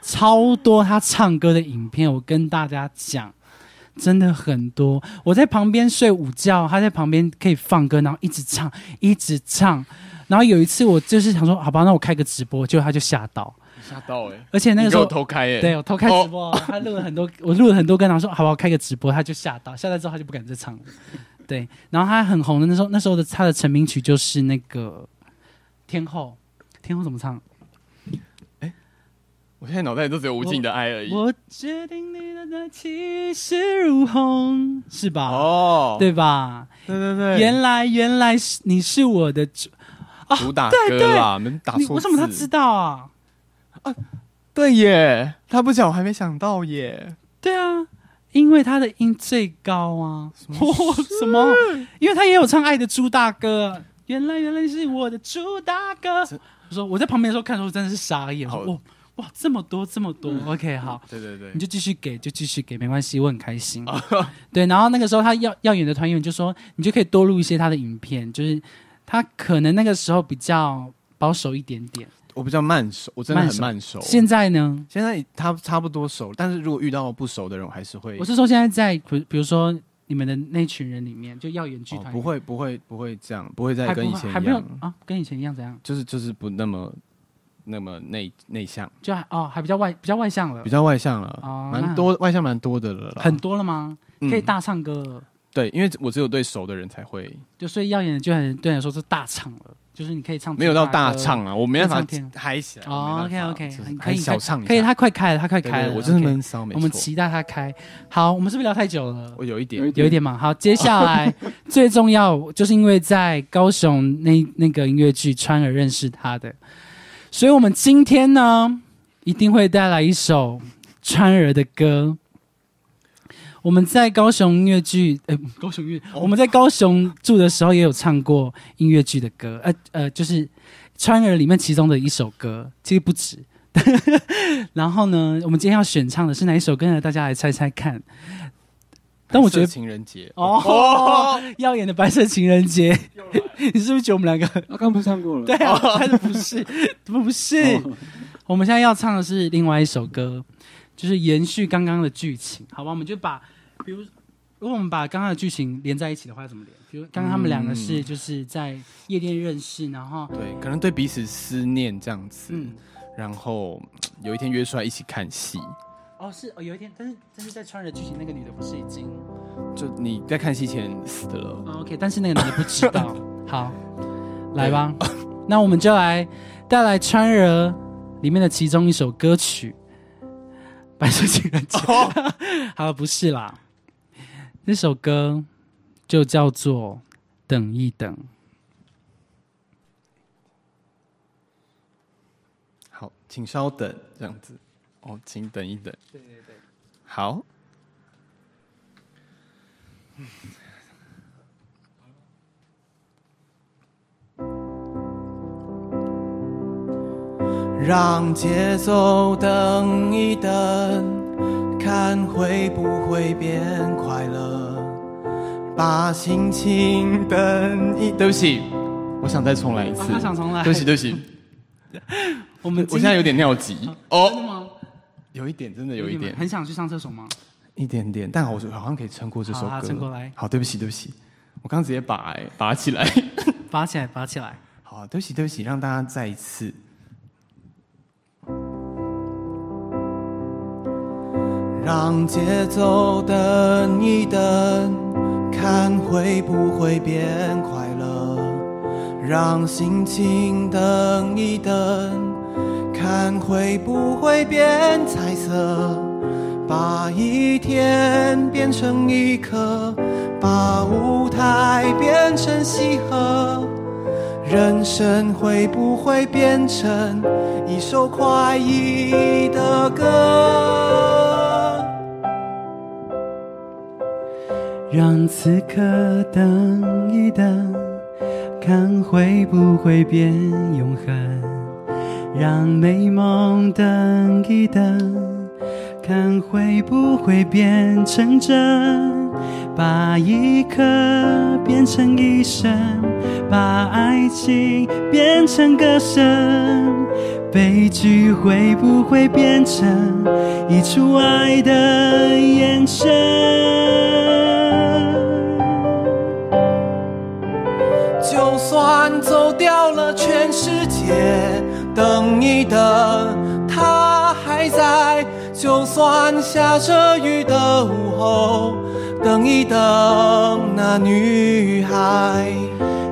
S2: 超多他唱歌的影片。我跟大家讲，真的很多。我在旁边睡午觉，他在旁边可以放歌，然后一直唱，一直唱。然后有一次我就是想说，好吧，那我开个直播，结果他就吓到，
S1: 吓到哎、
S2: 而且那
S1: 你
S2: 个时
S1: 给我
S2: 候。
S1: 偷开哎、
S2: 对，我偷看直播，他录了很多，我录了很多跟他说，好吧，我开个直播，他就吓到，吓到之后他就不敢 再唱了。对，然后他很红的那时候，那时候的他的成名曲就是那个《天后》，天后怎么唱？
S1: 我现在脑袋里都只有无尽的爱而已。
S2: 我决定你的那气势如虹，是吧？
S1: 哦，
S2: 对吧？
S1: 对对对，
S2: 原来原来是你是我的主，
S1: 主打歌啦，我们打
S2: 你
S1: 错字。
S2: 为什么他知道啊？
S1: 对耶，他不讲我还没想到耶。
S2: 对啊，因为他的音最高啊。 哦，什么？因为他也有唱《爱的猪大哥》，原来原来是我的猪大哥。我说我在旁边的时候看的时候真的是傻眼，
S1: 好
S2: 我哇哇这么多这么多、o k 好。
S1: 对对对哦
S2: 你就继续给，就继续给，没关系，我很开心。 对，然后那个时候他耀耀眼的团员就说，你就可以多录一些他的影片，就是他可能那个时候比较保守一点点。
S1: 我比较慢熟，我真的很慢熟。
S2: 现在呢，
S1: 现在他差不多熟，但是如果遇到不熟的人，我还是会
S2: 我是说现在在，比比如说你们的那群人里面，就耀眼剧
S1: 哦
S2: 团、
S1: 不会不会不会这样，不会再
S2: 还不
S1: 跟以
S2: 会
S1: 前
S2: 还
S1: 一
S2: 没有
S1: 样，
S2: 啊，跟以前一样怎样？
S1: 就是就是不那么那么内内向，
S2: 就还哦，还比较外比较外向了
S1: 比，较外向了
S2: 哦，
S1: 蛮
S2: 那
S1: 多外向蛮多的了啦，
S2: 很多了吗？
S1: 嗯
S2: 可以大唱歌了，
S1: 对，因为我只有对熟的人才会，
S2: 就所以耀眼的剧团对你来说是大唱了，就是你可以唱
S1: 没有到
S2: 主
S1: 大
S2: 歌
S1: 唱啊，我没办
S2: 唱天
S1: 法嗨起来。
S2: 哦
S1: 我没
S2: ，OK
S1: 办法
S2: OK，
S1: 就是
S2: 很可
S1: 还
S2: 以，
S1: 小唱一下
S2: 可以，他快开了，他快
S1: 对
S2: 开
S1: 对
S2: 了，
S1: 我真的
S2: OK
S1: 闷骚，没
S2: 我们
S1: 错
S2: 期待他开。好，我们是不是聊太久了？
S1: 我有一
S3: 有一
S1: 点
S2: 有一点忙。好，接下来最重要就是因为在高雄那那个音乐剧《川儿》认识他的，所以我们今天呢一定会带来一首川儿的歌。我们在高雄音乐剧，呃，高雄音乐，我们在高雄住的时候也有唱过音乐剧的歌，呃呃，就是《川儿》里面其中的一首歌，其实不止。 然后呢，我们今天要选唱的是哪一首歌呢？大家来猜猜看。但我觉得
S1: 白色情人节
S2: 哦，耀眼的白色情人节，你是不是觉得我们两个
S3: 啊，刚刚不是唱过了？
S2: 对啊？但是不是，不是。
S3: 哦
S2: 我们现在要唱的是另外一首歌，就是延续刚刚的剧情，好吧？我们就把，比如，如果我们把刚刚的剧情连在一起的话，要怎么连？比如刚刚他们两个是
S1: 嗯
S2: 就是在夜店认识，然后
S1: 对，可能对彼此思念这样子，
S2: 嗯，
S1: 然后嘖有一天约出来一起看戏。
S2: 哦是哦有一天，但是但是在穿着剧情那个女的不是已经、
S1: 就你在看戏前死了，
S2: 哦、OK，但是那个男的不知 道。好，来 吧，那我们就来带来《川儿》里面的其中一首歌曲《白色情人节》 好了，不是啦，那首歌就叫做《等一等》。
S1: 好，请稍等，这样子。哦，请等一等。对对对。好。
S4: 让节奏等一等，看会不会变快乐，把心情等一
S1: 对不起，我想再重来一次。
S2: 啊他想重来
S1: 对不起，对不起，
S2: 我嗯们
S1: 我现在有点尿 急。哦，
S2: 真的吗？
S1: 有一点，真的有一点，
S2: 很想去上厕所吗？
S1: 一点点。但我好像可以撑过这首
S2: 嗯好好
S1: 歌。
S2: 撑过来
S1: 好，对不起，对不起，我刚直接拔、哎，拔起 来。
S2: 拔起来，拔起来。
S1: 好，对不起，对不起，让大家再一次。
S4: 让节奏等一等，看会不会变快乐；让心情等一等，看会不会变彩色；把一天变成一刻，把舞台变成溪河。人生会不会变成一首快意的歌？
S2: 让此刻等一等，看会不会变永恒；让美梦等一等，看会不会变成真；把一刻变成一生，把爱情变成歌声。悲剧会不会变成一出爱的眼神？
S4: 就算走掉了全世界，等一等，他还在。就算下着雨的午后，等一等那女孩。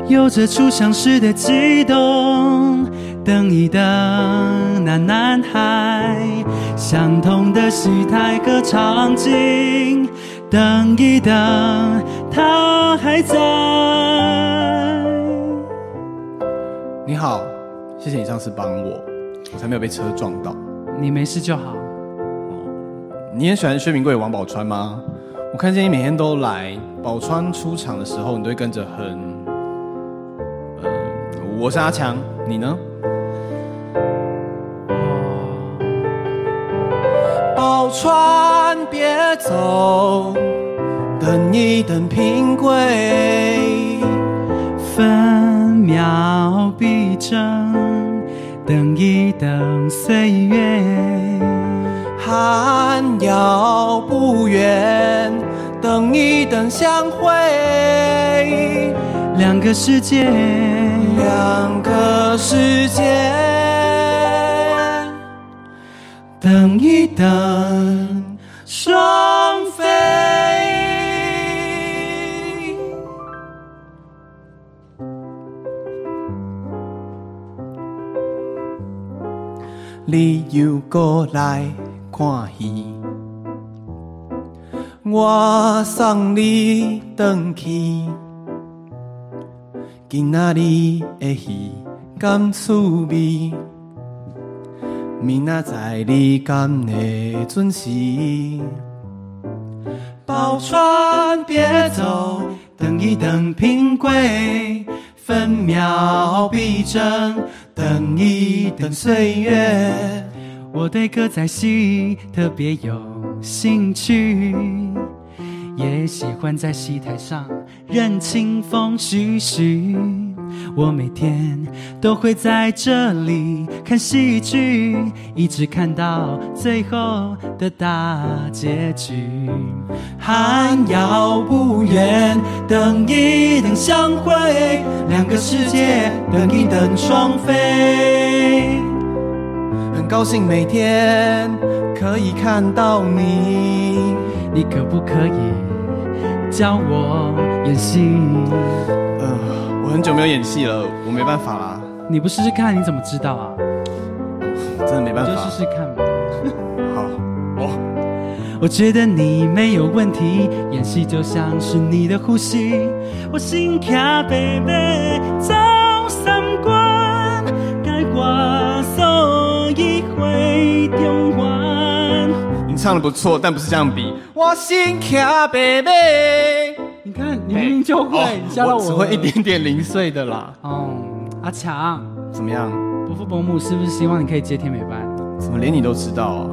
S2: 有着初相识的悸动，等一等那男孩，相同的戏台和场景，等一等他还在。
S1: 你好，谢谢你上次帮我，我才没有被车撞到。
S2: 你没事就好，
S1: 你也喜欢薛明贵、王宝钏吗？我看见你每天都来，宝钏出场的时候，你都会跟着哼。呃，我是阿强，你呢？
S4: 宝钏别走，等一等平贵。
S2: 分秒必争，等一等岁月。
S4: 寒窑不远，等一等相会。
S2: 两个世界，
S4: 两个世界，
S2: 等一等。
S4: 等双飞。你又搁来看戏，我送你返去。今仔日的戏敢趣味？明仔载你敢会准时？宝川别走，等一等平贵，分秒必争，等一等岁月。
S2: 我对歌仔戏特别有兴趣，也喜欢在戏台上任清风徐徐。我每天都会在这里看戏剧，一直看到最后的大结局。
S4: 寒遥不远，等一等相会，两个世界，等一等双飞。很高兴每天可以看到你，
S2: 你可不可以教我演戏？
S1: 呃，我很久没有演戏了，我没办法啦，
S2: 你不试试看，你怎么知道啊？
S1: 真的没
S2: 你
S1: 办
S2: 就
S1: 法。
S2: 试试看吧。
S1: 好，哦，
S2: 我觉得你没有问题，演戏就像是你的呼吸。我心卡贝贝走三关，改我所以会中完。
S1: 你唱的不错，但不是这样比。
S4: 我心卡贝贝。
S2: 你看，你明明就会，你吓
S1: 哎
S2: 到
S1: 哦只
S2: 我了
S1: 会一。点点零碎的啦。
S2: 哦，阿强，
S1: 怎么样？
S2: 伯父伯母是不是希望你可以接天美班？
S1: 怎么连你都知道啊？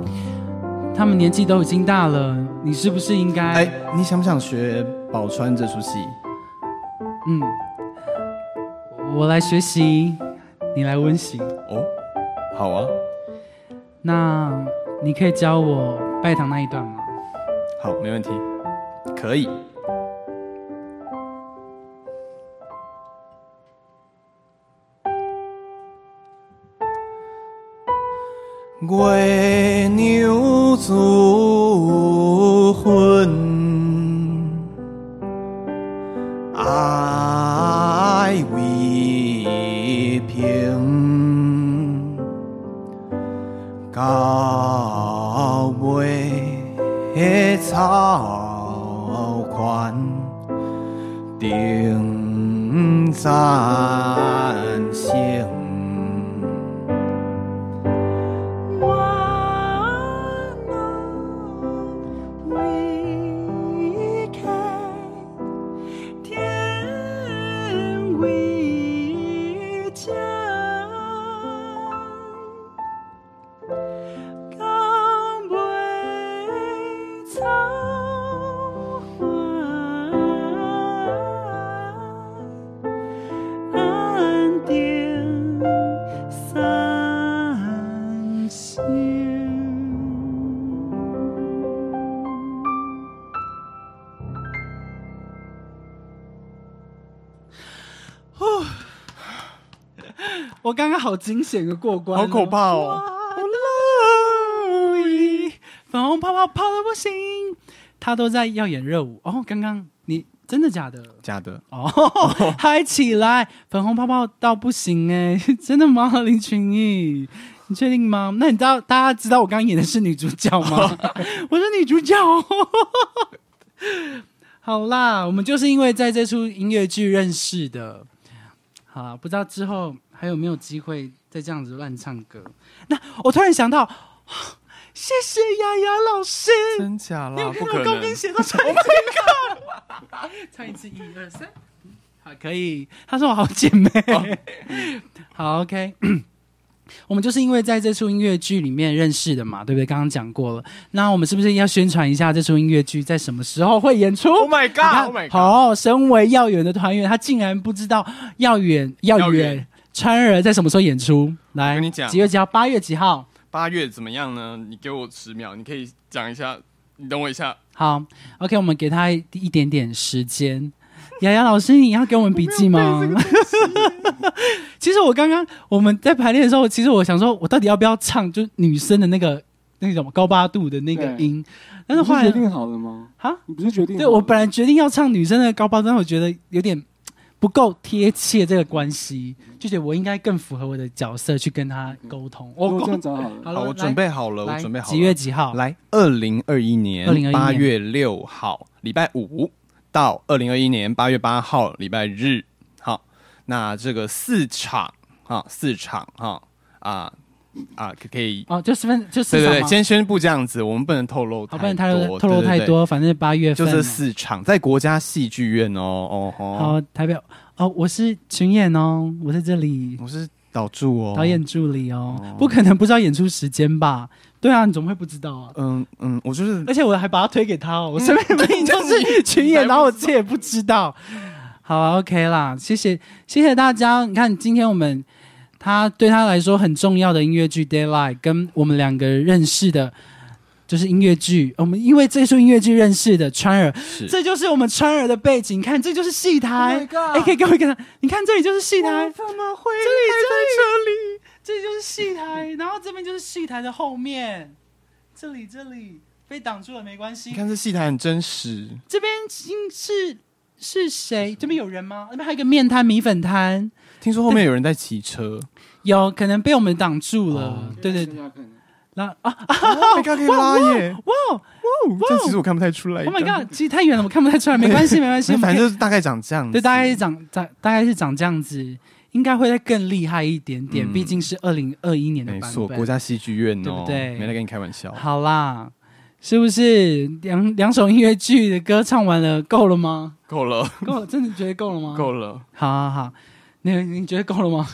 S2: 他们年纪都已经大了，你是不是应该？
S1: 哎，你想不想学宝川这出戏？
S2: 嗯，我来学习，你来温习。
S1: 哦，好啊，
S2: 那你可以教我拜堂那一段吗？
S1: 好，没问题，可以。
S4: 月娘子婚，爱为平，到尾草款定赞成。
S2: 安定三心。哦我刚刚好惊险的过关，
S1: 好可
S4: 啊
S1: 怕哦！
S2: Oh, 粉红泡泡泡的不行，他都在耀眼热舞哦。刚刚你真的假的？
S1: 假的，
S2: 哦，嗨起来！粉红泡泡到不行哎、 真的吗？林群义，你确定吗？那你知道大家知道我刚刚演的是女主角 吗？我是女主角。 好啦，我们就是因为在这出音乐剧认识的。好啦，不知道之后还有没有机会再这样子乱唱歌。那我突然想到， 谢谢雅雅老师，
S1: 真假
S2: 你有
S1: 啦？
S2: 看
S1: 啊不
S2: 到
S1: 可
S2: 高
S1: 能
S2: 跟！鞋都穿一个？唱一次，一二三，好，可以。她是我好姐妹。
S1: 哦
S2: 好，OK。我们就是因为在这出音乐剧里面认识的嘛，对不对？刚刚讲过了。那我们是不是要宣传一下这出音乐剧在什么时候会演出
S1: Oh my
S2: 你看
S1: god！Oh my god！
S2: 好，身为耀远的团员，他竟然不知道耀远耀
S1: 耀
S2: 远
S1: 远
S2: 川儿在什么时候演出？来，
S1: 我跟你讲
S2: 几月几号？八月几号？
S1: 八月怎么样呢？你给我十秒，你可以讲一下，你等我一下。
S2: 好，OK，我们给他一一点点时间。雅雅老师，你要给我们笔记吗？ 其实我刚刚我们在排练的时候，其实我想说，我到底要不要唱，就是女生的那个那个什么高八度的那个
S3: 对
S2: 音，但是
S3: 你
S2: 后
S3: 不
S2: 来
S3: 决定好了吗？
S2: 啊，
S3: 你不是决定好
S2: 对
S3: 了吗？
S2: 我本来决定要唱女生的高八度，但我觉得有点不够贴切这个关系，就觉得我应该更符合我的角色去跟他沟通。
S3: 我这
S2: 沟
S3: 样找好了。
S1: 好，
S2: 好了，
S1: 我
S2: 来
S1: 准备好了，我
S2: 来
S1: 准备好了。
S2: 几月几号？
S1: 来，二零二一年
S2: 2021
S1: 八
S2: 年
S1: 月六号，礼拜五到二零二一年八月八号，礼拜日。好，那这个四场啊，四场啊啊啊，可可以，
S2: 哦，就十分就四
S1: 对
S2: 场
S1: 对对，
S2: 吗
S1: 先宣布这样子，我们不能透露太
S2: 好，啊不然
S1: 多，
S2: 他又透露
S1: 对对
S2: 太
S1: 对，
S2: 多，反正八月
S1: 就
S2: 份
S1: 这
S2: 嘛
S1: 四场，在国家戏剧院哦哦吼，
S2: 好，台北哦，我是群演哦，我在这里
S1: 我是导助哦，
S2: 导演助理哦，不可能不知道演出时间吧？对啊，你怎么会不知道啊？
S1: 嗯嗯，我就是
S2: 而且我还把他推给他哦，我身边明明就是群演，然后我自己也不知道。好啊，OK 啦，谢谢谢谢大家。你看，今天我们他对他来说很重要的音乐剧《Daylight》，跟我们两个认识的，就是音乐剧。我们因为这出音乐剧认识的川儿，
S1: 是
S2: 这就是我们川儿的背景。你看，这就是戏台。哎、可以给我一个，你看这里就是戏台，怎么会这里这里这里就是戏台，然后这边就是戏台的后面，这里这里被挡住了没关系
S1: 你。看这戏台很真实，
S2: 这边新是是谁？这边有人吗？那边还有一个面摊、米粉摊，
S1: 听说后面有人在骑车，
S2: 哦有可能被我们挡住了。
S1: 哦
S2: 对对，
S3: 大家看
S2: 然后啊，
S1: 哇，可以拉耶，
S2: 哇哇
S1: 这其实我看不太出来。
S2: ！Oh my god，其实太远了，我看不太出来，没关系，没关系，我们
S1: 哎反
S2: 可以
S1: 正就是大概长这样子。
S2: 对，大概是长长，大概是长这样子，应该会再更厉害一点点，
S1: 嗯
S2: 毕竟是二零二一年的
S1: 没
S2: 版
S1: 错，
S2: 本。
S1: 国家戏剧院哦，
S2: 对不对
S1: 没在跟你开玩笑。
S2: 好啦，是不是两两首音乐剧的歌唱完了，够 了吗？
S1: 够了，
S2: 够了，真的觉得够了吗？
S1: 够了，
S2: 好好好，那个你觉得够了 吗？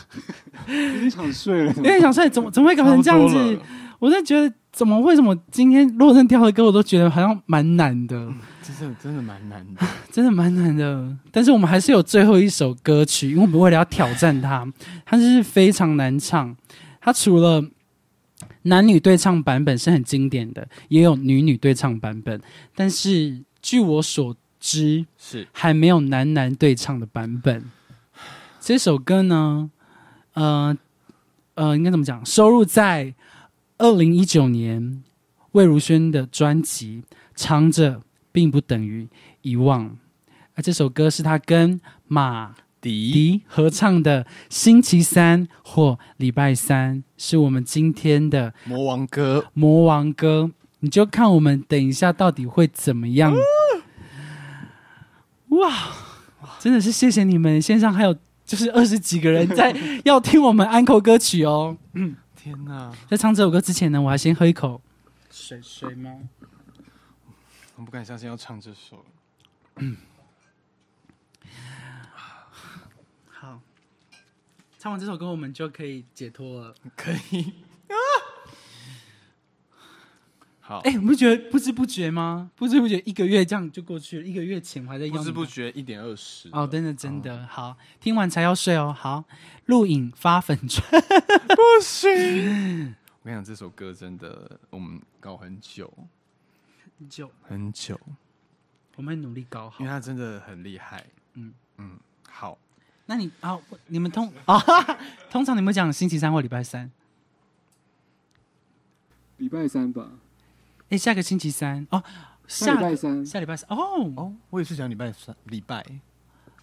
S3: 了，一场睡了。
S2: 有点想说，怎么怎么会搞成这样
S1: 差不多
S2: 子
S1: 了？
S2: 我在觉得，怎么为什么今天洛正挑的歌，我都觉得好像蛮难的，
S1: 这真的真的蛮难的。
S2: 真的蛮难的。但是我们还是有最后一首歌曲，因为我们为了要挑战它，它是非常难唱。它除了男女对唱版本是很经典的，也有女女对唱版本，但是据我所知，
S1: 是
S2: 还没有男男对唱的版本。这首歌呢，呃呃，应该怎么讲？收录在二零一九年魏如萱的专辑《藏着并不等于遗忘》，而这首歌是她跟马
S1: 迪
S2: 迪合唱的《星期三》或《礼拜三》，是我们今天的
S1: 魔王哥，
S2: 魔王歌，你就看我们等一下到底会怎么样。哇，真的是谢谢你们，线上还有就是二十几个人在要听我们安口歌曲哦。
S1: 天哪，
S2: 在唱这首歌之前呢，我还先喝一口水水吗？
S1: 我不敢相信要唱这首。
S2: 好，唱完这首歌我们就可以解脱了。
S1: 可以好，
S2: 哎、你不觉得不知不觉吗？不知不觉一个月这样就过去了，一个月前我还在
S1: 不
S2: 要
S1: 知
S2: 你
S1: 不
S2: 们
S1: 觉一点二十
S2: 哦，真的真的、好，听完才要睡哦。好，录影发粉砖，
S1: 不行。我跟你讲，这首歌真的我们搞很久
S2: 就
S1: 很久，
S2: 我们会努力搞好
S1: 因为。它真的很厉害。嗯
S2: 嗯
S1: 嗯，好，
S2: 那你啊、我你们通 啊、哈哈通常你们讲星期三或礼拜三？
S3: 礼拜三吧，
S2: 哎，下个星期三哦，
S3: 下
S2: 下
S3: 礼拜三
S2: 下礼拜三哦，
S1: 哦，我也是讲礼拜三，礼拜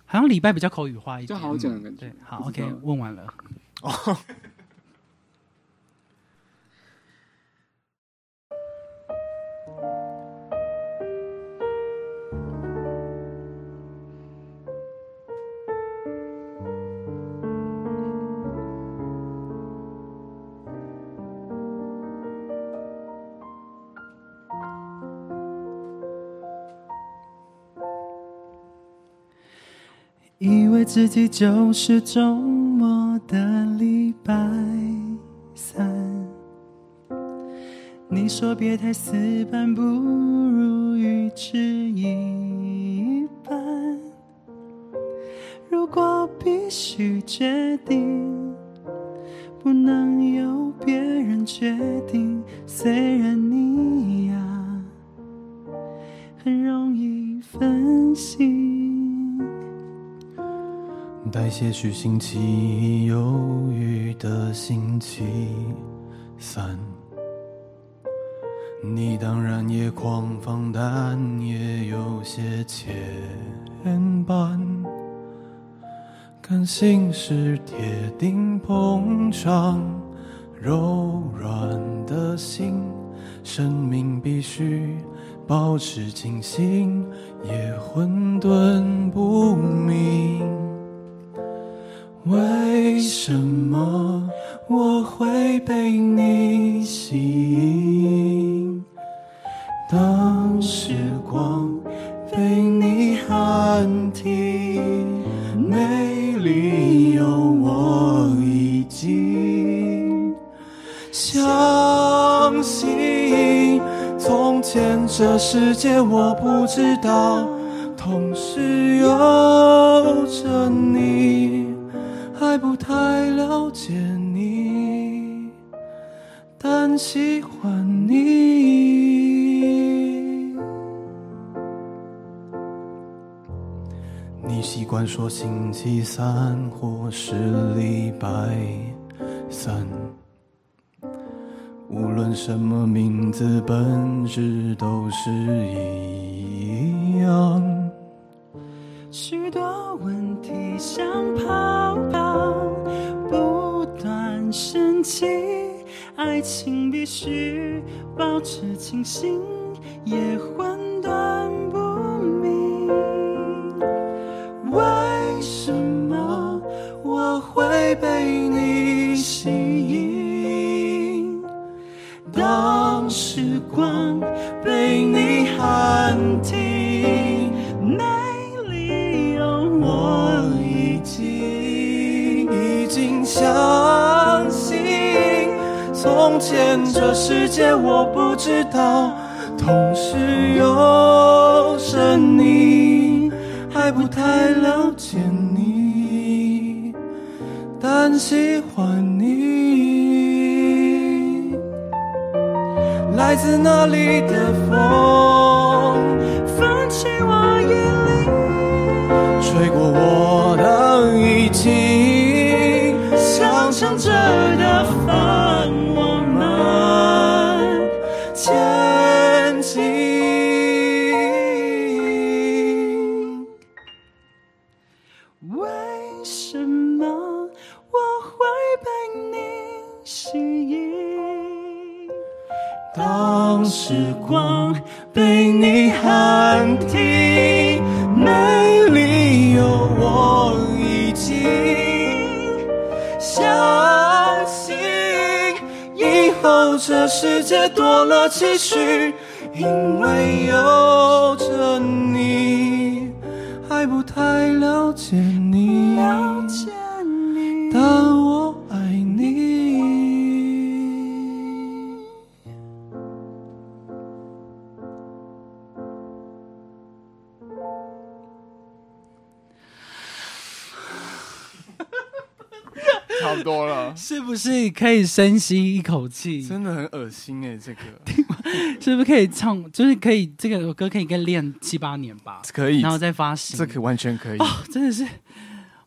S2: 好像礼拜比较口语化一
S3: 比
S2: 点
S3: 较。好讲的感觉
S2: 嗯对。，好
S3: 不知
S2: ，OK，
S3: 道
S2: 问完了。以为自己就是周末的礼拜三。你说别太死板，不如预知一般。如果必须决定，不能由别人决定。虽然你呀、很容易分心。，
S1: 带些许星期忧郁的星期三，你当然也狂放，但也有些牵绊。
S4: 感情是铁钉碰撞，柔软的心，生命必须保持清醒，也混沌不明。为什么我会被你吸引？当时光被你喊停，没理由我已经相信。从前这世界我不知道，同时有着你，还不太了解你。但喜欢你。你习惯说星期三或是礼拜三，无论什么名字，本质都是一样。许多问题像泡泡，不断升起。爱情必须保持清醒，也混沌不明。为什么我会被你吸引？当时光被你喊停，没理由，我已经已经相信。从前这世界我不知道，同时有着你，还不太了解你，但喜欢你。来自哪里的风，泛起我眼里，吹过我的衣襟，想象着的帆，我们前进。为什么我会被你吸引？当时光被你喊停，没理由，我已经相信以后这世界多了期许，因为有着你，还不太了解你，了解你，但我爱你。
S1: 差不多了
S2: 是不是可以深吸一口气？
S1: 真的很恶心哎、这个
S2: 是不是可以唱？就是可以这个歌可以跟练七八年吧，
S1: 可以
S2: 然，后再哦发行。
S1: 这个完全可以，
S2: 真的是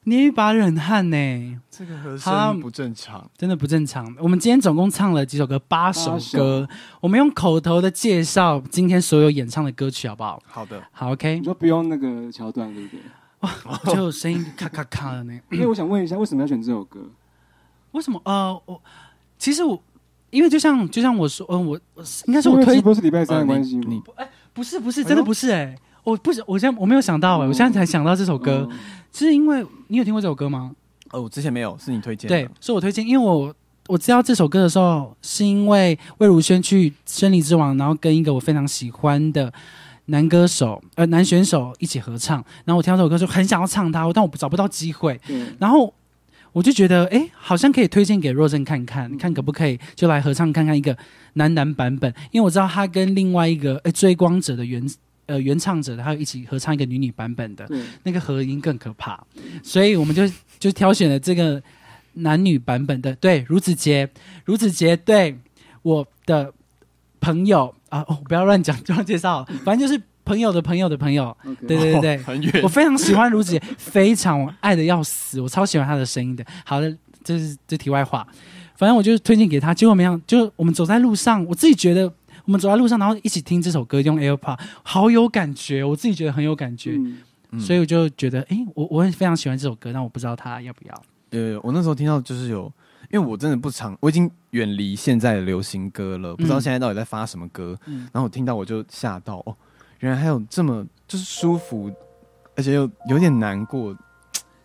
S2: 捏一把冷汗呢、
S1: 这个和
S2: 好啊
S1: 声不正常。
S2: 真的不正常。我们今天总共唱了几首歌，八首
S3: 八
S2: 歌。我们用口头的介绍今天所有演唱的歌曲，好不好？
S1: 好的，
S2: 好，OK
S3: 你。说不用那个桥段，对不 对？
S2: 就声音咔咔咔的那个。
S3: 因为我想问一下，为什么要选这首歌？
S2: 为什么？呃，我其实我因为就像就像我说，嗯、我我应该是
S3: 因
S2: 我
S3: 为
S2: 推哦
S3: 直播是礼拜三
S1: 呃
S3: 的
S1: 你
S3: 关系吗，
S1: 你
S2: 不是不是，
S1: 呦
S2: 真的不是哎、我不是，我现在我没有想到哎、
S3: 嗯
S2: 我现在才想到这首歌，
S3: 嗯
S2: 是因为你有听过这首歌吗？
S1: 哦，我之前没有，是你推荐的。
S2: 对，是我推荐，因为我我知道这首歌的时候，是因为魏如萱去《森林之王》，然后跟一个我非常喜欢的男歌手呃男选手一起合唱，然后我听到这首歌就很想要唱它，但我找不到机会，
S3: 对，
S2: 然后我就觉得，哎，好像可以推荐给若正看看，看可不可以就来合唱看看一个男男版本，因为我知道他跟另外一个诶追光者的原呃原唱者，他有一起合唱一个女女版 本的，
S3: 对，
S2: 那个合音更可怕，所以我们就就挑选了这个男女版本的。对，如子杰，如子杰，对我的朋友啊，哦，不要乱讲， 不要介绍，反正就是朋友的朋友的朋友。
S3: OK 嗯
S2: 对对对对，
S1: 很远
S2: 我。非常喜欢卢子杰，非常我爱的要死，我超喜欢他的声音的。好的，这是这题外话，反正我就推荐给他。结果没想，就我们走在路上，我自己觉得我们走在路上，然后一起听这首歌，用 AirPod，好有感觉，我自己觉得很有感觉。
S3: 嗯
S2: 所以我就觉得，哎、我我很非常喜欢这首歌，但我不知道他要不要。
S1: 呃，我那时候听到就是有，因为我真的不常，我已经远离现在的流行歌了，不知道现在到底在发什么歌。
S2: 嗯
S1: 然后我听到我就吓到，哦，原来还有这么就是舒服，而且又有点难过，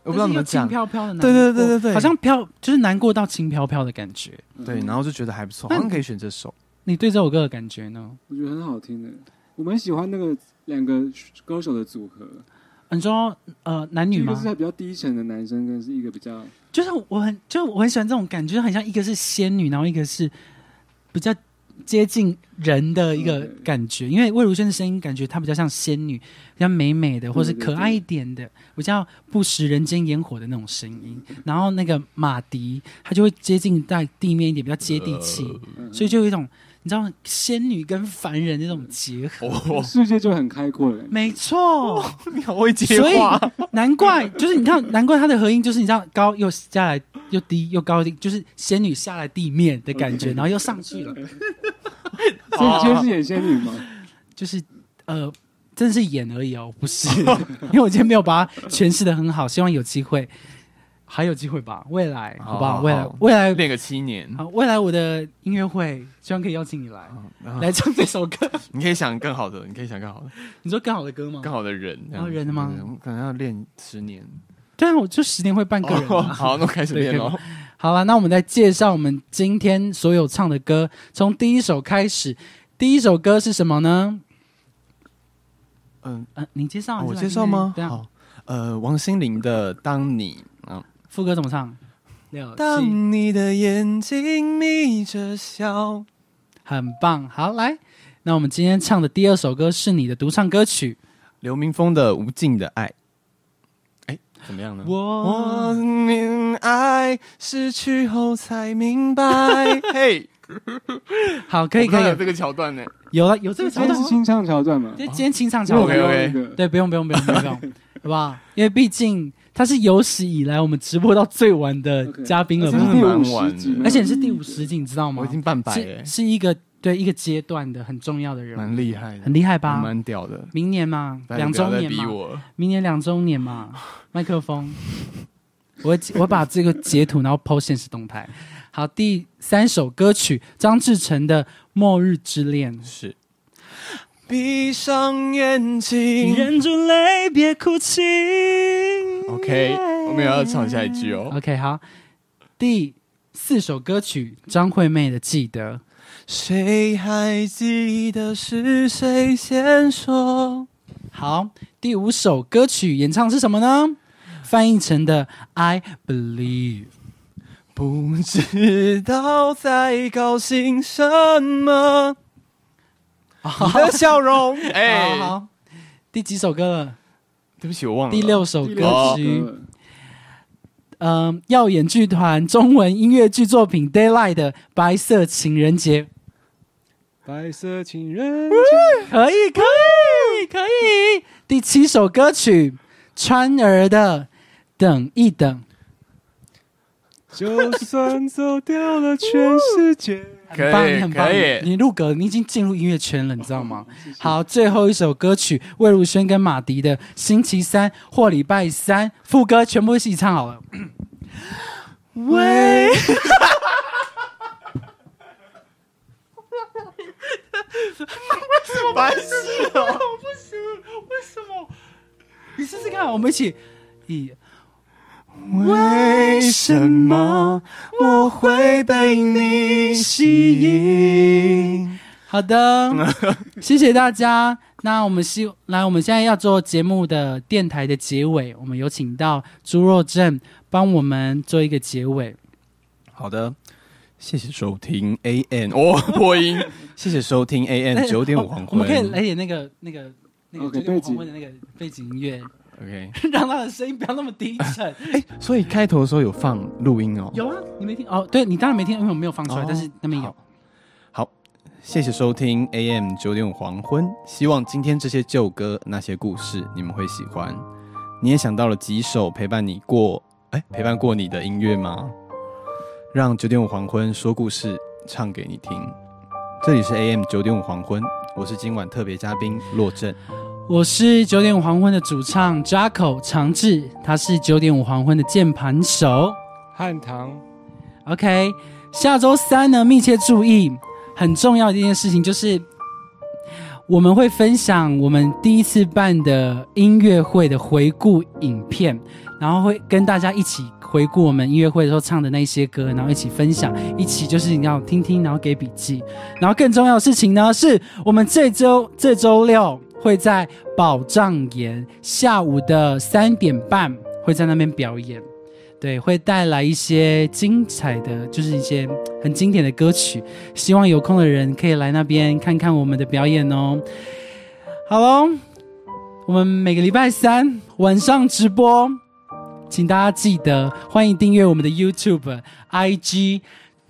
S1: 我不知道怎么
S2: 轻
S1: 讲。
S2: 飘飘的难过，
S1: 对对对对对
S2: 好像飘就是难过到轻飘飘的感觉。
S3: 嗯
S1: 对，然后就觉得还不错，
S2: 那
S1: 好
S2: 你
S1: 像可以选这首。
S2: 你对这首歌的感觉呢？
S3: 我觉得很好听的，我蛮喜欢那个两个歌手的组合，
S2: 你说呃男
S3: 一
S2: 女
S3: 个
S2: 吗
S3: 是？比较低沉的男生，跟是一个比 较
S2: 就是我很就是我很喜欢这种感觉，就很像一个是仙女，然后一个是比较接近人的一个
S3: 嗯
S2: 感觉。因为魏如萱的声音，感觉她比较像仙女，比较美美的，或是
S3: 对对
S2: 可爱一点的，比较不食人间烟火的那种声音。然后那个马迪，她就会接近在地面一点，比较接地气，
S3: 嗯
S2: 所以就有一种你知道仙女跟凡人的那种结
S3: 哦
S2: 合。
S3: 世界就很开阔 了。
S2: 没错，
S1: 你好会接
S2: 所以
S1: 话，
S2: 难怪就是你看，难怪它的合音就是你知道高又下来又低又高低，就是仙女下来地面的感
S1: 嗯
S2: 觉，然后又上去了，
S3: 所以今天是演仙女吗？
S2: 哦就是呃，真是演而已哦，不是，因为我今天没有把它诠释的很好，希望有机会，还有机会吧，未来好不
S1: 好好
S2: 好？未来
S1: 好
S2: 未来
S1: 练个七年，
S2: 好，未来我的音乐会希望可以邀请你来
S1: 啊
S2: 来唱这首 歌，
S1: 你可以想更好的，你可以想更好的，
S2: 你说更好的歌吗？
S1: 更好的人。这
S2: 哦
S1: 样
S2: 人吗
S1: 嗯可能要练十年。
S2: 对啊，我就十年 会办个人
S1: 哦
S2: 啊。
S1: 好，那我开始练喽。
S2: 好了，那我们再介绍我们今天所有唱的歌，从第一首开始。第一首歌是什么呢？
S1: 嗯，
S2: 呃，你介绍、
S1: 啊
S2: 你
S1: 我
S2: 是来
S1: 介绍吗？
S2: 宾哎对啊，
S1: 好，呃，王心凌的《当你》啊，
S2: 副歌怎么唱？六七，
S1: 当你的眼睛眯着笑，
S2: 很棒。好，来，那我们今天唱的第二首歌是你的独唱歌曲。
S1: 刘明峰的《无尽的爱》。哎，怎么样呢？
S2: 我
S1: 我明爱失去后才明白。 嘿，
S2: 好，可以可以，
S1: 个桥段呢。
S2: 有了有这个桥
S3: 今天
S2: 段
S3: 是，清唱桥段 嘛？
S2: 对，今天清唱桥
S3: 因为我
S2: 段
S3: 刚
S1: OK，OK。
S3: 刚那个
S2: 对，不用不用不用不用，不用好 不好？因为毕竟他是有史以来我们直播到最晚的
S3: OK
S2: 嘉宾了
S3: 这
S1: 真的
S3: 是
S2: 吧，
S3: 第
S1: 蛮
S3: 五
S1: 晚
S3: 十
S1: 的
S3: 集吗，
S2: 而且是第五十集，你知道吗？
S1: 我已经半百
S2: 是
S1: 哎，
S2: 是一个对一个阶段的很重要的人物，
S1: 蛮厉害的，
S2: 很厉害吧？
S1: 蛮屌的。
S2: 明年嘛，
S1: 大家
S2: 两
S1: 不要
S2: 周
S1: 再
S2: 年
S1: 逼
S2: 嘛，
S1: 我。
S2: 明年两周年嘛， 麦克风，我会我把这个截图然后 PO 现实动态。好，第三首歌曲张志成的《末日之恋》，
S1: 是。闭上眼睛。
S2: 忍住泪，别哭泣。
S1: OK，我们也要唱下一句哦。
S2: OK，好，第四首歌曲张惠妹的《记得》。
S1: 谁还记得是谁先说？
S2: 好，第五首歌曲演唱是什么呢？翻译成的《I Believe》。
S1: 不知道在高兴什么。你的笑容， 哎，
S2: 好好，第几首歌了？
S1: 对不起，我忘了。
S2: 第六首
S3: 第六
S2: 歌
S1: 首
S3: 十
S2: 曲，
S3: 集
S2: 嗯、耀眼剧团中文音乐剧作品《Daylight》的《白色情人节》。
S3: 白色情人
S2: 可以，可以，可以。第七首歌曲，川儿的《等一等
S3: 节，就算走掉了全世 界。》，
S1: 可
S2: 很棒，
S1: 以
S2: 很棒
S1: 可以。哦
S2: 你入格，你已经进入音乐圈了，你知道吗？好，最后一首歌曲，魏如萱跟马迪的《星期三或礼拜三》，副歌全部一起唱好了。
S1: 喂，白痴哦！
S2: 你试试看，我们一起，一
S1: 为什么我会被你吸引？
S2: 好的，谢谢大家。那我们希来，我们现在要做节目的电台的结尾，我们有请到猪肉镇帮我们做一个结尾。
S1: 好的，谢谢收听 AN 哦， 破音，谢谢收听 AN 九点五黄昏。
S2: 哎我们可以来点那个那个那个
S3: OK，
S2: 九点五
S3: 背
S2: 黄
S3: 景
S2: 昏的那个 背景音乐，
S1: OK，
S2: 让他的声音不要那么低沉。
S1: 所以开头的时候有放录音哦。
S2: 有啊，你没听哦？对你当然没听，因为我没有放出来，
S1: 哦
S2: 但是那边有
S1: 好。好，谢谢收听 AM 九点五黄昏。希望今天这些旧歌、那些故事，你们会喜欢。你也想到了几首陪伴你过，哎，陪伴过你的音乐吗？让九点五黄昏说故事，唱给你听。这里是 AM 九点五黄昏，我是今晚特别嘉宾洛正。
S2: 我是九点五黄昏的主唱 Jaco 长志，他是九点五黄昏的键盘手。
S5: 汉唐
S2: OK，下周三呢，密切注意，很重要的一件事情就是，我们会分享我们第一次办的音乐会的回顾影片，然后会跟大家一起回顾我们音乐会的时候唱的那些歌，然后一起分享，一起就是你要听听，然后给笔记。然后更重要的事情呢，是我们这周这周六会在宝藏岩下午的三点半会在那边表演。对，会带来一些精彩的，就是一些很经典的歌曲。希望有空的人可以来那边看看我们的表演哦。好喽，我们每个礼拜三晚上直播，请大家记得欢迎订阅我们的 YouTube、IG、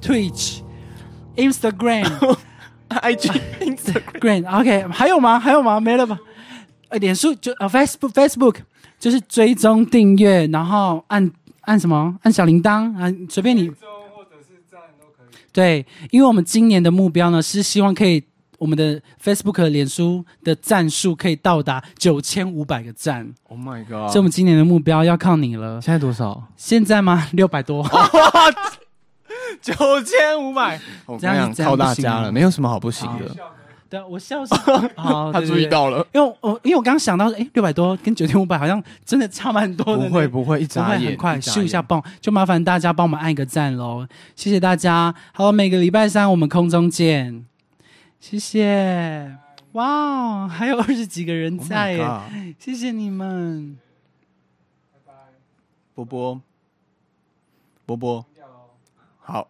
S2: Twitch、Instagram、
S1: IG Instagram
S2: Grand。OK，还有吗？还有吗？没了吧？呃，脸书就呃 Facebook Facebook 就是追踪订阅，然后按按什么？按小铃铛啊，随便你。对，因为我们今年的目标呢是希望可以我们的 Facebook、脸书的赞数可以到达九千五百个赞，
S1: ，Oh my
S2: 这
S1: god！
S2: 是我们今年的目标要靠你了。
S1: 现在多少？
S2: 现 在吗？六百多。
S1: 九千五 百。我
S2: 这
S1: 跟你
S2: 样
S1: 讲，
S2: 子
S1: 哦靠大
S2: 这样不行
S1: 家
S2: 啊
S1: 了，没有什么好不行的。
S2: 对啊，我笑死。 好，
S1: 他
S2: 对
S1: 注意。到了，
S2: 对对因为我我因为我刚刚想到，哎，六百多跟九千五百好像真的差蛮多的呢。
S1: 不会不会，一
S2: 不
S1: 眨
S2: 会
S1: 眼
S2: 很快，
S1: 眨
S2: 咻一下
S1: 眼
S2: 蹦，就麻烦大家帮我们按个赞喽，谢谢大家。好，每个礼拜三我们空中见，谢谢。哇哦，还有二十几个人
S1: Oh my
S2: 在耶
S1: god，
S2: 谢谢你们。
S1: 波波，波波，好。